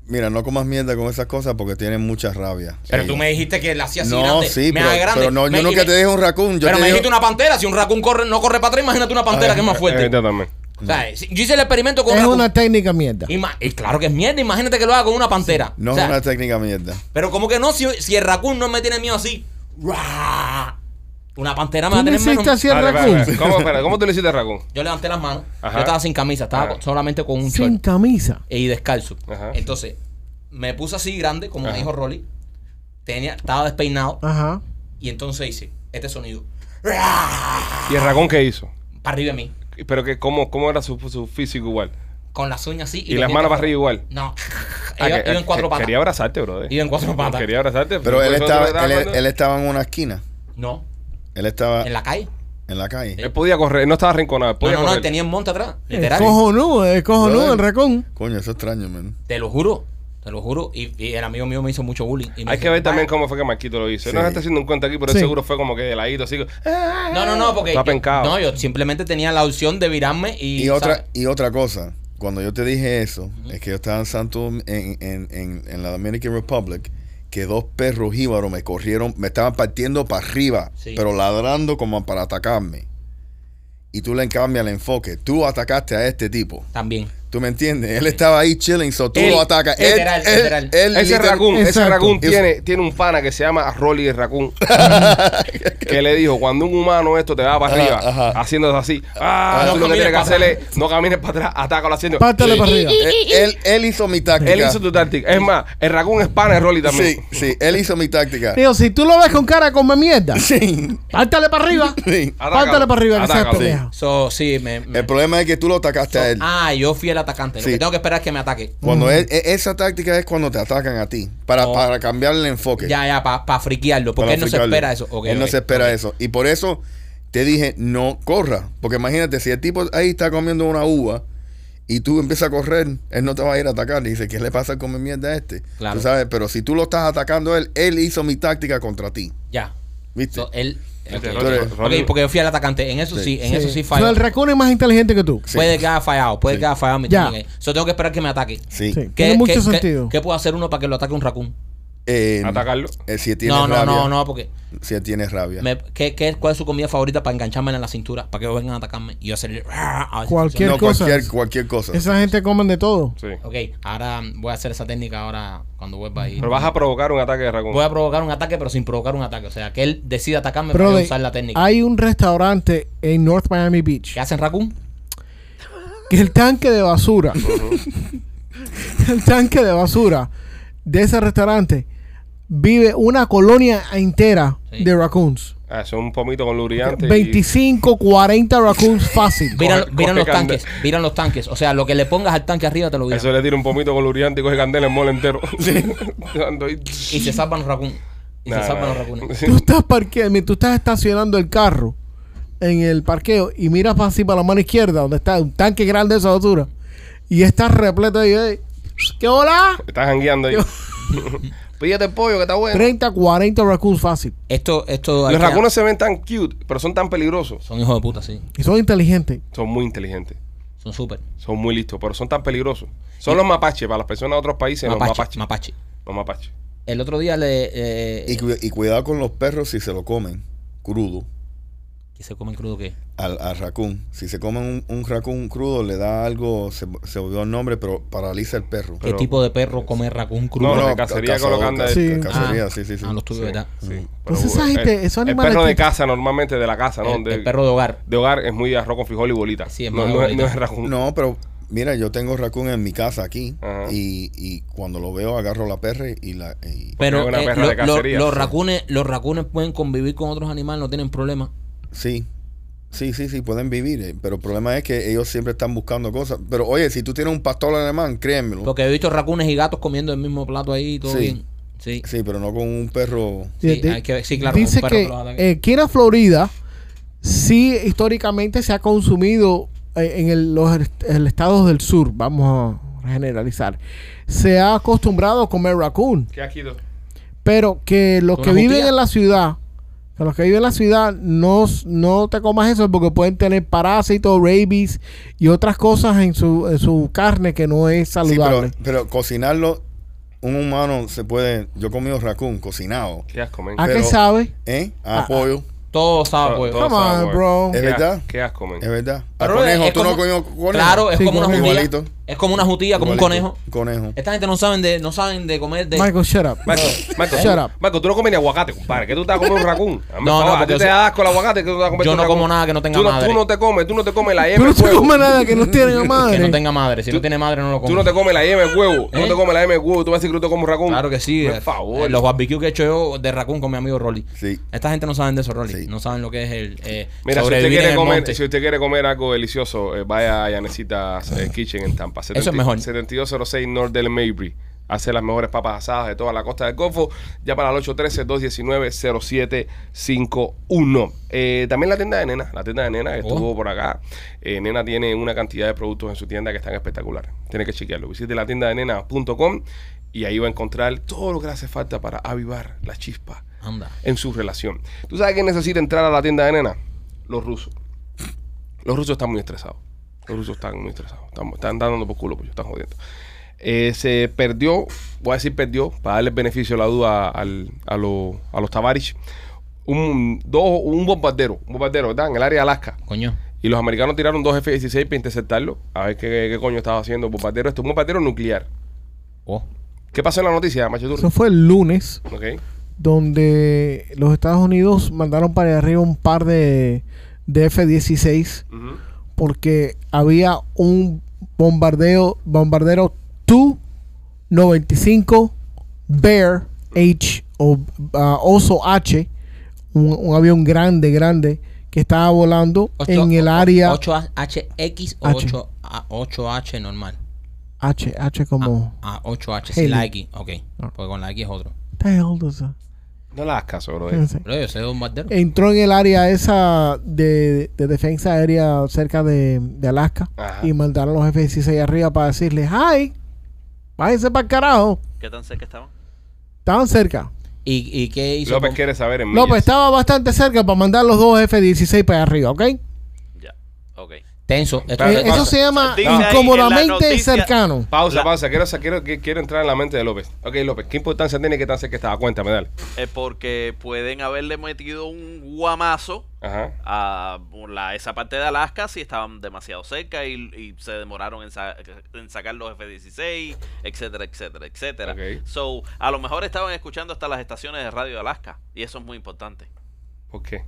[SPEAKER 5] mira, no comas mierda con esas cosas porque tienen mucha rabia.
[SPEAKER 7] Pero
[SPEAKER 5] Ellos.
[SPEAKER 7] tú me dijiste que la hacía así
[SPEAKER 5] no,
[SPEAKER 7] grande.
[SPEAKER 5] sí,
[SPEAKER 7] me
[SPEAKER 5] pero,
[SPEAKER 7] haga grande.
[SPEAKER 5] pero no,
[SPEAKER 7] Me-
[SPEAKER 5] yo nunca
[SPEAKER 7] y
[SPEAKER 5] te
[SPEAKER 7] me-
[SPEAKER 5] dije un raccoon. Yo
[SPEAKER 7] pero
[SPEAKER 5] te
[SPEAKER 7] me
[SPEAKER 5] digo-
[SPEAKER 7] dijiste una pantera. Si un raccoon corre, no corre para atrás, imagínate una pantera que es más fuerte.
[SPEAKER 3] Eh, yo también.
[SPEAKER 7] O sea, si- yo hice el experimento con
[SPEAKER 4] Es
[SPEAKER 7] raccoon.
[SPEAKER 4] una técnica mierda.
[SPEAKER 7] Ima- y claro que es mierda, imagínate que lo haga con una pantera.
[SPEAKER 5] No
[SPEAKER 7] O sea,
[SPEAKER 5] es una técnica mierda.
[SPEAKER 7] Pero como que no, si, si el raccoon no me tiene miedo así. ¡ruah! Una pantera me va
[SPEAKER 4] ¿Tú
[SPEAKER 7] a
[SPEAKER 4] no
[SPEAKER 7] tener
[SPEAKER 4] hiciste
[SPEAKER 7] menos.
[SPEAKER 4] así al
[SPEAKER 3] Vale, vale, vale.
[SPEAKER 4] raccoon?
[SPEAKER 3] ¿Cómo, espera, ¿Cómo tú le hiciste al racón?
[SPEAKER 7] Yo levanté las manos,
[SPEAKER 3] Ajá.
[SPEAKER 7] yo estaba sin camisa, estaba
[SPEAKER 3] Ajá.
[SPEAKER 7] con- solamente con un
[SPEAKER 4] Sin
[SPEAKER 7] short
[SPEAKER 4] camisa.
[SPEAKER 7] y descalzo.
[SPEAKER 3] Ajá.
[SPEAKER 7] Entonces, me puse así grande, como
[SPEAKER 3] Ajá.
[SPEAKER 7] me dijo Rolly. Tenía, estaba despeinado
[SPEAKER 4] Ajá.
[SPEAKER 7] y entonces hice este sonido.
[SPEAKER 3] ¿Y el racón qué hizo?
[SPEAKER 7] Para arriba de mí.
[SPEAKER 3] Pero que cómo, cómo era su, su físico igual.
[SPEAKER 7] Con las uñas así.
[SPEAKER 3] Y,
[SPEAKER 7] los
[SPEAKER 3] las
[SPEAKER 7] dientes
[SPEAKER 3] manos para
[SPEAKER 7] afuera.
[SPEAKER 3] arriba igual.
[SPEAKER 7] No.
[SPEAKER 3] Ah,
[SPEAKER 7] iba,
[SPEAKER 3] que-
[SPEAKER 7] iba en cuatro
[SPEAKER 3] que-
[SPEAKER 7] patas.
[SPEAKER 3] Quería abrazarte, bro.
[SPEAKER 7] Iba en cuatro patas.
[SPEAKER 3] Quería abrazarte.
[SPEAKER 5] Pero él
[SPEAKER 3] por eso te
[SPEAKER 5] estaba,
[SPEAKER 3] estaba
[SPEAKER 5] él,
[SPEAKER 3] hablando.
[SPEAKER 5] él estaba en una esquina.
[SPEAKER 7] No.
[SPEAKER 5] Él
[SPEAKER 3] Ah.
[SPEAKER 5] estaba
[SPEAKER 7] En la calle.
[SPEAKER 5] en la calle.
[SPEAKER 3] Él podía correr, no estaba arrinconado.
[SPEAKER 7] No,
[SPEAKER 3] Podía
[SPEAKER 7] no, no,
[SPEAKER 3] correr.
[SPEAKER 7] tenía un monte atrás.
[SPEAKER 4] Es
[SPEAKER 7] Literal.
[SPEAKER 4] cojonudo, es cojonudo el raccoon.
[SPEAKER 5] Coño, eso es extraño, man.
[SPEAKER 7] Te lo juro. Te lo juro. Y, y el amigo mío me hizo mucho bullying. y me
[SPEAKER 3] Hay
[SPEAKER 7] dijo,
[SPEAKER 3] que ver también
[SPEAKER 7] "Vaya".
[SPEAKER 3] cómo fue que Marquito lo hizo.
[SPEAKER 5] Sí.
[SPEAKER 3] No se está haciendo un cuento aquí, pero él
[SPEAKER 4] Sí.
[SPEAKER 3] seguro fue como que de ladito, así. No,
[SPEAKER 7] No, no, no, porque.
[SPEAKER 3] Está
[SPEAKER 7] yo-
[SPEAKER 3] pencado.
[SPEAKER 7] no, yo simplemente tenía la opción de virarme y.
[SPEAKER 5] Y otra,
[SPEAKER 7] ¿sabes?
[SPEAKER 5] y otra cosa, cuando yo te dije eso, es que yo estaba en Santo en, en, en, en la Dominican Republic, que dos perros jíbaros me corrieron, me estaban partiendo para arriba,
[SPEAKER 7] Sí.
[SPEAKER 5] pero ladrando como para atacarme. Y tú le cambias el enfoque. Tú atacaste a este tipo.
[SPEAKER 7] También.
[SPEAKER 5] ¿Tú me entiendes? Él estaba ahí chilling, so tú
[SPEAKER 7] Él,
[SPEAKER 5] lo atacas. Él-
[SPEAKER 7] literal,
[SPEAKER 5] él-
[SPEAKER 7] literal.
[SPEAKER 5] él
[SPEAKER 3] Ese
[SPEAKER 5] literal-
[SPEAKER 3] racún, ese
[SPEAKER 4] Exacto.
[SPEAKER 3] racún
[SPEAKER 5] Eso-
[SPEAKER 3] tiene, tiene un pana que se llama Rolly el racún. que le dijo, cuando un humano esto te va para
[SPEAKER 5] Ajá,
[SPEAKER 3] arriba,
[SPEAKER 5] ajá.
[SPEAKER 3] haciéndose así, ah,
[SPEAKER 7] No
[SPEAKER 3] tú lo que
[SPEAKER 7] camines
[SPEAKER 3] tienes que
[SPEAKER 7] para
[SPEAKER 3] hacer es, no camines para atrás, atácalo haciendo.
[SPEAKER 4] Pártale para arriba.
[SPEAKER 5] Él, él- él hizo mi táctica.
[SPEAKER 3] Él hizo tu táctica. Es más, el racún es pana de Rolly también.
[SPEAKER 5] Sí, sí, él hizo
[SPEAKER 3] *laughs*
[SPEAKER 5] mi táctica.
[SPEAKER 4] Digo, si tú lo ves con cara como mierda,
[SPEAKER 5] Sí,
[SPEAKER 4] pártale para arriba.
[SPEAKER 5] sí.
[SPEAKER 7] Ah,
[SPEAKER 3] Atácalo,
[SPEAKER 4] Pártale para arriba, que seas
[SPEAKER 3] atácalo.
[SPEAKER 4] pendejo.
[SPEAKER 7] So, sí, me. me-
[SPEAKER 5] El problema es que tú lo atacaste a él.
[SPEAKER 7] ah, yo fui el atacante. Lo
[SPEAKER 5] Sí.
[SPEAKER 7] que tengo que esperar es que me ataque.
[SPEAKER 5] Cuando es- e- esa táctica es cuando te atacan a ti, para,
[SPEAKER 7] Oh.
[SPEAKER 5] para cambiar el enfoque.
[SPEAKER 7] Ya, ya, para friquearlo. Porque
[SPEAKER 5] para
[SPEAKER 7] él no se
[SPEAKER 5] fricarlo.
[SPEAKER 7] espera eso. Ok,
[SPEAKER 5] él no
[SPEAKER 7] ok.
[SPEAKER 5] se espera eso. Y por eso te dije, no corra. Porque imagínate, si el tipo ahí está comiendo una uva y tú empiezas a correr, él no te va a ir a atacar. Y dice, ¿qué le pasa con mi mierda a este?
[SPEAKER 7] Claro.
[SPEAKER 5] Tú sabes, pero si tú lo estás atacando a él, él hizo mi táctica contra ti.
[SPEAKER 7] Ya.
[SPEAKER 5] ¿Viste?
[SPEAKER 7] So, eh, él.
[SPEAKER 3] Este,
[SPEAKER 7] ok.
[SPEAKER 3] Rolly,
[SPEAKER 5] Entonces,
[SPEAKER 3] Rolly,
[SPEAKER 7] Ok, porque yo fui el atacante. En eso sí, en eso sí
[SPEAKER 4] O sea,
[SPEAKER 7] falló.
[SPEAKER 4] el raccoon es más inteligente que tú.
[SPEAKER 5] Sí.
[SPEAKER 7] Puede que haya fallado, puede que haya fallado mi
[SPEAKER 4] Ya.
[SPEAKER 7] técnica. So, tengo que esperar que me ataque.
[SPEAKER 5] sí.
[SPEAKER 4] Sí. Tiene mucho sentido.
[SPEAKER 7] ¿Qué puedo hacer uno para que lo ataque un raccoon?
[SPEAKER 5] Eh,
[SPEAKER 3] Atacarlo.
[SPEAKER 5] eh, si tienes
[SPEAKER 7] No, no,
[SPEAKER 5] rabia.
[SPEAKER 7] no, no, porque
[SPEAKER 5] Si tienes rabia.
[SPEAKER 7] me- ¿qué, qué, ¿cuál es su comida favorita para engancharme en la cintura? Para que vengan a atacarme y yo hacer. a ver si
[SPEAKER 4] Cualquier-
[SPEAKER 5] no,
[SPEAKER 4] cosa.
[SPEAKER 5] cualquier, cualquier cosa.
[SPEAKER 4] Esa gente comen de todo.
[SPEAKER 3] Sí.
[SPEAKER 7] funciona. Ok, ahora mm, voy a hacer esa técnica ahora cuando vuelva ahí.
[SPEAKER 3] Pero vas a provocar un ataque de racún.
[SPEAKER 7] Voy a provocar un ataque, pero sin provocar un ataque. O sea, que él decida atacarme para
[SPEAKER 4] Brother,
[SPEAKER 7] yo usar la técnica.
[SPEAKER 4] hay un restaurante en North Miami Beach
[SPEAKER 7] ¿Qué hacen raccoon?
[SPEAKER 4] que el tanque
[SPEAKER 7] *laughs*
[SPEAKER 4] de basura, *laughs* el tanque de basura de ese restaurante vive una colonia entera
[SPEAKER 7] Sí.
[SPEAKER 4] de raccoons.
[SPEAKER 3] Ah, eso es un pomito con lubricante. y-
[SPEAKER 4] 25, 40 raccoons fácil.
[SPEAKER 7] Miran,
[SPEAKER 3] coge
[SPEAKER 7] miran los
[SPEAKER 3] candela.
[SPEAKER 7] tanques, miran los tanques. O sea, lo que le pongas al tanque arriba te lo dirán.
[SPEAKER 3] Eso le tira un pomito con lubricante y coge candela el mole entero. *laughs* Ando ahí.
[SPEAKER 7] Y se salvan los raccoon. Y
[SPEAKER 3] Nah,
[SPEAKER 7] se salvan
[SPEAKER 3] nah.
[SPEAKER 7] los raccoons.
[SPEAKER 3] Sí.
[SPEAKER 4] Tú estás parqueando, tú estás estacionando el carro en el parqueo y miras para así para la mano izquierda donde está un tanque grande de esa basura y está repleto de ellos. eh. ¡Qué hola!
[SPEAKER 3] Estás jangueando ahí. *laughs* Pídete el pollo que está bueno.
[SPEAKER 4] 30, 40 raccoons fácil.
[SPEAKER 7] Esto, esto. hay
[SPEAKER 3] Los
[SPEAKER 7] que-
[SPEAKER 3] racunos se ven tan cute, pero son tan peligrosos.
[SPEAKER 7] Son hijos de puta, sí.
[SPEAKER 4] Y son inteligentes.
[SPEAKER 3] Son muy inteligentes.
[SPEAKER 7] Son súper.
[SPEAKER 3] Son muy listos, pero son tan peligrosos. Son los mapaches. Para las personas de otros países, los mapaches.
[SPEAKER 7] Mapache, mapache.
[SPEAKER 3] Los mapaches.
[SPEAKER 7] El otro día le. Eh,
[SPEAKER 5] Y, cu- y cuidado con los perros si se lo comen crudo.
[SPEAKER 7] que se comen crudo qué?
[SPEAKER 5] al, al raccoon. Si se comen un, un raccoon crudo, le da algo, se, se olvidó el nombre, pero paraliza el perro.
[SPEAKER 7] ¿Qué
[SPEAKER 3] Pero-
[SPEAKER 7] tipo de perro come racún crudo?
[SPEAKER 3] No, no, cacería
[SPEAKER 5] cazador,
[SPEAKER 3] colocando
[SPEAKER 5] ca-
[SPEAKER 4] el-
[SPEAKER 5] ca-
[SPEAKER 7] Ah,
[SPEAKER 5] cacería, sí, sí, sí.
[SPEAKER 7] Ah, los tuyos,
[SPEAKER 3] Sí,
[SPEAKER 7] ¿verdad?
[SPEAKER 3] sí. Pero,
[SPEAKER 4] Entonces, Pues esa gente,
[SPEAKER 3] el-
[SPEAKER 4] esos
[SPEAKER 3] el
[SPEAKER 4] animales
[SPEAKER 3] perro de
[SPEAKER 4] que-
[SPEAKER 3] casa, normalmente de la casa, ¿no?
[SPEAKER 7] El,
[SPEAKER 3] De-
[SPEAKER 7] el perro de hogar.
[SPEAKER 3] de hogar es muy arroz con frijol y bolita.
[SPEAKER 7] Sí, es
[SPEAKER 3] no,
[SPEAKER 7] más
[SPEAKER 3] no,
[SPEAKER 7] bolita.
[SPEAKER 3] no es racún.
[SPEAKER 5] No, pero mira, yo tengo raccoon en mi casa aquí
[SPEAKER 3] Ajá.
[SPEAKER 5] y, y cuando lo veo agarro la perra y la... y-
[SPEAKER 3] es
[SPEAKER 7] Pero
[SPEAKER 3] una
[SPEAKER 7] eh,
[SPEAKER 3] perra
[SPEAKER 7] lo-
[SPEAKER 3] de
[SPEAKER 7] lo-
[SPEAKER 3] cacería,
[SPEAKER 7] los
[SPEAKER 3] sí.
[SPEAKER 7] racunes, los racunes pueden convivir con otros animales, no tienen problema.
[SPEAKER 5] sí, sí, sí, sí, pueden vivir, eh, pero el problema es que ellos siempre están buscando cosas. Pero oye, si tú tienes un pastor alemán, créemelo.
[SPEAKER 7] Porque he visto racunes y gatos comiendo el mismo plato ahí y todo
[SPEAKER 5] Sí.
[SPEAKER 7] bien. Sí.
[SPEAKER 5] Sí, pero no con un perro...
[SPEAKER 7] Sí, hay que ver- sí, claro,
[SPEAKER 4] Dice
[SPEAKER 7] un perro que
[SPEAKER 4] que
[SPEAKER 7] los ataque.
[SPEAKER 4] eh, aquí en la Florida sí históricamente se ha consumido eh, en el- los est- el estados del sur, vamos a generalizar, se ha acostumbrado a comer raccoon,
[SPEAKER 3] ¿Qué has quitado?
[SPEAKER 4] pero que los
[SPEAKER 7] Una
[SPEAKER 4] que viven
[SPEAKER 7] jutía.
[SPEAKER 4] en la ciudad, que los que viven en la ciudad no, s- no te comas eso porque pueden tener parásitos, rabies y otras cosas en su, en su carne que no es
[SPEAKER 5] Sí,
[SPEAKER 4] saludable.
[SPEAKER 5] pero, pero cocinarlo, un humano se puede... Yo he comido raccoon cocinado.
[SPEAKER 3] ¿Qué has comido? Ah,
[SPEAKER 4] ¿A qué
[SPEAKER 5] pero-
[SPEAKER 4] sabe?
[SPEAKER 5] ¿eh? A
[SPEAKER 4] Ah,
[SPEAKER 5] pollo.
[SPEAKER 7] Todo sabe, pues.
[SPEAKER 3] Todo
[SPEAKER 4] Come
[SPEAKER 3] sabe,
[SPEAKER 4] on, bro.
[SPEAKER 3] ¿Qué
[SPEAKER 5] ¿Es
[SPEAKER 3] has-
[SPEAKER 5] verdad?
[SPEAKER 3] ¿Qué has comido?
[SPEAKER 5] Es verdad. A
[SPEAKER 7] ah. Pero
[SPEAKER 5] conejo,
[SPEAKER 7] es
[SPEAKER 5] tú no
[SPEAKER 7] como-
[SPEAKER 5] comió conejo.
[SPEAKER 7] Claro, es
[SPEAKER 4] Sí,
[SPEAKER 7] como una
[SPEAKER 4] conejo.
[SPEAKER 7] jutilla.
[SPEAKER 5] Igualito.
[SPEAKER 7] Es como una jutilla, como un
[SPEAKER 5] Igualito.
[SPEAKER 7] conejo.
[SPEAKER 5] Conejo.
[SPEAKER 7] Esta gente no saben de, no saben de comer de.
[SPEAKER 4] Michael, shut up.
[SPEAKER 3] Marco, Marco,
[SPEAKER 4] Shut up.
[SPEAKER 3] Marco, tú no comes ni aguacate, compadre. ¿Qué tú estás comiendo un racún? A mí, por
[SPEAKER 7] No, no,
[SPEAKER 3] favor, a
[SPEAKER 7] porque
[SPEAKER 3] ti
[SPEAKER 7] yo
[SPEAKER 3] te
[SPEAKER 7] sé-
[SPEAKER 3] da asco el aguacate que tú estás comiendo
[SPEAKER 7] Yo no
[SPEAKER 3] un
[SPEAKER 7] como
[SPEAKER 3] racún.
[SPEAKER 7] nada que no tenga
[SPEAKER 3] tú no,
[SPEAKER 7] madre.
[SPEAKER 3] Tú no te comes, tú no te comes la
[SPEAKER 4] Tú
[SPEAKER 3] yema
[SPEAKER 4] no
[SPEAKER 3] del
[SPEAKER 4] te
[SPEAKER 3] huevo.
[SPEAKER 4] comes nada que no tiene
[SPEAKER 7] *laughs*
[SPEAKER 4] madre.
[SPEAKER 7] Que no tenga madre. Si no tiene madre, no lo come.
[SPEAKER 3] Tú no te comes la yema del huevo. Tú no
[SPEAKER 7] ¿Eh?
[SPEAKER 3] te comes la yema del huevo. Tú vas a decir que tú te comes un racún.
[SPEAKER 7] Claro que sí.
[SPEAKER 3] Por
[SPEAKER 7] eh,
[SPEAKER 3] favor.
[SPEAKER 7] eh, Los barbecues que he hecho yo de raccoon con mi amigo Rolly.
[SPEAKER 5] Sí.
[SPEAKER 7] Esta gente no saben de eso, Rolly.
[SPEAKER 5] Sí.
[SPEAKER 7] No saben lo que es el. eh,
[SPEAKER 3] Mira, si usted,
[SPEAKER 7] sobrevivir en
[SPEAKER 3] quiere
[SPEAKER 7] el
[SPEAKER 3] comer,
[SPEAKER 7] monte.
[SPEAKER 3] si usted quiere comer algo delicioso, eh, vaya a Yanecitas eh, Kitchen en Tampa.
[SPEAKER 7] es mejor.
[SPEAKER 3] 7206 North del Mabry. Hace las mejores papas asadas de toda la costa del Golfo. Ya para el 813-219-0751. Eh, también la tienda de Nena. La tienda de Nena que
[SPEAKER 7] Oh.
[SPEAKER 3] estuvo por acá. Eh, nena tiene una cantidad de productos en su tienda que están espectaculares. Tiene que chequearlo. Visite la tienda de nena.com y ahí va a encontrar todo lo que le hace falta para avivar la chispa
[SPEAKER 7] Anda.
[SPEAKER 3] en su relación. ¿Tú sabes quién necesita entrar a la tienda de nena? Los rusos. Los rusos están muy estresados. Los rusos están muy estresados. Están, están dando por culo, pues están jodiendo. Eh, se perdió, voy a decir perdió, para darle el beneficio de la duda al- a, los- a los Tavarich, un, dos, un bombardero, un bombardero, ¿verdad? En el área de Alaska.
[SPEAKER 7] Coño.
[SPEAKER 3] Y los americanos tiraron dos F-16 para interceptarlo. A ver qué, qué coño estaba haciendo el bombardero. Esto es un bombardero nuclear.
[SPEAKER 7] Oh.
[SPEAKER 3] ¿Qué pasó en la noticia, Machetur?
[SPEAKER 4] Eso fue el lunes.
[SPEAKER 3] Ok.
[SPEAKER 4] donde los Estados Unidos mandaron para arriba un par de, de F-16
[SPEAKER 3] Ujú.
[SPEAKER 4] porque había un bombardeo, bombardero Tu-95 Bear H o ah, Oso H, un, un avión grande, grande, que estaba volando
[SPEAKER 7] Ocho-
[SPEAKER 4] en el
[SPEAKER 7] o-
[SPEAKER 4] área
[SPEAKER 7] 8HX o
[SPEAKER 4] H.
[SPEAKER 7] 8, a- 8H normal.
[SPEAKER 4] H, H como...
[SPEAKER 7] Ah, ah, 8H, sin la X. Ok.
[SPEAKER 4] Ah.
[SPEAKER 7] Porque con la X es otro.
[SPEAKER 4] What the hell does that-
[SPEAKER 3] No le hagas caso, bro.
[SPEAKER 4] no sé.
[SPEAKER 7] Pero yo soy bombardero.
[SPEAKER 4] entró en el área esa de, de defensa aérea cerca de, de Alaska
[SPEAKER 3] Ajá.
[SPEAKER 4] y mandaron los F-16 arriba para decirles, ¡ay! Váyanse para el carajo.
[SPEAKER 6] ¿Qué tan cerca estaban?
[SPEAKER 4] Estaban cerca.
[SPEAKER 7] ¿Y, ¿Y qué hizo?
[SPEAKER 3] López
[SPEAKER 7] con-
[SPEAKER 3] quiere saber en
[SPEAKER 6] Mm,
[SPEAKER 3] millas.
[SPEAKER 4] López estaba bastante cerca para mandar los dos F-16 para arriba, ¿ok? Eh,
[SPEAKER 6] Ya, ok.
[SPEAKER 7] Tenso. Esto-
[SPEAKER 3] Pero-
[SPEAKER 4] eso
[SPEAKER 3] pausa.
[SPEAKER 4] se llama
[SPEAKER 6] Dice ahí en la
[SPEAKER 4] incómodamente
[SPEAKER 6] noticia-
[SPEAKER 4] cercano.
[SPEAKER 3] Pausa,
[SPEAKER 6] La-
[SPEAKER 3] pausa. Quiero, sa- quiero, que- quiero entrar en la mente de López. Ok, López, ¿qué importancia tiene que tan cerca estaba? Cuéntame, dale.
[SPEAKER 6] Es Eh, porque pueden haberle metido un guamazo
[SPEAKER 3] Ajá.
[SPEAKER 6] a la- esa parte de Alaska si estaban demasiado cerca y, y se demoraron en, sa- en sacar los F-16, etcétera, etcétera, etcétera.
[SPEAKER 3] Ok.
[SPEAKER 6] So, a lo mejor estaban escuchando hasta las estaciones de radio de Alaska y eso es muy importante.
[SPEAKER 3] ¿Por qué?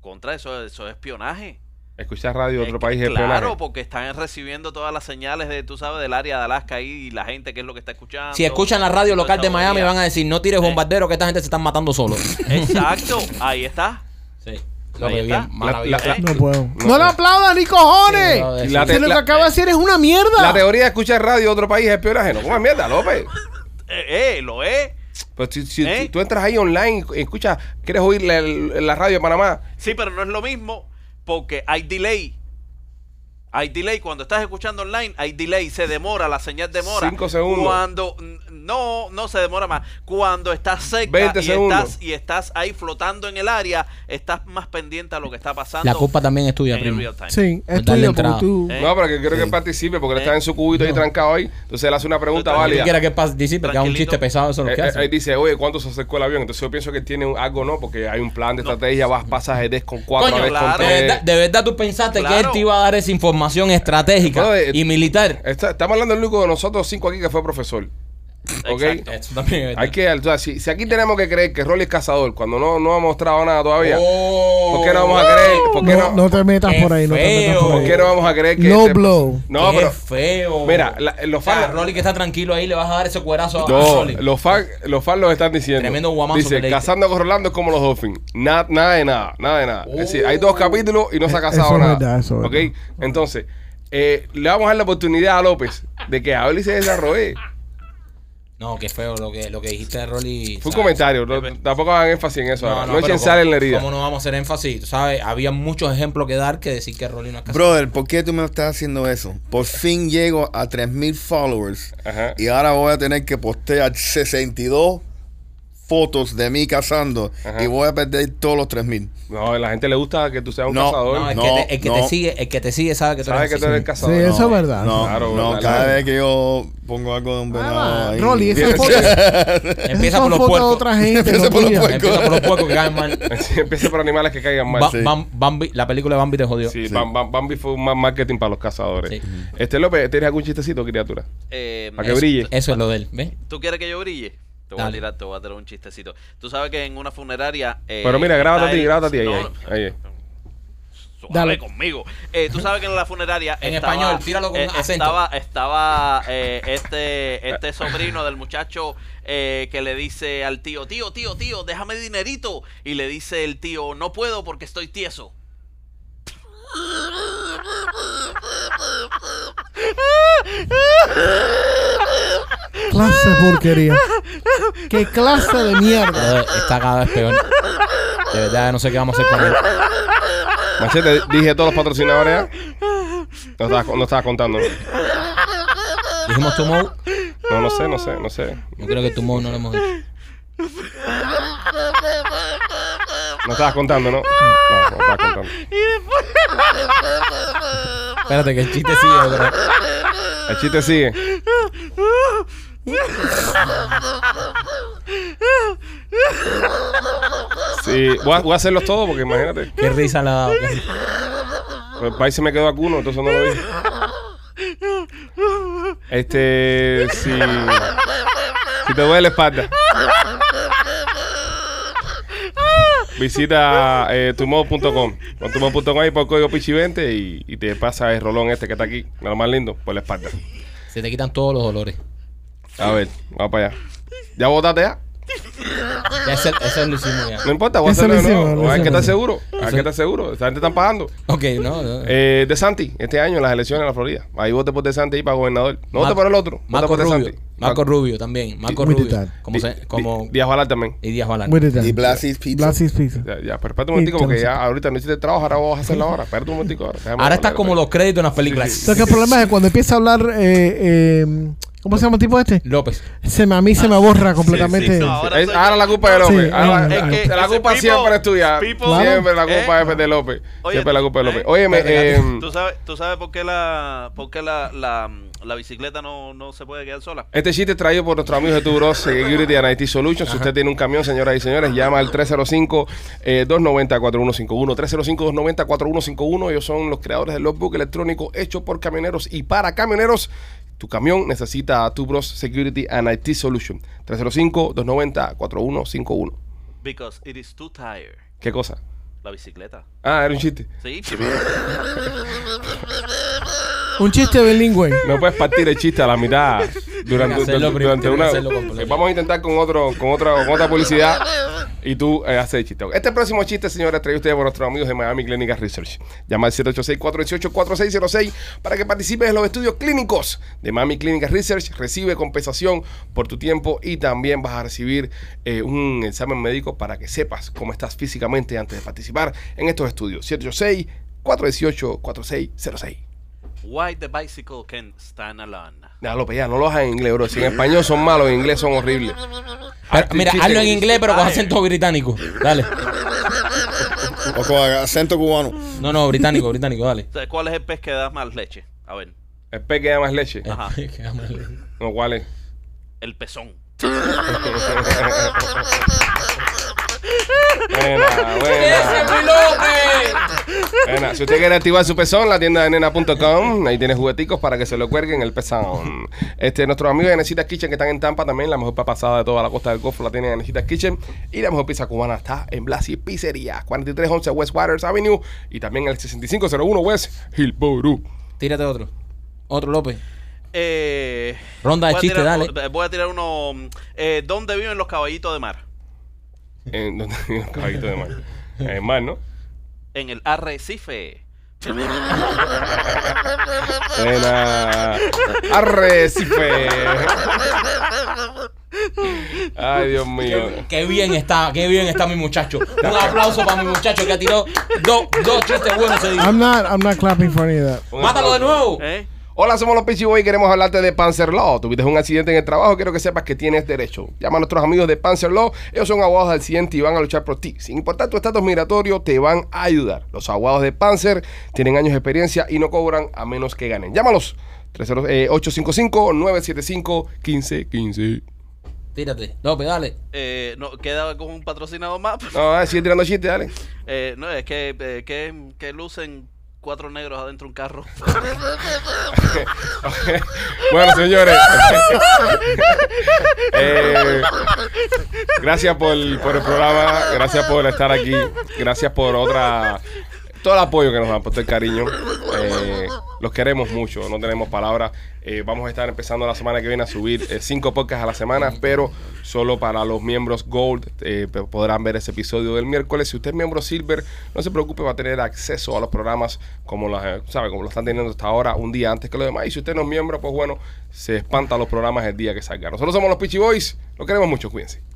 [SPEAKER 6] Contra eso, eso es espionaje.
[SPEAKER 3] Escuchar radio de
[SPEAKER 6] Es
[SPEAKER 3] otro
[SPEAKER 6] que-
[SPEAKER 3] país es
[SPEAKER 6] claro,
[SPEAKER 3] espionaje.
[SPEAKER 6] porque están recibiendo todas las señales de, tú sabes, del área de Alaska ahí y la gente que es lo que está escuchando.
[SPEAKER 7] Si escuchan la radio
[SPEAKER 6] y toda
[SPEAKER 7] local de
[SPEAKER 6] esa
[SPEAKER 7] Miami
[SPEAKER 6] bobería.
[SPEAKER 7] van a decir, no tires
[SPEAKER 6] Eh.
[SPEAKER 7] bombardero que esta gente se están matando solo.
[SPEAKER 6] Exacto, ahí está.
[SPEAKER 7] Sí.
[SPEAKER 6] Ahí
[SPEAKER 7] López,
[SPEAKER 6] está.
[SPEAKER 7] bien. Maravilloso.
[SPEAKER 6] La- la-
[SPEAKER 4] No puedo.
[SPEAKER 3] No
[SPEAKER 4] No,
[SPEAKER 3] puedo.
[SPEAKER 4] lo aplaudan ni cojones.
[SPEAKER 7] Sí, brother,
[SPEAKER 3] Y la
[SPEAKER 7] sí.
[SPEAKER 4] Si lo que
[SPEAKER 3] la-
[SPEAKER 4] acaba de decir es una
[SPEAKER 3] La
[SPEAKER 4] mierda.
[SPEAKER 3] teoría de escuchar radio de otro país es espionaje. No comas mierda, López.
[SPEAKER 6] Eh, eh, lo es.
[SPEAKER 3] Pero si, si-
[SPEAKER 6] ¿Eh?
[SPEAKER 3] si tú entras ahí online y escuchas, ¿quieres oír la, la radio de Panamá?
[SPEAKER 6] Sí, pero no es lo mismo porque hay delay. Hay delay. Cuando estás escuchando online, hay delay. Se demora, la señal demora.
[SPEAKER 3] Cinco segundos.
[SPEAKER 6] Cuando. n- No, no se demora más. Cuando estás cerca
[SPEAKER 3] 20
[SPEAKER 6] y,
[SPEAKER 3] segundos.
[SPEAKER 6] estás, y estás ahí flotando en el área, estás más pendiente a lo que está pasando.
[SPEAKER 7] La culpa también es tuya,
[SPEAKER 6] en
[SPEAKER 7] primo.
[SPEAKER 6] real time.
[SPEAKER 4] Sí,
[SPEAKER 7] Darle
[SPEAKER 4] es tuyo,
[SPEAKER 7] Pues entrada.
[SPEAKER 4] porque tú-
[SPEAKER 6] Eh,
[SPEAKER 3] No, pero que quiero que participe porque él está en su cubito ahí trancado ahí. Entonces él hace una pregunta
[SPEAKER 6] Yo
[SPEAKER 3] válida.
[SPEAKER 7] Cualquiera que pase, dice, porque haga un
[SPEAKER 6] Tranquilito.
[SPEAKER 7] chiste pesado, eso es lo
[SPEAKER 3] Eh,
[SPEAKER 7] que
[SPEAKER 3] eh,
[SPEAKER 7] hace.
[SPEAKER 3] él dice, oye, ¿cuánto se acercó el avión? Entonces yo pienso que tiene un- algo, ¿no? Porque hay un plan de estrategia, vas pasaje de con cuatro,
[SPEAKER 6] Coño,
[SPEAKER 3] des
[SPEAKER 6] claro.
[SPEAKER 3] con
[SPEAKER 7] De verdad,
[SPEAKER 3] tres.
[SPEAKER 7] de verdad tú pensaste
[SPEAKER 6] Claro.
[SPEAKER 7] que él te iba a dar esa información estratégica
[SPEAKER 3] Brother,
[SPEAKER 7] y militar.
[SPEAKER 3] Está- estamos hablando del único de nosotros cinco aquí que fue profesor. ¿Ok?
[SPEAKER 6] Exacto.
[SPEAKER 7] Eso también es verdad.
[SPEAKER 3] Hay que, o sea, si, si aquí tenemos que creer que Rolly es cazador cuando no, no ha mostrado nada todavía,
[SPEAKER 7] Oh.
[SPEAKER 3] ¿por qué no vamos a creer? ¿Por qué
[SPEAKER 4] No,
[SPEAKER 3] no,
[SPEAKER 4] no te metas
[SPEAKER 7] Qué
[SPEAKER 4] por ahí, no te metas
[SPEAKER 7] feo.
[SPEAKER 4] por
[SPEAKER 3] por
[SPEAKER 4] ahí.
[SPEAKER 3] qué no vamos a creer que...
[SPEAKER 4] Low
[SPEAKER 3] este-
[SPEAKER 4] blow.
[SPEAKER 3] No,
[SPEAKER 7] Qué
[SPEAKER 3] pero...
[SPEAKER 7] feo.
[SPEAKER 3] Mira, la- eh, los
[SPEAKER 7] O sea,
[SPEAKER 3] fans...
[SPEAKER 7] Rolly que está tranquilo ahí, le vas a dar ese cuerazo a- a
[SPEAKER 3] No,
[SPEAKER 7] Rolly.
[SPEAKER 3] los fans los fans los están diciendo.
[SPEAKER 7] Tremendo guamazo que
[SPEAKER 3] Dice,
[SPEAKER 7] le diste.
[SPEAKER 3] cazando con Rolando es como los Dolphins. Nada, nada de nada, nada de nada. Es decir, hay
[SPEAKER 7] Oh.
[SPEAKER 3] dos capítulos y no se ha
[SPEAKER 4] Eh,
[SPEAKER 3] casado
[SPEAKER 4] eso es
[SPEAKER 3] nada.
[SPEAKER 4] verdad, eso es
[SPEAKER 3] ¿Ok?
[SPEAKER 4] verdad.
[SPEAKER 3] Entonces, eh, le vamos a dar la oportunidad a López de que hable y se desarrolle.
[SPEAKER 7] No, qué feo lo que, lo que dijiste de Rolly.
[SPEAKER 3] Fue un
[SPEAKER 7] ¿sabes?
[SPEAKER 3] comentario, no- tampoco hagan énfasis en eso. ahora. No,
[SPEAKER 7] pero
[SPEAKER 3] echen sal en la
[SPEAKER 7] ¿cómo-
[SPEAKER 3] herida.
[SPEAKER 7] ¿Cómo no vamos a hacer énfasis? Tú sabes, había muchos ejemplos que dar que decir que Rolly no es casado.
[SPEAKER 5] Brother, ¿por qué tú me estás haciendo eso? Por fin llego a 3000 followers
[SPEAKER 3] Ajá.
[SPEAKER 5] y ahora voy a tener que postear 62 fotos de mí cazando
[SPEAKER 3] Ajá.
[SPEAKER 5] y voy a perder todos los 3000.
[SPEAKER 3] No, a la gente le gusta que tú seas un
[SPEAKER 5] No,
[SPEAKER 3] cazador.
[SPEAKER 7] No, el,
[SPEAKER 5] no,
[SPEAKER 7] que, te, el que te
[SPEAKER 5] no.
[SPEAKER 7] sigue, el que te sigue sabe que tú
[SPEAKER 3] Sabes
[SPEAKER 7] eres
[SPEAKER 3] que tú
[SPEAKER 7] así.
[SPEAKER 3] eres
[SPEAKER 4] Sí,
[SPEAKER 3] cazador.
[SPEAKER 4] eso es
[SPEAKER 3] *laughs* No.
[SPEAKER 4] verdad.
[SPEAKER 5] No,
[SPEAKER 3] Claro,
[SPEAKER 5] no,
[SPEAKER 3] la-
[SPEAKER 5] cada
[SPEAKER 3] la-
[SPEAKER 5] vez que yo pongo algo de un venado
[SPEAKER 4] Ah,
[SPEAKER 5] ahí-
[SPEAKER 4] Rolly, esa foto,
[SPEAKER 7] Empieza por los
[SPEAKER 4] de
[SPEAKER 7] puercos.
[SPEAKER 4] otra gente.
[SPEAKER 5] Empieza
[SPEAKER 4] no
[SPEAKER 5] por
[SPEAKER 4] *laughs*
[SPEAKER 5] los
[SPEAKER 4] tuya.
[SPEAKER 5] puercos.
[SPEAKER 7] Empieza por los puercos que caen mal.
[SPEAKER 3] Empieza por animales que caigan mal.
[SPEAKER 7] Ba-
[SPEAKER 3] Sí.
[SPEAKER 7] Bam- Bambi- la película de Bambi te jodió.
[SPEAKER 3] Sí, Bam- Bam- Bambi fue un ma- marketing para los cazadores.
[SPEAKER 7] Sí.
[SPEAKER 3] Este López, ¿tienes algún chistecito, criatura?
[SPEAKER 6] Eh,
[SPEAKER 3] Para que
[SPEAKER 7] Eso-
[SPEAKER 3] brille.
[SPEAKER 7] Eso es lo de él. ¿Ves?
[SPEAKER 6] ¿Tú quieres que yo brille? Te voy a
[SPEAKER 7] Dale.
[SPEAKER 6] tirar, te voy a tirar un chistecito. Tú sabes que en una funeraria. eh,
[SPEAKER 3] Pero mira, grábate a ti,
[SPEAKER 6] está el-
[SPEAKER 3] grábate a ti. Ahí,
[SPEAKER 6] No,
[SPEAKER 3] ahí, ahí, ahí.
[SPEAKER 6] suave
[SPEAKER 4] Dale.
[SPEAKER 6] conmigo. Eh, tú sabes que en la funeraria.
[SPEAKER 7] En
[SPEAKER 6] estaba- eh,
[SPEAKER 7] español, tíralo con acento.
[SPEAKER 6] Estaba, estaba eh, este, este sobrino del muchacho eh, que le dice al tío: Tío, tío, tío, déjame dinerito. Y le dice el tío: No puedo porque estoy tieso.
[SPEAKER 4] clase de porquería. Qué clase de mierda.
[SPEAKER 7] Brother, Está cada vez peor. De verdad, no sé qué vamos a hacer con él.
[SPEAKER 3] Machete, dije todos los ¿ah? patrocinadores. ya? No estabas, no estabas contando. ¿no?
[SPEAKER 7] Dijimos tu Mou.
[SPEAKER 3] No, no sé, no sé, no sé.
[SPEAKER 7] Yo creo que tu no lo hemos hecho.
[SPEAKER 3] No estabas contando, ¿no? No, no estabas contando.
[SPEAKER 6] Y después.
[SPEAKER 7] Espérate, que el chiste sigue. pero-
[SPEAKER 3] El chiste sigue. Sí, voy a, voy a hacerlos todos porque imagínate.
[SPEAKER 7] Qué risa le ha dado.
[SPEAKER 3] Pues el país se me quedó alguno, entonces no lo dije. Este, si, si te duele la espalda, visita eh, tumor.com. Con tumor.com ahí por código pichi 20 y, y te pasa el rolón este que está aquí, lo más lindo, por la espalda.
[SPEAKER 7] Se te quitan todos los dolores.
[SPEAKER 3] A ver, vamos para allá. ¿Ya votaste ya?
[SPEAKER 7] Ya ese, ese lo hicimos ya.
[SPEAKER 3] No importa, voy a
[SPEAKER 4] Eso lo
[SPEAKER 3] hacerlo de
[SPEAKER 4] hicimos,
[SPEAKER 3] nuevo.
[SPEAKER 4] lo
[SPEAKER 3] Hay que
[SPEAKER 4] hicimos.
[SPEAKER 3] estar seguro, hay que estar seguro. Esta gente están pagando.
[SPEAKER 7] Ok, no. no.
[SPEAKER 3] Eh, de Santi, este año en las elecciones en la Florida. Ahí vote por De Santi y para gobernador. No vote
[SPEAKER 7] Marco-
[SPEAKER 3] por el otro. Vote
[SPEAKER 7] Marco
[SPEAKER 3] por De
[SPEAKER 7] Rubio.
[SPEAKER 3] Santi.
[SPEAKER 7] Marco Rubio también. Marco
[SPEAKER 4] Muy
[SPEAKER 7] Rubio.
[SPEAKER 4] total.
[SPEAKER 7] Como
[SPEAKER 3] Di-
[SPEAKER 7] se, como
[SPEAKER 3] Di- Díaz Valar también.
[SPEAKER 7] y Díaz Balán.
[SPEAKER 4] Muy detalle.
[SPEAKER 5] *laughs* Y Blasis Pizza.
[SPEAKER 4] Blasis Pizza.
[SPEAKER 3] Ya, ya, pero espérate un momentico porque
[SPEAKER 4] Entonces-
[SPEAKER 3] ya ahorita no hiciste el trabajo, ahora vos vas a hacer la hora. Espérate un momentico. ahora. Déjame
[SPEAKER 7] Ahora
[SPEAKER 3] hablar,
[SPEAKER 7] estás como
[SPEAKER 3] espérate.
[SPEAKER 7] los créditos en las películas.
[SPEAKER 4] Entonces, el problema es que cuando empieza a hablar, eh, eh, ¿cómo se llama el tipo este?
[SPEAKER 7] López.
[SPEAKER 4] Se me, a mí se me borra completamente.
[SPEAKER 6] sí, no,
[SPEAKER 3] Es- Ahora,
[SPEAKER 6] Ahora soy yo.
[SPEAKER 3] la culpa es de
[SPEAKER 4] Sí,
[SPEAKER 3] López. ahora la,
[SPEAKER 4] es que
[SPEAKER 3] la
[SPEAKER 6] ese
[SPEAKER 3] culpa
[SPEAKER 6] people-
[SPEAKER 3] siempre es tuya.
[SPEAKER 6] people-
[SPEAKER 3] Siempre la culpa
[SPEAKER 6] ¿Eh?
[SPEAKER 3] es de López.
[SPEAKER 6] Oye,
[SPEAKER 3] siempre la culpa es de López.
[SPEAKER 6] ¿eh?
[SPEAKER 3] Óyeme,
[SPEAKER 7] Espérate,
[SPEAKER 3] eh,
[SPEAKER 6] ¿Tú sabes, ¿Tú sabes por qué la, por qué la, la, la bicicleta no, no se puede quedar sola?
[SPEAKER 3] Este chiste es traído por nuestros amigos de Tubros Security and IT Solutions. Si usted tiene un camión, señoras y señores, llama al eh, 305-290-4151. 305-290-4151. Ellos son los creadores del logbook electrónico hecho por camioneros y para camioneros. Tu camión necesita a Tubros Security and IT Solution. 305-290-4151.
[SPEAKER 6] Because it is too tired.
[SPEAKER 3] ¿Qué cosa?
[SPEAKER 6] La bicicleta.
[SPEAKER 3] Ah, era un chiste.
[SPEAKER 6] Sí.
[SPEAKER 4] Un chiste bilingüe.
[SPEAKER 3] No puedes partir el chiste a la mitad durante,
[SPEAKER 7] Tienes que
[SPEAKER 3] durante-
[SPEAKER 7] hacerlo primero,
[SPEAKER 3] durante
[SPEAKER 7] tienes
[SPEAKER 3] una.
[SPEAKER 7] que hacerlo completo.
[SPEAKER 3] Eh, Vamos a intentar con otro, con otra, con otra publicidad y tú eh, haces el chiste. Este próximo chiste, señores, traído ustedes por nuestros amigos de Miami Clinical Research. Llama al 786-418-4606 para que participes en los estudios clínicos de Miami Clinical Research. Recibe compensación por tu tiempo y también vas a recibir eh, un examen médico para que sepas cómo estás físicamente antes de participar en estos estudios. 786-418-4606.
[SPEAKER 6] Why the bicycle can stand alone.
[SPEAKER 3] Ya, López, ya, no lo hagas en inglés, bro. Si en español son malos, en inglés son horribles.
[SPEAKER 7] Pero, mira,
[SPEAKER 3] chiste
[SPEAKER 7] hazlo en
[SPEAKER 3] que-
[SPEAKER 7] inglés, pero con
[SPEAKER 6] Vale.
[SPEAKER 7] acento británico. Dale.
[SPEAKER 5] O con acento cubano.
[SPEAKER 7] No, no, británico, británico, dale. *laughs*
[SPEAKER 6] ¿Sabes ¿Cuál es el pez que da más leche? A ver.
[SPEAKER 3] El pez que da más leche.
[SPEAKER 7] Ah.
[SPEAKER 6] Ajá.
[SPEAKER 3] No, ¿cuál es?
[SPEAKER 6] El pezón.
[SPEAKER 3] Buena,
[SPEAKER 7] *laughs*
[SPEAKER 3] buena.
[SPEAKER 7] eh.
[SPEAKER 3] Buena. Si usted quiere activar su pezón, la tienda de nena.com. Ahí tiene jugueticos para que se lo cuelguen el pezón. Este, nuestros amigos de Necesitas Kitchen que están en Tampa también. La mejor papa asada de toda la costa del Golfo la tiene en Necesitas Kitchen. Y la mejor pizza cubana está en Blasi Pizzería. 4311 West Waters Avenue. Y también el 6501 West Hillborough.
[SPEAKER 7] Tírate otro. Otro López.
[SPEAKER 6] Eh,
[SPEAKER 7] Ronda de
[SPEAKER 6] voy a
[SPEAKER 7] chiste,
[SPEAKER 6] tirar-
[SPEAKER 7] dale.
[SPEAKER 6] Voy a tirar uno. eh, ¿Dónde viven los caballitos de mar?
[SPEAKER 3] En donde hay un caballito de mar. Eh, En mar, ¿no?
[SPEAKER 6] En el arrecife.
[SPEAKER 3] Buena. Arrecife. Ay, Dios mío.
[SPEAKER 7] Qué bien está, qué bien está mi muchacho. Un aplauso para mi muchacho que ha tirado dos, dos chistes buenos ese día.
[SPEAKER 4] I'm not, I'm not clapping for any of that.
[SPEAKER 3] Un
[SPEAKER 7] Mátalo de nuevo.
[SPEAKER 6] *laughs* ¿Eh?
[SPEAKER 3] Hola, somos los Peachy Boys y queremos hablarte de Panzer Law. Tuviste un accidente en el trabajo, quiero que sepas que tienes derecho. Llama a nuestros amigos de Panzer Law, ellos son abogados de accidente y van a luchar por ti. Sin importar tu estatus migratorio, te van a ayudar. Los abogados de Panzer tienen años de experiencia y no cobran a menos que ganen. Llámalos 30, eh, 855-975-1515.
[SPEAKER 7] Tírate. López, dale.
[SPEAKER 6] Eh, no, ¿Queda con un patrocinador más?
[SPEAKER 3] No, ah, sigue tirando chistes, dale.
[SPEAKER 6] Eh, no, es que, eh, que, que lucen cuatro negros adentro de un carro.
[SPEAKER 3] Bueno, señores. *laughs* Eh, gracias por, por el programa. Gracias por estar aquí. Gracias por otra. Todo el apoyo que nos dan, por todo el cariño. Eh, los queremos mucho, no tenemos palabras. Eh, vamos a estar empezando la semana que viene a subir eh, cinco podcasts a la semana, pero solo para los miembros Gold eh, p- podrán ver ese episodio del miércoles. Si usted es miembro Silver, no se preocupe, va a tener acceso a los programas como, las, eh, sabe, como lo están teniendo hasta ahora, un día antes que los demás. Y si usted no es miembro, pues bueno, se espanta los programas el día que salga. Nosotros somos los Peachy Boys, lo queremos mucho, cuídense.